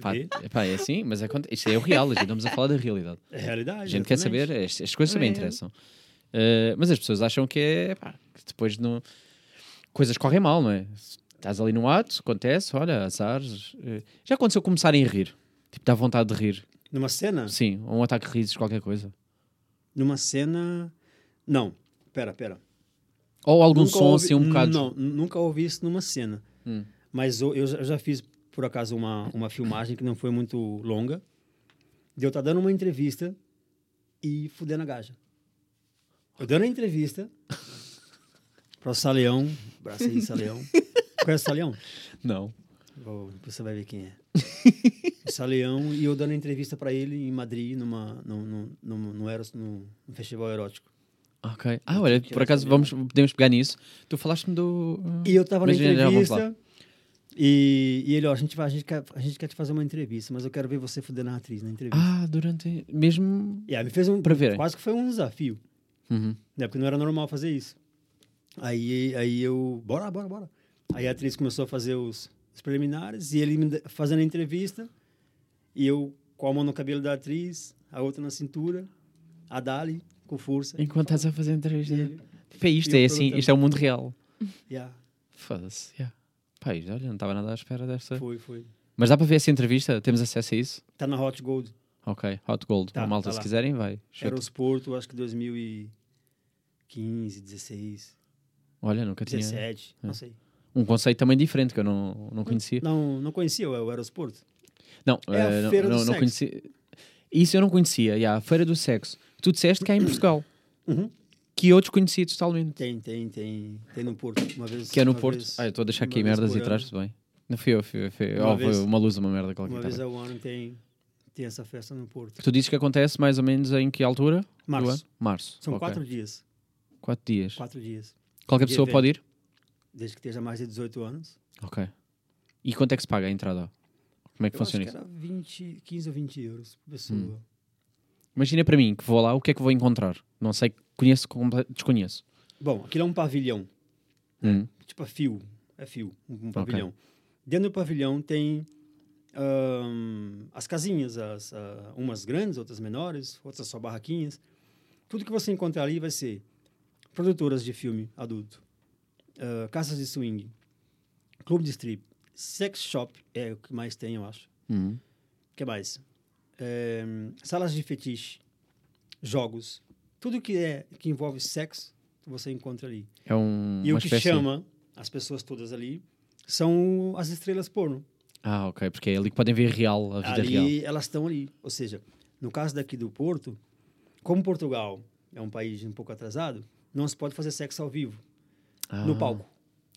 Pá,
Vê?
é, pá, é assim, mas é, quando- isto é o real. gente Estamos a falar da realidade.
É
A
realidade.
gente quer
exatamente.
saber, as, as coisas também Eh,
É.
interessam. Uh, mas as pessoas acham que é. pá, que depois não. Coisas correm mal, não é? estás ali no ato, acontece, olha, azar. eh, Já aconteceu começarem a rir. Tipo, dá vontade de rir.
Numa cena?
Sim, ou um ataque de risos, qualquer coisa.
Numa cena. Não, pera, pera.
Ou algum
Nunca
som
ouvi-
assim um bocado. Hum.
Não, nu- nunca ouvi isso numa cena. Mas eu, eu já- eu já fiz, por acaso, uma, uma filmagem que não foi muito longa. De eu estar dando uma entrevista e fudendo a gaja. Eu dando a entrevista para o Saleão. Abraço aí, Saleão. Conhece o Saleão?
Não.
Vou- Você vai ver quem é. o Saleão e eu dando entrevista para ele em Madrid, numa, num, num, num, num, Eros- num- num festival erótico.
Ok. Ah, olha, por acaso vamos, podemos pegar nisso. Tu falaste-me do. hum,
E eu tava na
mas já- já vamos
entrevista. E, e ele, ó, a gente, vai, a, gente quer, a gente quer te fazer uma entrevista, mas eu quero ver você fudendo a atriz na entrevista.
Ah, durante. Mesmo.
E aí me fez um.
Ah, Pra verem.
Quase que foi um desafio.
Uhum.
Né? Porque não era normal fazer isso. Aí, aí eu. Bora, bora, bora. Aí a atriz começou a fazer os, os preliminares e ele me da- fazendo a entrevista. E eu com a mão no cabelo da atriz, a outra na cintura, a Dali com força.
Enquanto estás a fazer entrevista.
E-
Pá, isto
e
é
eu
assim,
perguntei-me.
isto é o mundo real.
Yeah,
Foda-se. Yeah. Pá, isto, olha, não estava nada à espera desta.
foi, foi.
Mas dá para ver essa entrevista? Temos acesso a isso?
Tá na Hot Gold.
Ok, Hot Gold.
Tá,
Uma malta,
tá
se
lá.
quiserem, vai. Chuta.
Aeroporto, acho que 2015, 16,
Olha, nunca tinha.
17, não sei.
Um conceito também diferente que eu não, não conhecia.
Não, não conhecia o Aeroporto.
Não,
É a
eh, não,
Feira do
não, não
Sexo.
conhecia. Isso eu não conhecia, yeah, a Feira do Sexo. Tu disseste que é em Portugal.
Uhum.
Que eu desconhecia totalmente.
Tem, tem, tem, tem no Porto. Uma vez,
Que é no
uma
Porto.
vez-
Ah, eu estou a deixar
uma
aqui
vez
merdas
por
e atrás,
ano-
tudo bem. Não fui eu, fui eu. Fui. eu.
Uma
Oh, foi
vez-
uma luz, uma merda qualquer.
Uma
tá
vez
bem.
ao ano tem, tem essa festa no Porto.
Tu dizes que acontece mais ou menos em que altura? do
Março.
ano? Março.
São
ok.
quatro dias.
Quatro dias.
Quatro dias.
Qualquer
dia
pessoa
vinte.
pode ir?
Desde que esteja mais de 18 anos.
Ok. E quanto é que se paga a entrada? Como é que
Eu
funciona
acho
isso? Hum.
que era 20, 15 ou 20 euros por pessoa.
Imagina para mim que vou lá, o que é que vou encontrar? Não sei, conheço, comple- desconheço.
Bom, aquilo é um pavilhão.
Hum.
tipo a fio, é fio, um, um pavilhão. Dentro do pavilhão tem ahn, as casinhas, as, ah, umas grandes, outras menores, outras só barraquinhas. Tudo que você encontrar ali vai ser produtoras de filme adulto, ah, casas de swing, clube de strip, sex shop, é o que mais tem, eu acho.
Hum.
O que mais? Eh, salas de fetiche, jogos, tudo que é que envolve sexo, você encontra ali.
É um,
E
uma
o que
espécie...
chama as pessoas todas ali são as estrelas porno.
Ah, ok, porque é ali que podem ver real, a vida
ali
real.
elas estão ali. Ou seja, no caso daqui do Porto, como Portugal é um país um pouco atrasado, não se pode fazer sexo ao vivo, no
Ah,
palco.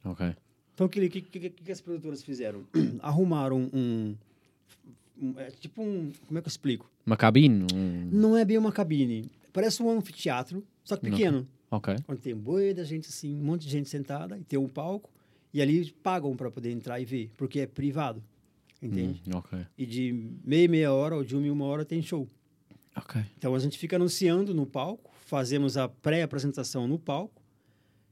Ok.
Então, o que, que, que, que as produtoras fizeram? Arrumaram um, um- é tipo um... Como é que eu explico?
Uma cabine? um-
Não é bem uma cabine. Parece um anfiteatro, só que
Não.
pequeno.
Ok.
Onde tem boi da gente assim, um monte de gente sentada e tem um palco e ali pagam para poder entrar e ver, porque é privado, entende?
Hum, ok.
E de meia e meia hora ou de uma e uma hora tem show.
Ok.
Então a gente fica anunciando no palco, fazemos a pré-apresentação no palco,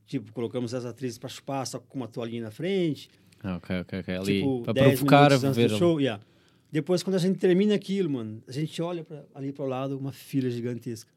tipo colocamos as atrizes para chupar só com uma toalhinha na frente,
Ah, Ok, ok, ok. Ali,
tipo
para
10
provocar,
minutos antes
ver... um
do show, yeah. Depois quando a gente termina aquilo, mano, a gente olha pra, ali para o lado uma fila gigantesca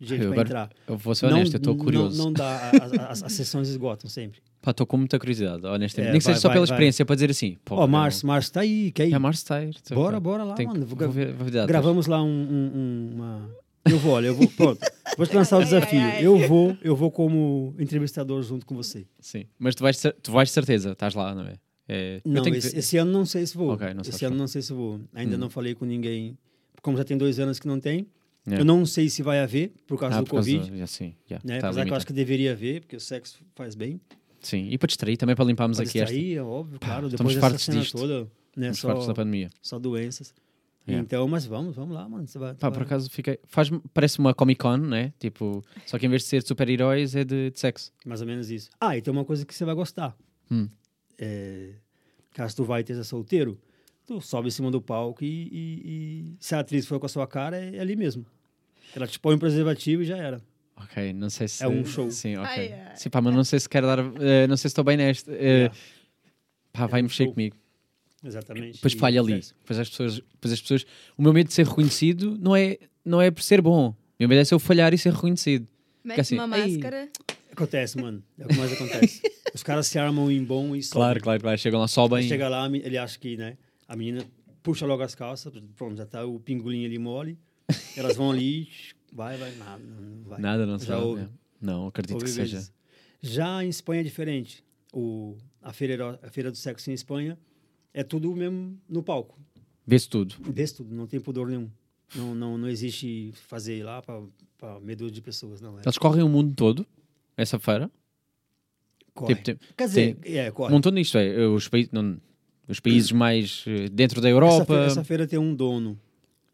de gente
Eu
para
agora-
entrar.
Eu vou ser honesto, eu estou
não-
curioso.
Não, dá, a- a- as, as sessões esgotam sempre.
Pá, estou com muita curiosidade, honestamente.
É,
Nem que
vai,
seja só
vai,
pela
vai.
experiência, para dizer assim... Pô,
Ó,
eu-
Márcio, Márcio tá aí, quer ir?
É Márcio tá aí. tá-
Bora,
tá-
bora lá,
tem que-
mano. Vou gra-
Vou ver, vou ver datas.
Gravamos lá um, um- um- uma... Eu vou, olha, eu vou, pronto. Vou te lançar o
Ai, ai,
desafio.
ai.
Eu vou, eu vou como entrevistador junto com você.
Sim, mas tu vais, de cer- tu vais de certeza, estás lá, não é? É, eu
Não,
tenho que
esse,
ver.
esse ano não sei se vou.
Ok, não sabes
esse ano
qual.
não sei se vou.
Hum.
Ainda não falei com ninguém. Como já tem dois anos que não tem.
É.
Eu não sei se vai haver, por causa
Ah,
do
por causa-
Covid.
yeah, sim, yeah,
Né?
tá
Apesar que eu acho
limitado.
que deveria haver, porque o sexo faz bem.
Sim, e para distrair também, para limparmos
Pra
aqui esta.
distrair, é óbvio, claro.
estamos
Depois dessa
fartos
cena
disto.
toda, né?
Os
só,
fartos da pandemia.
só doenças.
É.
Então, mas vamos, vamos lá, mano. Você vai,
Pá,
vai-
por acaso fiquei. Faz parece uma Comic Con, né? Tipo, só que em vez de ser de super-heróis é de, de sexo.
Mais ou menos isso. Ah, e tem uma coisa que você vai gostar.
Hum.
É, caso tu vai e esteja solteiro, tu sobe em cima do palco e, e- e se a atriz for com a sua cara, é, é ali mesmo. Ela te põe um preservativo e já era.
Ok, não sei se.
É um show.
Sim, ok.
Ai, ai.
Sim, pá, mas não sei se quero dar. eh, não sei se estou bem nesta. eh,
Yeah.
Pá, vai
um
mexer
show.
comigo.
Exatamente.
Depois
E
falha ali.
sexo.
Depois as, pessoas, depois as pessoas. O meu medo de ser reconhecido não é, não é por ser bom. O meu medo é se eu falhar e ser reconhecido.
Mete
assim,
uma
"Ei,
máscara.
Acontece, mano. É o que mais acontece. Os caras se armam em bom e sobem.
Claro, claro, claro. Chegam lá, sobem.
Ele Chega lá, me- ele acha que, né? A menina puxa logo as calças, pronto, já tá o pingolim ali mole. Elas vão ali, vai, vai, nada, não vai.
Nada, não sei.
Já ouve.
é. Não, acredito
Ouvi
que seja.
vezes. Já em Espanha é diferente. O, a, feira, eró- a feira do sexo em Espanha é tudo mesmo no palco.
Vê-se tudo.
Desse tudo, não tem pudor nenhum. Não, não, não existe fazer lá para medo de pessoas, não. É,
Eles correm o mundo todo, essa feira.
corre.
Tipo, tipo,
Quer dizer, é, corre.
montando isto, é, eh, os, paí- não- os países mais eh, dentro da
Essa
Europa.
feira, essa feira tem um dono.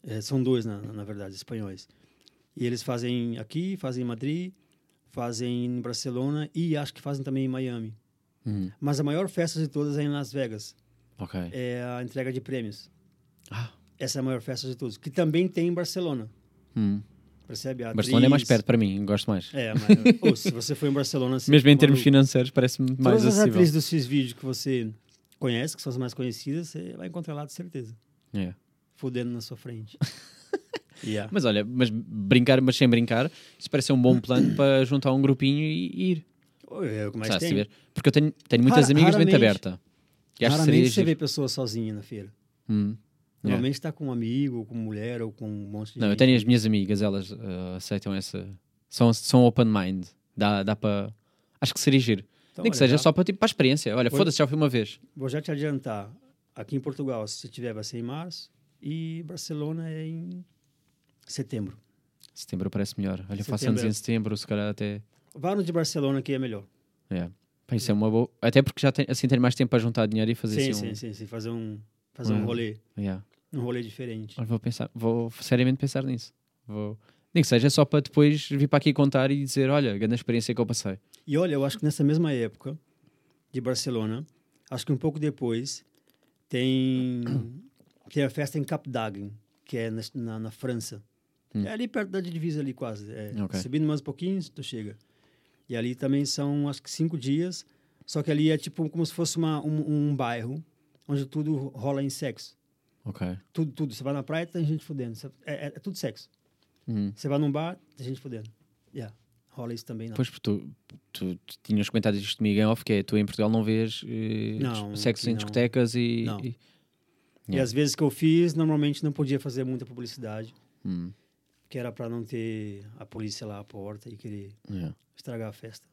É, são dois, na, na verdade, espanhóis. E eles fazem aqui, fazem em Madrid, fazem em Barcelona e acho que fazem também em Miami.
Hum,
Mas a maior festa de todas é em Las Vegas.
ok.
É a entrega de prêmios.
Ah.
Essa é a maior festa de todas. Que também tem em Barcelona.
Hum.
Percebe? A
Barcelona é mais
atriz-
perto para mim, gosto mais.
É, mas, ou, se você for em Barcelona... você
Mesmo em
fica
termos
maluco.
financeiros, parece-me mais
Todas as
acessível.
atrizes dos seus vídeos que você conhece, que são as mais conhecidas, você vai encontrar lá de certeza.
É.
Fudendo na sua frente. é. yeah.
Mas olha, mas brincar, mas sem brincar, isso parece ser um bom plano para juntar um grupinho e e ir.
É o que mais
Sabe,
tem.
saber? Porque eu tenho, tenho muitas
Rara-
amigas de mente
raramente-
aberta. E acho que seria
Raramente você
giro.
vê pessoas sozinhas na feira.
Hum. É.
Normalmente está com um amigo, ou com mulher, ou com um monte de
Não, eu
gente.
tenho as minhas amigas, elas ah, aceitam essa. São, são open mind. Dá, dá para. Acho que seria giro.
Então,
Nem que
olha,
seja
já-
só para tipo, pra experiência. Olha,
Foi-
foda-se, já fui uma vez.
Vou já te adiantar. Aqui em Portugal, se tiver, vai ser em março. E Barcelona é em setembro.
Setembro parece melhor. Olha, faço
Setembro
anos em
é-
setembro, se calhar até.
Vá no de Barcelona que é melhor.
É. Pá, isso é uma boa. Até porque já tem, assim tenho mais tempo para juntar dinheiro e fazer
Sim,
assim
sim,
um.
sim, sim. Fazer um, fazer
Hum.
um rolê.
Yeah.
Um rolê diferente.
Olha, vou pensar, vou seriamente pensar nisso. Vou... Nem que seja só para depois vir para aqui contar e dizer: olha, grande experiência que eu passei.
E olha, eu acho que nessa mesma época de Barcelona, acho que um pouco depois, tem, tem a festa em Capdagen, que é na, na, na França. É ali perto da divisa, ali quase. É,
Ok.
Subindo mais um pouquinho, tu chega. E ali também são, acho que, cinco dias. Só que ali é tipo como se fosse uma, um, um bairro onde tudo rola em sexo.
Ok.
Tudo, tudo. Você vai na praia, tem gente fudendo. Você- É, é, é tudo sexo.
Uhum.
Você vai num bar, tem gente fudendo. Yeah. Rola isso também. Não.
Pois, porque tu, tu, tu tinhas comentado isto comigo em off, que é tu em Portugal não vês eh,
Não,
dis- sexo
aqui
em
não.
discotecas e...
Não.
e- É.
E as vezes que eu fiz, normalmente não podia fazer muita publicidade,
Hum,
que era para não ter a polícia lá à porta e querer
yeah.
estragar a festa.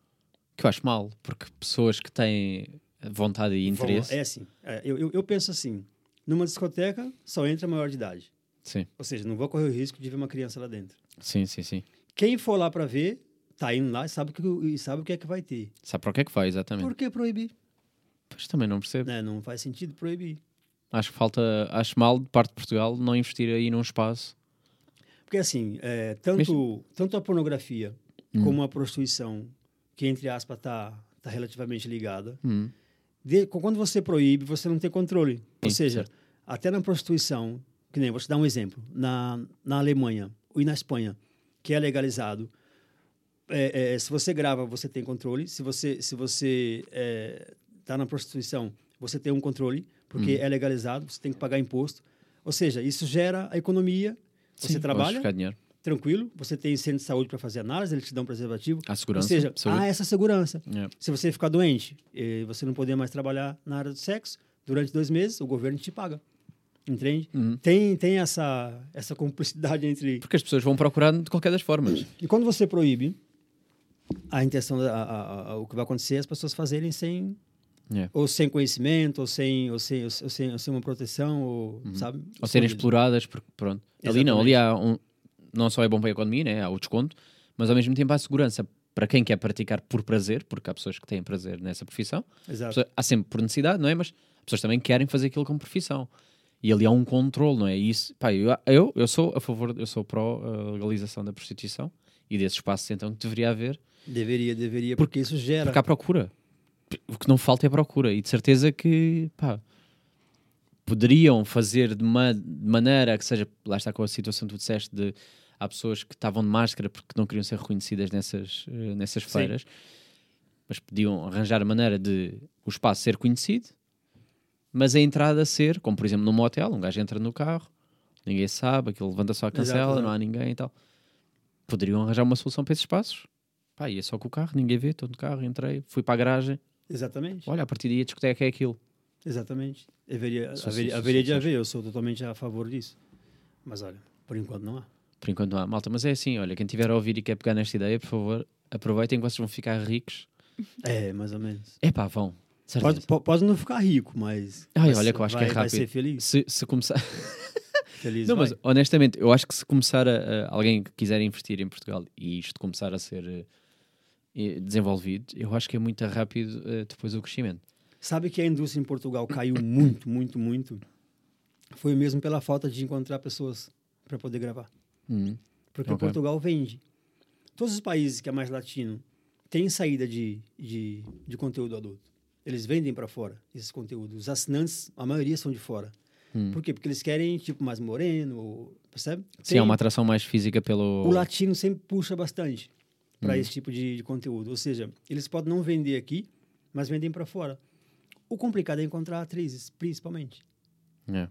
Que eu acho mal, porque pessoas que têm vontade e
Vamos lá,
interesse...
É assim. é, eu, eu, eu penso assim: numa discoteca só entra maior de idade.
Sim,
Ou seja, não vou correr o risco de ver uma criança lá dentro.
sim, sim, sim.
Quem for lá para ver, tá indo lá e sabe, que, e sabe o que é que vai ter.
Sabe para o que é que vai, exatamente.
Por que proibir?
Pois também não percebo.
Né? Não faz sentido proibir.
Acho que falta... Acho mal de parte de Portugal não investir aí num espaço.
Porque assim, é, tanto, tanto a pornografia
Hum.
como a prostituição, que entre aspas tá, tá relativamente ligada,
Hum,
de- quando você proíbe, você não tem controle. Ou
Sim,
seja, até na prostituição, que nem, vou te dar um exemplo, na, na Alemanha e na Espanha, que é legalizado, é, é, se você grava, você tem controle. Se você se você está na prostituição, você tem um controle,
Uhum.
porque é legalizado, você tem que pagar imposto. Ou seja, isso gera a economia, você
sim, é. podes
trabalha
ficar dinheiro.
tranquilo, você tem centro de saúde para fazer análise, eles te dão preservativo.
Há segurança,
Ou seja, ah,
saúde. É.
há essa segurança.
Yeah.
Se você ficar doente e você não poder mais trabalhar na área do sexo, durante dois meses, o governo te paga. Entende? Tem, tem essa, essa cumplicidade entre.
Hum. Porque as pessoas vão procurar de qualquer das formas.
E quando você proíbe, a intenção, da- a, a- a- o que vai acontecer é as pessoas fazerem sem.
Yeah.
Ou sem conhecimento, ou sem, ou sem, ou sem, ou sem uma proteção, ou, sabe?
Uhum. ou serem
Escondido.
exploradas, porque pronto. Ali não, ali há um, não só é bom para a economia, né? há o desconto, mas ao mesmo tempo há segurança para quem quer praticar por prazer, porque há pessoas que têm prazer nessa profissão,
Exato.
Pessoa- há sempre por necessidade, não é? Mas pessoas também querem fazer aquilo como profissão. E ali há um controle, não é? E isso, pá, eu, eu, eu sou a favor, eu sou pró a legalização da prostituição e desses espaços então que deveria haver,
Deveria, deveria, porque isso gera.
porque há procura. O que não falta é procura. E de certeza que, pá, poderiam fazer de, ma- de maneira que seja, lá está com a situação que tu disseste de há pessoas que estavam de máscara porque não queriam ser reconhecidas nessas, eh, nessas feiras, mas podiam arranjar a maneira de o espaço ser conhecido, mas a entrada ser, como por exemplo num motel, um gajo entra no carro, ninguém sabe, aquilo levanta só a
Exato,
cancela, não
exato.
há ninguém e tal. Poderiam arranjar uma solução para esses espaços. Pá, ia só com o carro, ninguém vê, estou no carro, entrei, fui para a garagem.
Exatamente.
Olha, a partir daí a discoteca é aquilo.
Exatamente. Haveria,
Só se-
haveria,
só se-
haveria de
só se-
haver, eu sou totalmente a favor disso. Mas olha, por enquanto não há.
Por enquanto não há malta, mas é assim, olha, quem tiver a ouvir e quer pegar nesta ideia, por favor, aproveitem que vocês vão ficar ricos.
É, mais ou menos.
É pá, vão. Certeza.
Pode, po- pode não ficar rico, mas.
Ai,
mas
olha que eu acho que é
vai- Vai
rápido.
ser feliz.
Se, se começar.
feliz
Não,
vai.
mas honestamente, eu acho que se começar a, a- alguém que quiser investir em Portugal e isto começar a ser eh, eh, desenvolvido, eu acho que é muito rápido eh, depois o crescimento.
Sabe que a indústria em Portugal caiu muito, muito, muito? Foi mesmo pela falta de encontrar pessoas para poder gravar. Hum.
Uhum.
Porque
Ok.
Portugal vende. Todos os países que é mais latino têm saída de, de, de conteúdo adulto. Eles vendem para fora esses conteúdos. Os assinantes, a maioria são de fora. Por quê? Porque eles querem, tipo, mais moreno, ou- percebe?
Hum. Sim,
Tem-
há é uma atração mais física pelo.
o latino sempre puxa bastante para
Hum.
esse tipo de, de conteúdo. Ou seja, eles podem não vender aqui, mas vendem para fora. O complicado é encontrar atrizes, principalmente.
É.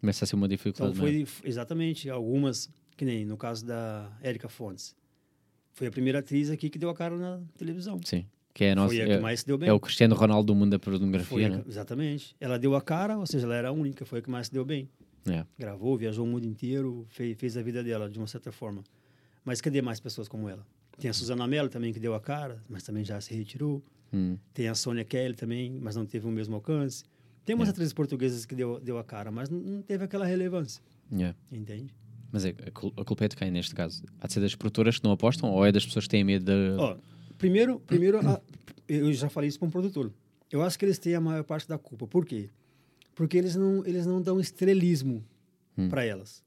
Começa a ser uma
Então
dificuldade. não é?
foi f- exatamente algumas, que nem no caso da Érica Fontes. Foi a primeira atriz aqui que deu a cara na televisão.
Sim. Que é a nossa.
foi a
é,
que mais se deu bem.
é o Cristiano Ronaldo do mundo da
Foi a
pornografia,
que-
né?
Exatamente. Ela deu a cara, ou seja, ela era a única, foi a que mais se deu bem.
É.
Gravou, viajou o mundo inteiro, fez, fez a vida dela, de uma certa forma. Mas cadê mais pessoas como ela? Tem a Suzana Mello também, que deu a cara, mas também já se retirou.
Hum.
Tem a Sônia Kelly também, mas não teve o mesmo alcance. Tem
É.
umas atrizes portuguesas que deu, deu a cara, mas não- não teve aquela relevância,
É.
entende?
Mas é, a cul- a culpa é de quem neste caso? Há de ser das produtoras que não apostam ou é das pessoas que têm medo de.
Ó, primeiro, primeiro a- eu já falei isso para um produtor. Eu acho que eles têm a maior parte da culpa. Por quê? Porque eles não, eles não dão estrelismo para elas.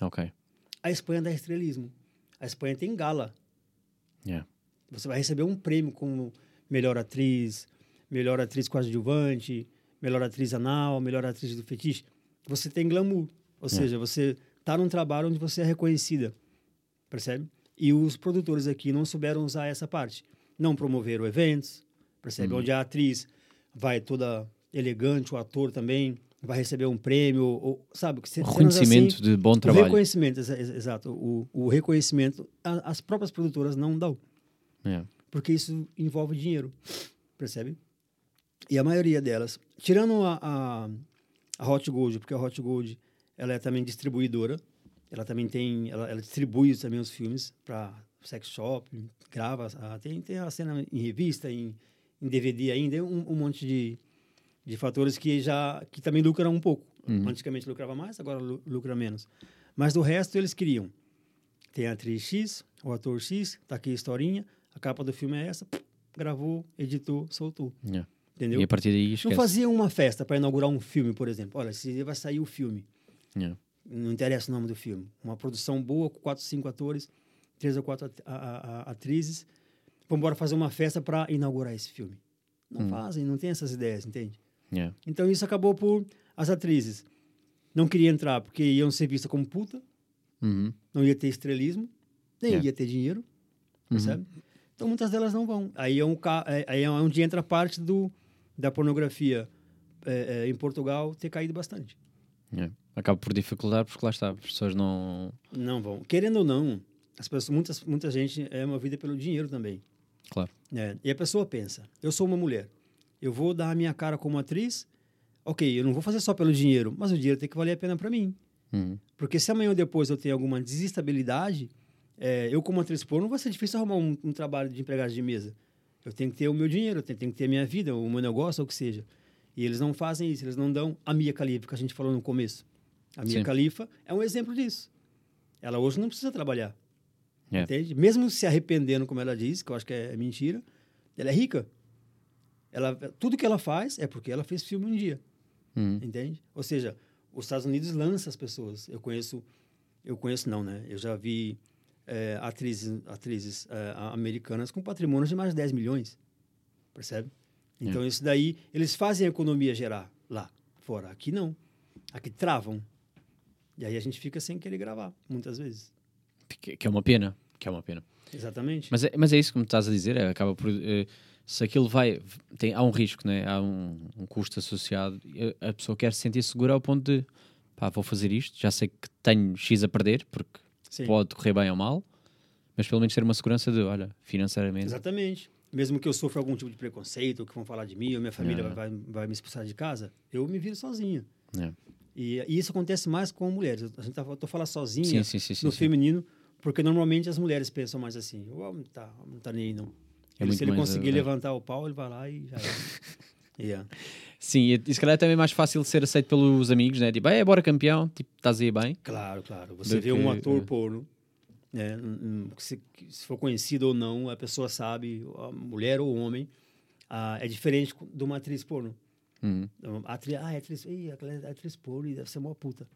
Ok.
A Espanha dá estrelismo. A Espanha tem gala.
Yeah.
Você vai receber um prêmio como melhor atriz, melhor atriz coadjuvante, melhor atriz anal, melhor atriz do fetiche. Você tem glamour. Ou
É.
seja, você tá num trabalho onde você é reconhecida. Percebe? E os produtores aqui não souberam usar essa parte. Não promoveram eventos, percebe?
Uhum.
Onde a atriz vai toda elegante, o ator também vai receber um prêmio, ou, sabe?
O
Cenas assim-
reconhecimento de bom
o
trabalho.
reconhecimento, exa- exa- exato. O, o reconhecimento, a- as próprias produtoras não dão,
É.
porque isso envolve dinheiro, percebe? E a maioria delas, tirando a, a, a Hot Gold, porque a Hot Gold ela é também distribuidora, ela também tem, ela, ela distribui também os filmes para sex shop, grava, a- tem, tem a cena em revista, em, em DVD ainda, um, um monte de, de fatores que já que também lucram um pouco. Antigamente lucrava mais, agora lu- lucra menos. Mas do resto eles queriam. Tem a atriz X, o ator X, tá aqui a historinha, a capa do filme é essa, gravou, editou, soltou.
Yeah.
Entendeu?
E a partir daí esquece.
Não fazia uma festa para inaugurar um filme, por exemplo. Olha, esse dia vai sair o filme.
Yeah.
Não interessa o nome do filme. Uma produção boa, com quatro, cinco atores, três ou quatro at- a- a- a- atrizes. Vamos embora fazer uma festa para inaugurar esse filme. Não fazem, não tem essas ideias, entende?
Yeah.
Então isso acabou por as atrizes não queriam entrar porque iam ser vistas como puta,
Uhum.
não ia ter estrelismo, nem
Yeah.
ia ter dinheiro, percebe? Então muitas delas não vão. Aí é, um, ca- é- aí é onde entra a parte do, da pornografia é, é, em Portugal ter caído bastante.
Yeah. Acaba por dificultar porque lá está, as pessoas não.
Não vão. Querendo ou não, as pessoas, muitas, muita gente é movida pelo dinheiro também.
Claro.
né? E a pessoa pensa, eu sou uma mulher, eu vou dar a minha cara como atriz, ok, eu não vou fazer só pelo dinheiro, mas o dinheiro tem que valer a pena para mim.
Uhum.
Porque se amanhã ou depois eu tenho alguma desestabilidade, eh, eu como atriz porno, vai ser difícil arrumar um, um trabalho de empregado de mesa. Eu tenho que ter o meu dinheiro, eu tenho, tenho que ter a minha vida, o meu negócio, ou o que seja. E eles não fazem isso, eles não dão a Mia Khalifa, que a gente falou no começo. A Mia
Sim.
Khalifa é um exemplo disso. Ela hoje não precisa trabalhar.
É.
Entende? Mesmo se arrependendo, como ela diz, que eu acho que é mentira, ela é rica. Ela, tudo que ela faz é porque ela fez filme um dia.
Uhum.
Entende? Ou seja, os Estados Unidos lança as pessoas. Eu conheço, eu conheço não, né? Eu já vi eh, atrizes, atrizes eh, a- americanas com patrimônio de mais de 10 milhões, percebe? Então, isso daí, eles fazem a economia gerar lá fora. Aqui não. Aqui travam. E aí a gente fica sem querer gravar, muitas vezes.
Que, que é uma pena. Que é uma pena.
Exatamente.
Mas é, mas é isso que me estás a dizer, é, acaba por. eh, se aquilo vai. Tem, há um risco, né? há um, um custo associado. e A, a pessoa quer se sentir segura ao ponto de pá, vou fazer isto, já sei que tenho X a perder, porque
Sim.
pode correr bem ou mal, mas pelo menos ter uma segurança de, olha, financeiramente.
Exatamente. Mesmo que eu sofra algum tipo de preconceito, ou que vão falar de mim, ou minha família
É.
vai, vai me expulsar de casa, eu me viro sozinho.
É.
E, e isso acontece mais com mulheres. Eu- A gente tá, eu tô falando sozinha
Sim, sim, sim. sim,
no
sim.
feminino, porque normalmente as mulheres pensam mais assim, o homem tá, não tá nem aí, não.
É
Ele-
muito
se ele
mais,
conseguir
é.
levantar o pau, ele vai lá e já era. yeah.
Sim, e, e se calhar é também mais fácil de ser aceito pelos amigos, né? Tipo, é, bora campeão, tipo, estás aí bem.
Claro, claro. Você
Do
vê um
que,
ator
é.
porno, né? um- um- se, se for conhecido ou não, a pessoa sabe, a mulher ou o homem, ah, é diferente co- de uma atriz porno.
Uhum.
Então, a Atri, ah, é atriz, ih, aquela é atriz porno e deve ser uma puta.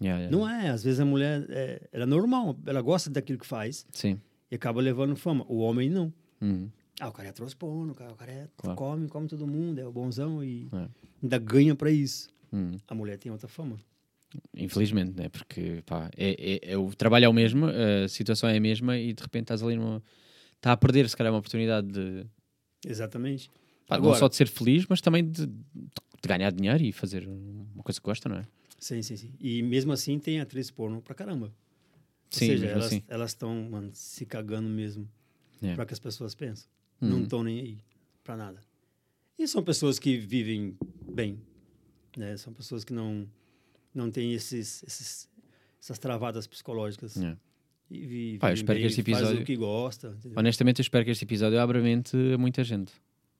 Yeah, yeah.
Não é, às vezes a mulher, é, ela é normal, ela gosta daquilo que faz
Sim.
e acaba levando fama. O homem não.
Uhum.
Ah, o cara é atriz porno, o cara, o cara é,
Claro.
come, come todo mundo, é o bonzão e
É.
ainda ganha pra isso.
Uhum.
A mulher tem outra fama.
Infelizmente, né? Porque pá, é, é- é o trabalho é o mesmo, a situação é a mesma e de repente estás ali numa. Está a perder, se calhar, uma oportunidade de.
Exatamente.
pá, não
Agora-
só de ser feliz, mas também de, de ganhar dinheiro e fazer uma coisa que gosta, não é?
Sim, sim, sim. E mesmo assim tem atriz porno pra caramba.
Sim,
Ou seja,
mesmo
elas
assim.
elas estão mano, se cagando mesmo
É.
pra que as pessoas pensam.
Uhum.
Não estão nem aí pra nada. E são pessoas que vivem bem, né? São pessoas que não não têm esses, esses essas travadas psicológicas.
É.
E vi,
Pá, eu
vivem
espero que
bem,
este
fazem
episódio-
o que gosta. entendeu?
Honestamente, eu espero que este episódio abra a mente a muita gente.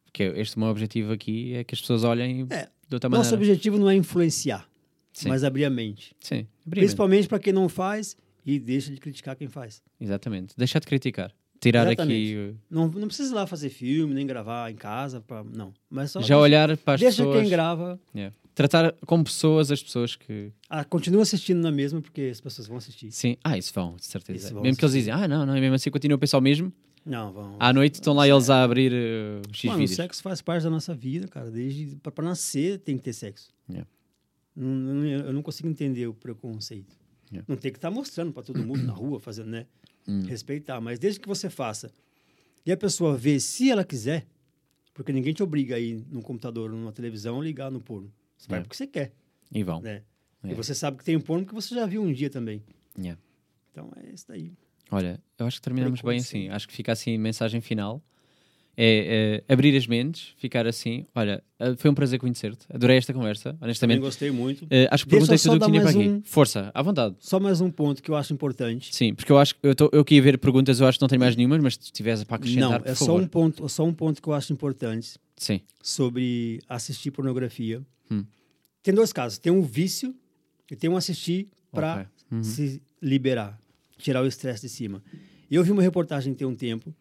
Porque este é o meu objetivo aqui, é que as pessoas olhem
É,
de outra
Nosso
maneira.
objetivo não é influenciar,
Sim.
mas abrir a mente.
Sim, abrir a mente.
Principalmente para quem não faz e deixa de criticar quem faz.
Exatamente. Deixar de criticar. Tirar
Exatamente.
aqui.
Não, não precisa ir lá fazer filme, nem gravar em casa, pra, não. Mas só
Já
deixa,
olhar para as
deixa
pessoas.
quem grava,
Yeah. Tratar como pessoas as pessoas que.
ah, continua assistindo na mesma, porque as pessoas vão assistir.
Sim, ah, isso vão, de certeza.
Isso vão,
mesmo que eles
sim.
dizem, ah, não, não, e mesmo assim continua a pensar o mesmo.
Não, vão.
À noite estão lá eles a abrir eh, os X
Mano, o
vídeos.
sexo faz parte da nossa vida, cara. Desde pra, pra nascer tem que ter sexo.
Yeah.
Não- não- eu não consigo entender o preconceito.
Yeah.
Não tem que estar mostrando pra todo mundo na rua, fazendo, né? Respeitar. Mas desde que você faça e a pessoa vê se ela quiser, porque ninguém te obriga a ir num computador ou numa televisão ligar no porno. Você vai
Yeah.
porque você quer,
E vão.
né?
É.
E você sabe que tem um porno que você já viu um dia também.
Yeah.
Então é isso daí.
Olha, eu acho que terminamos bem assim.
Preconceito.
Acho que fica assim a mensagem final. É eh, abrir as mentes, ficar assim. Olha, eh, foi um prazer conhecer-te. Adorei esta conversa,
Também
honestamente.
gostei muito.
Eh, acho que
Deixa eu
perguntei tudo
só
o que
dar
tinha para aqui.
mais um-
Força, à vontade.
Só mais um ponto que eu acho importante.
Sim, porque eu acho que eu, tô, eu que ia ver perguntas, eu acho que não tenho mais nenhumas, mas se tivesse para acrescentar,
Não,
por
é só
favor.
um ponto, é só um ponto que eu acho importante
Sim,
sobre assistir pornografia.
Hum.
Tem dois casos, tem um vício e tem um assistir para
Ok. Uhum.
se liberar, tirar o estresse de cima. E Eu vi uma reportagem tem um tempo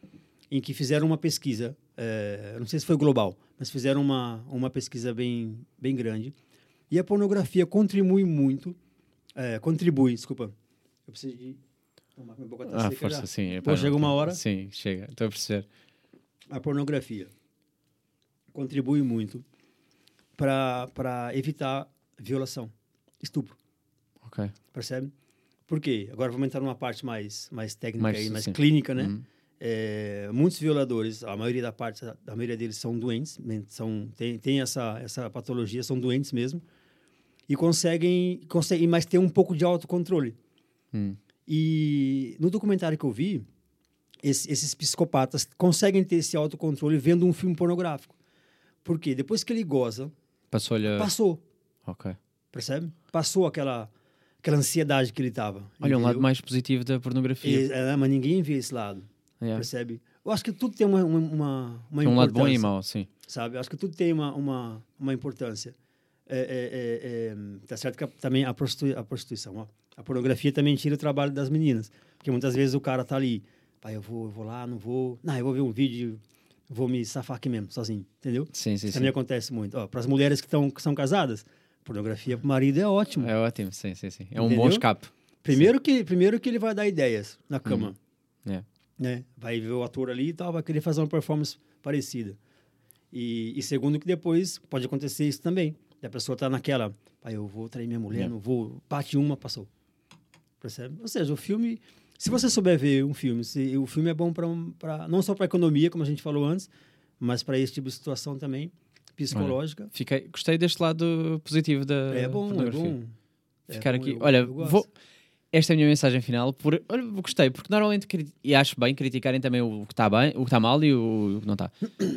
em que fizeram uma pesquisa, eh, não sei se foi global, mas fizeram uma uma pesquisa bem bem grande. E a pornografia contribui muito, eh, contribui, desculpa. Eu preciso de tomar minha boca tá
ah,
seca
força,
já.
sim. é
Pô,
pá,
chega
não-
uma hora.
Sim, chega, estou a perceber.
a pornografia contribui muito para evitar violação, estupro,
Ok.
percebe? Por quê? Agora vamos entrar numa parte mais, mais técnica
Mais,
e mais
sim.
clínica, né?
Uhum.
É, muitos violadores, a maioria da parte, a maioria deles são doentes, men- são tem, tem essa essa patologia, são doentes mesmo e conseguem conseguem mas ter um pouco de autocontrole.
Hum.
E no documentário que eu vi, esse- esses psicopatas conseguem ter esse autocontrole vendo um filme pornográfico. Porque depois que ele goza,
Passou-lhe. a-
passou,
Ok.
percebe? Passou aquela aquela ansiedade que ele tava.
Olha, um lado
entendeu?
mais positivo da pornografia.
E- é, mas ninguém vê esse lado,
Yeah.
percebe? Eu acho que tudo tem uma uma uma, uma
É. Tem um lado bom e
importância
mau, sim.
sabe? Eu acho que tudo tem uma, uma, uma importância. É, é, é, é, tá certo que a- também a, prostitui a prostituição, ó. a pornografia também tira o trabalho das meninas, porque muitas vezes o cara tá ali, pai, eu vou, eu vou lá, não vou, não, eu vou ver um vídeo, vou me safar aqui mesmo, sozinho, entendeu?
Sim, sim,
Isso é
sim.
também acontece muito. Para as mulheres que, tão, que são casadas, pornografia pro marido é ótimo.
É ótimo, sim, sim, sim. É um bom
Entendeu?
escape.
Primeiro que, primeiro que ele vai dar ideias na cama.
Uhum. É.
Né? Vai ver o ator ali e tal, vai querer fazer uma performance parecida. E, e segundo que depois pode acontecer isso também. E a pessoa tá naquela, pai, eu vou trair minha mulher,
É.
não vou, bate uma, passou. Percebe? Ou seja, o filme, se você souber ver um filme, se, o filme é bom para não só para economia, como a gente falou antes, mas para esse tipo de situação também, psicológica.
Fiquei, gostei deste lado positivo da
é bom, é
pornografia.
bom. É
Ficar
bom,
aqui.
eu-
Olha,
eu gosto.
vou. esta é a minha mensagem final. Por, olha, gostei, porque normalmente cri- e acho bem criticarem também o que está bem, o que está mal e o, o que não está.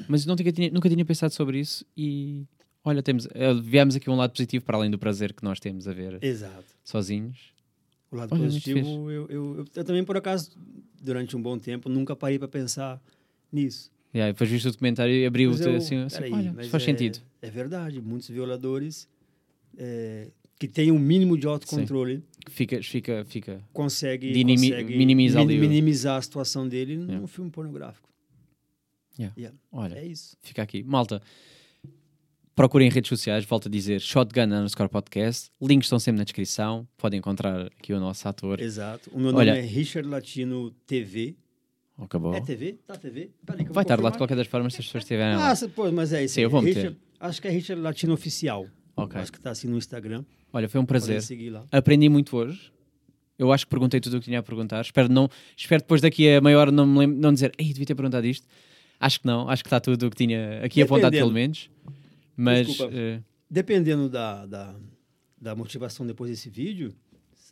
Mas eu não tinha- tinha- nunca tinha pensado sobre isso e olha, temos, eh, viemos aqui um lado positivo para além do prazer que nós temos a ver
Exato.
sozinhos.
O lado
Olha, é muito
positivo, eu, eu, eu- eu também, por acaso, durante um bom tempo, nunca parei para pensar nisso.
E aí, depois viste o documentário e abriu-te
Mas eu-
assim, assim,
peraí,
olha,
mas
faz
é-
sentido.
É verdade, muitos violadores é, que têm um mínimo de autocontrole
Fica, fica, fica.
conseguem
De inimi-
consegue
minimiza
mi-
ali o- É.
minimizar a situação dele
Yeah.
num filme pornográfico.
Olha,
É isso.
fica aqui. Malta, procurem em redes sociais, volto a dizer, Shotgun underscore podcast. Links estão sempre na descrição. Podem encontrar aqui o nosso ator.
Exato. O meu
Olha-
nome é Richard Latino TV.
Acabou.
É TV? Tá TV? Peraí, que eu vou
Vai estar lá
confirmar.
de qualquer das formas se as pessoas estiverem lá.
Ah, se- pô, mas é isso.
Sim,
aí.
eu vou meter.
Richard, acho que é Richard Latino Oficial.
Ok.
Acho que tá assim no Instagram.
Olha, foi um
Podem
prazer.
seguir lá.
Aprendi muito hoje. Eu acho que perguntei tudo o que tinha a perguntar. Espero, não, espero depois daqui a meia hora não, me lem- não dizer, ei, devia ter perguntado isto. Acho que não, acho que está tudo o que tinha aqui apontado,
Dependendo.
pelo menos. Mas
Desculpa.
eh,
Dependendo da, da, da motivação depois desse vídeo,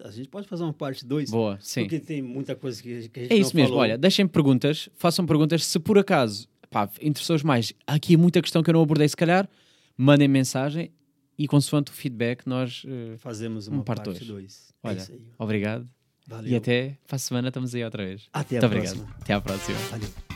a gente pode fazer uma parte 2.
boa, sim.
Porque tem muita coisa que, que a gente
É isso
não
mesmo,
falou.
olha, deixem perguntas, façam perguntas, se por acaso, pá, interessou-os mais, há aqui muita questão que eu não abordei, se calhar, mandem mensagem e consoante o feedback nós, eh,
Fazemos
um
uma
parte
parte
dois.
2.
Olha,
É isso aí.
obrigado,
Valeu.
e até para a semana estamos aí outra vez.
Até a
Muito obrigado,
próxima.
até à próxima.
Valeu.